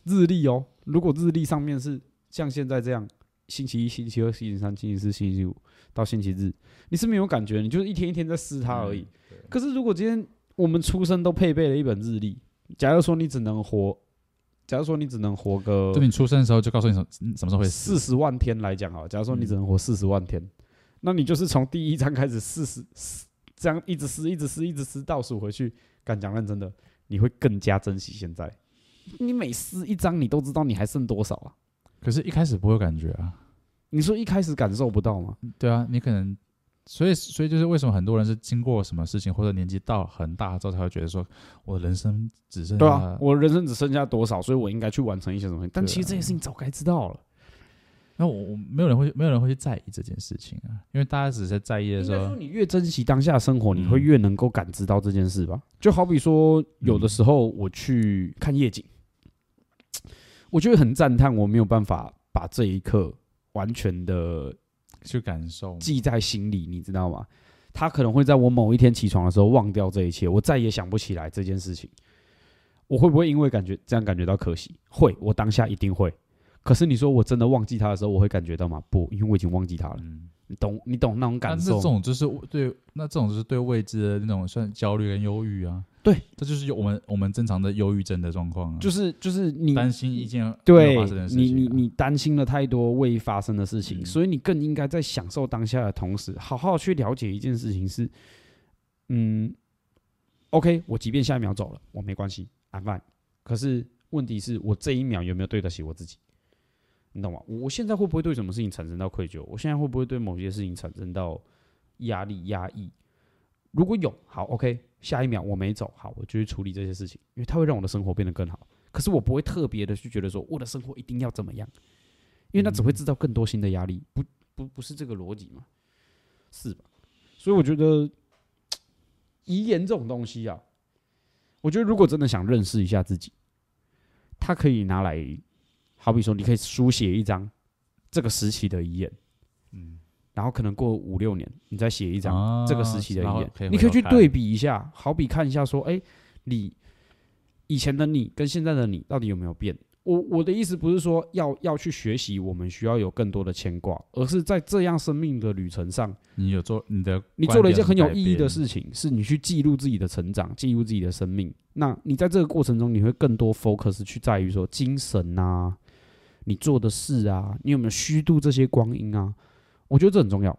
日历哦，如果日历上面是像现在这样，星期一、星期二、星期三、星期四、星期五到星期日，你是没有感觉，你就是一天一天在撕它而已。嗯可是如果今天我们出生都配备了一本日历，假如说你只能活，假如说你只能活个就你出生的时候就告诉你什么嗯什么时候会死，四十万天来讲啊，假如说你只能活四十万天，那你就是从第一章开始四十这样一直撕、一直撕、一直撕倒数回去。敢讲认真的，你会更加珍惜现在。你每撕一张，你都知道你还剩多少啊？可是一开始不会有感觉啊。你说一开始感受不到吗？对啊，你可能，所以所以就是为什么很多人是经过什么事情或者年纪到很大之后才会觉得说，我人生只剩对啊下，我人生只剩下多少，所以我应该去完成一些什么东西。但对啊其实这些事情早该知道了。那我我没有人会没有人会去在意这件事情啊，因为大家只是在在意的应时该说，候，你越珍惜当下生活，嗯你会越能够感知到这件事吧。就好比说，有嗯的时候我去看夜景，我就会很赞叹，我没有办法把这一刻完全的去感受。记在心里，你知道吗？他可能会在我某一天起床的时候忘掉这一切，我再也想不起来这件事情。我会不会因为感觉这样感觉到可惜？会，我当下一定会。可是你说我真的忘记他的时候，我会感觉到吗？不，因为我已经忘记他了。嗯，你懂，你懂那种但感这受吗。种就是对，那这种就是对未知的那种算焦虑跟忧郁啊。对，这就是有我们我们正常的忧郁症的状况啊，就是就是你担心一件没对有发生的事情、你啊。你你担心了太多未发生的事情，嗯所以你更应该在享受当下的同时，好好去了解一件事情是，嗯，OK，我即便下一秒走了，我没关系，I'm fine。可是问题是我这一秒有没有对得起我自己？你懂吗？我我现在会不会对什么事情产生到愧疚？我现在会不会对某些事情产生到压力、压抑？如果有，好，OK，下一秒我没走，好，我就去处理这些事情，因为它会让我的生活变得更好。可是我不会特别的去觉得说我的生活一定要怎么样，因为那只会制造更多新的压力，不不不是这个逻辑嘛，是吧？所以我觉得遗言这种东西啊，我觉得如果真的想认识一下自己，它可以拿来，好比说你可以书写一张这个时期的遗言，嗯然后可能过五六年你再写一张啊这个时期的然遗后言，可以你回可以头去看对比一下，好比看一下说，哎、你以前的你跟现在的你到底有没有变？我我的意思不是说要要去学习，我们需要有更多的牵挂，而是在这样生命的旅程上，你有做你的，你做了一件很有意义的。事情，是你去记录自己的成长，记录自己的生命。那你在这个过程中，你会更多 focus 去在于说精神啊，你做的事啊，你有没有虚度这些光阴啊？我觉得这很重要。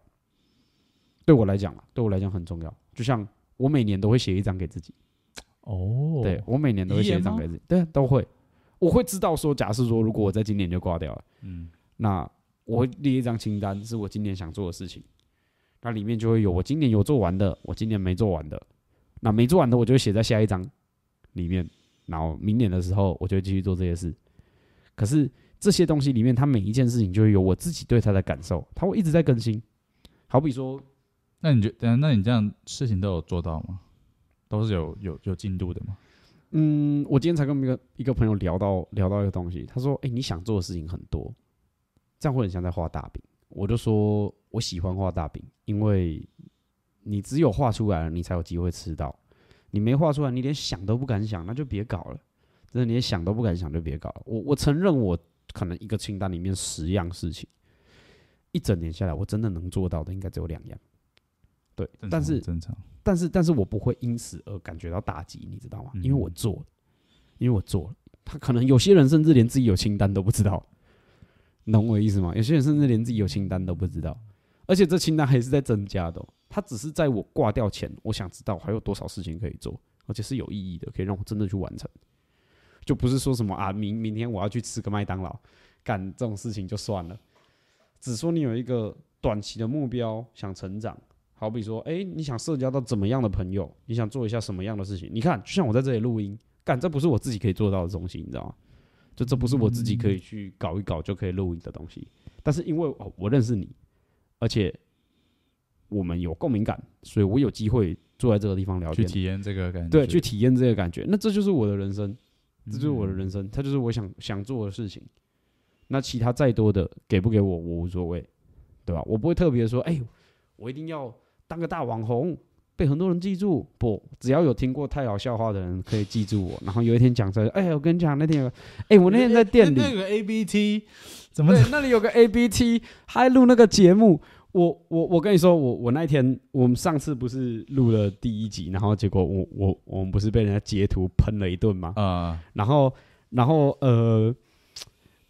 对我来讲啊，对我来讲很重要。就像我每年都会写一张给自己，哦，对我每年都会写一张给自己，对啊，都会。我会知道说，假设说如果我在今年就挂掉了，嗯，那我会列一张清单，是我今年想做的事情，那里面就会有我今年有做完的，我今年没做完的，那没做完的我就会写在下一张里面，然后明年的时候我就会继续做这些事。可是这些东西里面，它每一件事情就会有我自己对它的感受，它会一直在更新。好比说，那你觉得，等一下那你这样事情都有做到吗？都是有有有进度的吗？嗯，我今天才跟一个一个朋友聊到聊到一个东西，他说：“哎、你想做的事情很多，这样会很像在画大饼。”我就说：“我喜欢画大饼，因为你只有画出来了，你才有机会吃到。你没画出来，你连想都不敢想，那就别搞了。真的，你连想都不敢想，就别搞了。我我承认，我可能一个清单里面十样事情，一整年下来，我真的能做到的应该只有两样。对，但是正常，但是但是我不会因此而感觉到打击，你知道吗？嗯因为我做了，因为我做了。他可能有些人甚至连自己有清单都不知道，你懂我的意思吗？有些人甚至连自己有清单都不知道，而且这清单还是在增加的哦、他只是在我挂掉前，我想知道还有多少事情可以做，而且是有意义的，可以让我真的去完成。就不是说什么啊，明明天我要去吃个麦当劳，干这种事情就算了。只说你有一个短期的目标，想成长，好比说，哎、你想社交到怎么样的朋友？你想做一下什么样的事情？你看，就像我在这里录音，干，这不是我自己可以做到的东西，你知道吗？就这不是我自己可以去搞一搞就可以录音的东西。但是因为哦，我认识你，而且我们有共鸣感，所以我有机会坐在这个地方聊去天，体验这个感觉，嗯对，去体验这个感觉。那这就是我的人生，这就是我的人生，它就是我想想做的事情。那其他再多的给不给我，我无所谓，对吧？我不会特别说，哎、我一定要当个大网红，被很多人记住。不，只要有听过太好笑话的人可以记住我，然后有一天讲出来，哎、我跟你讲，那天有个，哎、我那天在店里，那个 ABT 怎么对，那里有个 ABT，还录那个节目。我我我跟你说，我我那一天我们上次不是录了第一集，然后结果我我我们不是被人家截图喷了一顿吗？啊？然后然后呃，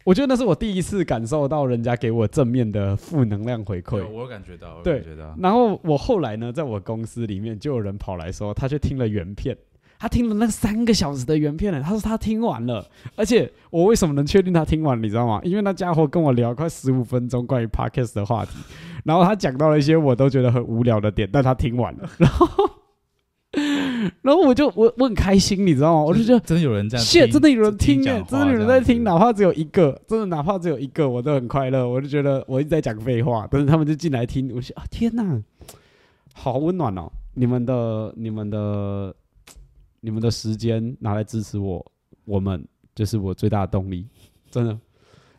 我觉得那是我第一次感受到人家给我正面的负能量回馈有。我有感觉到，我有对感觉到，然后我后来呢，在我公司里面就有人跑来说，他去听了原片，他听了那三个小时的原片了。他说他听完了，而且我为什么能确定他听完，你知道吗？因为那家伙跟我聊快十五分钟关于 podcast 的话题，然后他讲到了一些我都觉得很无聊的点，但他听完了，然后然后我就我我很开心，你知道吗？我就觉得真的有人在，谢，真的有人听讲哎，话真的有人在听，这样哪怕只有一个，真的哪怕只有一个，我都很快乐。我就觉得我一直在讲废话，但是他们就进来听，我就想啊，天哪，好温暖哦！你们的、你们的、你们的时间拿来支持我，我们就是我最大的动力，真的，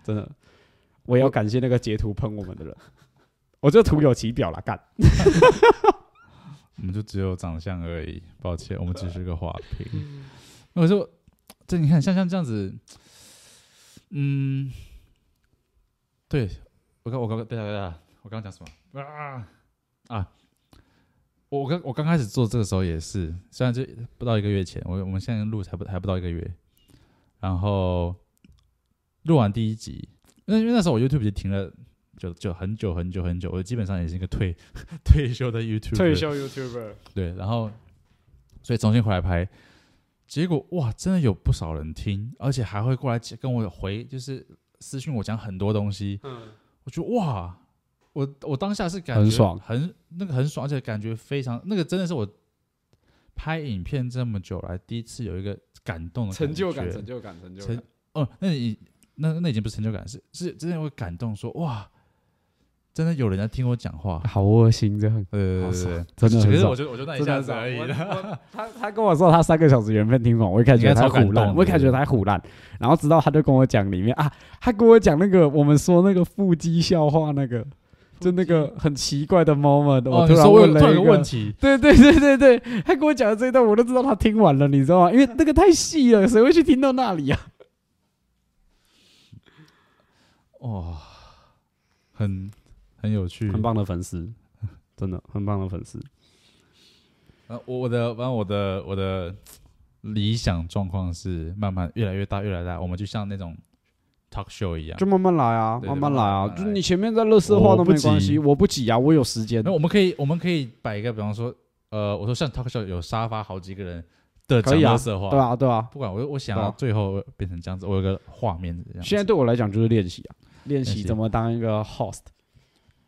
真的，我也要感谢那个截图喷我们的人，我就徒有其表啦，干。我们就只有长相而已。抱歉，我们只是个花瓶。我说，这你看，像像这样子，嗯，对我刚我刚对对对，我刚刚讲什么啊啊？我我刚我刚开始做这个时候也是，虽然就不到一个月前，我我们现在录才不还不到一个月，然后录完第一集，那因为那时候我 YouTube 就停了。就就很久很久很久，我基本上也是一个退 退休的 YouTube 退休 YouTuber，对，然后所以重新回来拍，结果哇，真的有不少人听，而且还会过来跟我回，就是私信我讲很多东西。嗯，我觉得哇，我我当下是感觉很爽很那个很爽，而且感觉非常那个真的是我拍影片这么久来第一次有一个感动的成就感，觉成就感，成就成感，哦，那你那那已经不是成就感，是是真的会感动说哇，真的有人在听我讲 话。好窝心，这样呃，好对爽对对真的可很是爽我就我就那一真的下很子爽而已我啦。他他跟我说他三个小时原片听完，我一开始觉得他应该超感胡动乱，的我一开始觉得他胡乱，然后直到他就跟我讲里面啊，他跟我讲那个我们说那个腹肌笑话那个，就那个很奇怪的 moment，、哦，突你然说我有问突然了有一个问题，对对对对对，他跟我讲的这一段，我都知道他听完了，你知道吗？因为那个太细了，谁会去听到那里啊？哦，很很有趣，很。棒的粉丝，真的很棒的粉丝。啊，我我的，反正我的我的理想状况是慢慢越来越大，越来越大，我们就像那种 talk show 一样就。慢慢来啊，对慢慢来慢啊慢！来就你前面在乐色话都我不没急关系，我不急啊，我有时间那。我们可以我们可以摆一个，比方说，呃，我说像 talk show 有沙发好几个人的可讲以啊乐色话，对啊，对啊，不管我我想对啊要最后变成这样子，我有个画面是这样子。现在对我来讲就是练习啊，练练习习怎么当一个 host。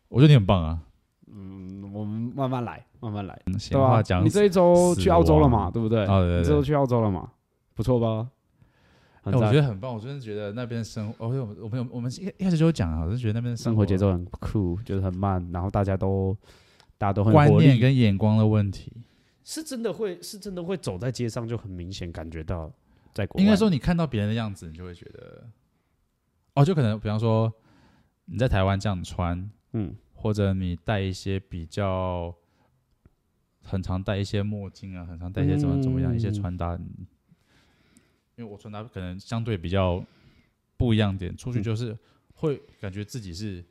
我觉得你很棒啊，嗯，我们慢慢来，慢慢来，嗯对闲吧话？讲你这一周去澳洲了死嘛？亡啊对不对？哦对对对你这周去澳洲了嘛？不错吧？哎很我赞觉得很棒，我真的觉得那边生活，哦，我们我们有我们一一开始就有讲啊，我就觉得那边的生活节奏很酷，就是很慢，然后大家都大家都很有观活念力。跟眼光的问题。是真的会，是真的会走在街上就很明显感觉到在国外。应该说，你看到别人的样子，你就会觉得，哦，就可能比方说你在台湾这样穿，嗯，或者你戴一些比较，很常戴一些墨镜啊，很常戴一些怎么怎么样、一些嗯穿搭，因为我穿搭可能相对比较不一样点，出嗯去就是会感觉自己是。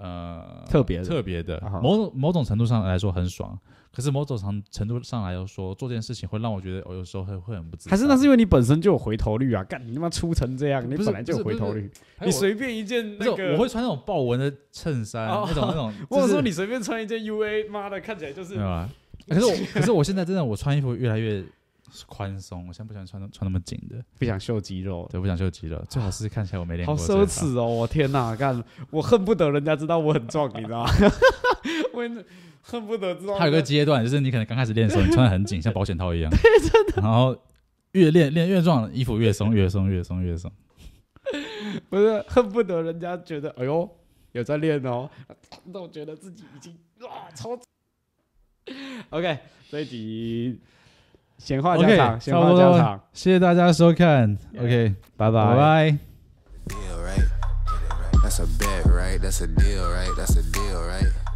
呃，特别的特别的啊哈，某种某种程度上来说很爽，可是某种程程度上来说，做这件事情会让我觉得，我有时候会会很不自在。还是那是因为你本身就有回头率啊！干你他妈出成这样，你不是本来就有不回是头率，还有你我随便一件不是那个，我会穿那种豹纹的衬衫，哦那种那 种，或者就是说你随便穿一件 U A，妈的看起来就是对吧？可是我，可是我现在真的，我穿衣服越来越宽松，我现在不喜欢穿那穿那么紧的，不想秀肌肉，对，不想秀肌了，最好是看起来我没练好过。奢侈哦！我天哪，干我恨不得人家知道我很壮，你知道吗？ 我真的恨不得知道最好。还有一个阶段，就是你可能刚开始练的时候，你穿的很紧，像保险套一 样，对，真的。然后越练练越壮，衣服越松，越松，越松，越松。不是恨不得人家觉得哎呦有在练哦， 那我觉得自己已经哇超。OK，这一集闲话家 OK，常，闲差不话多家了常，谢谢大家收看 Yeah ，OK，拜拜拜。 Deal, right? That's a bet, right? That's a deal, right? That's a deal, right?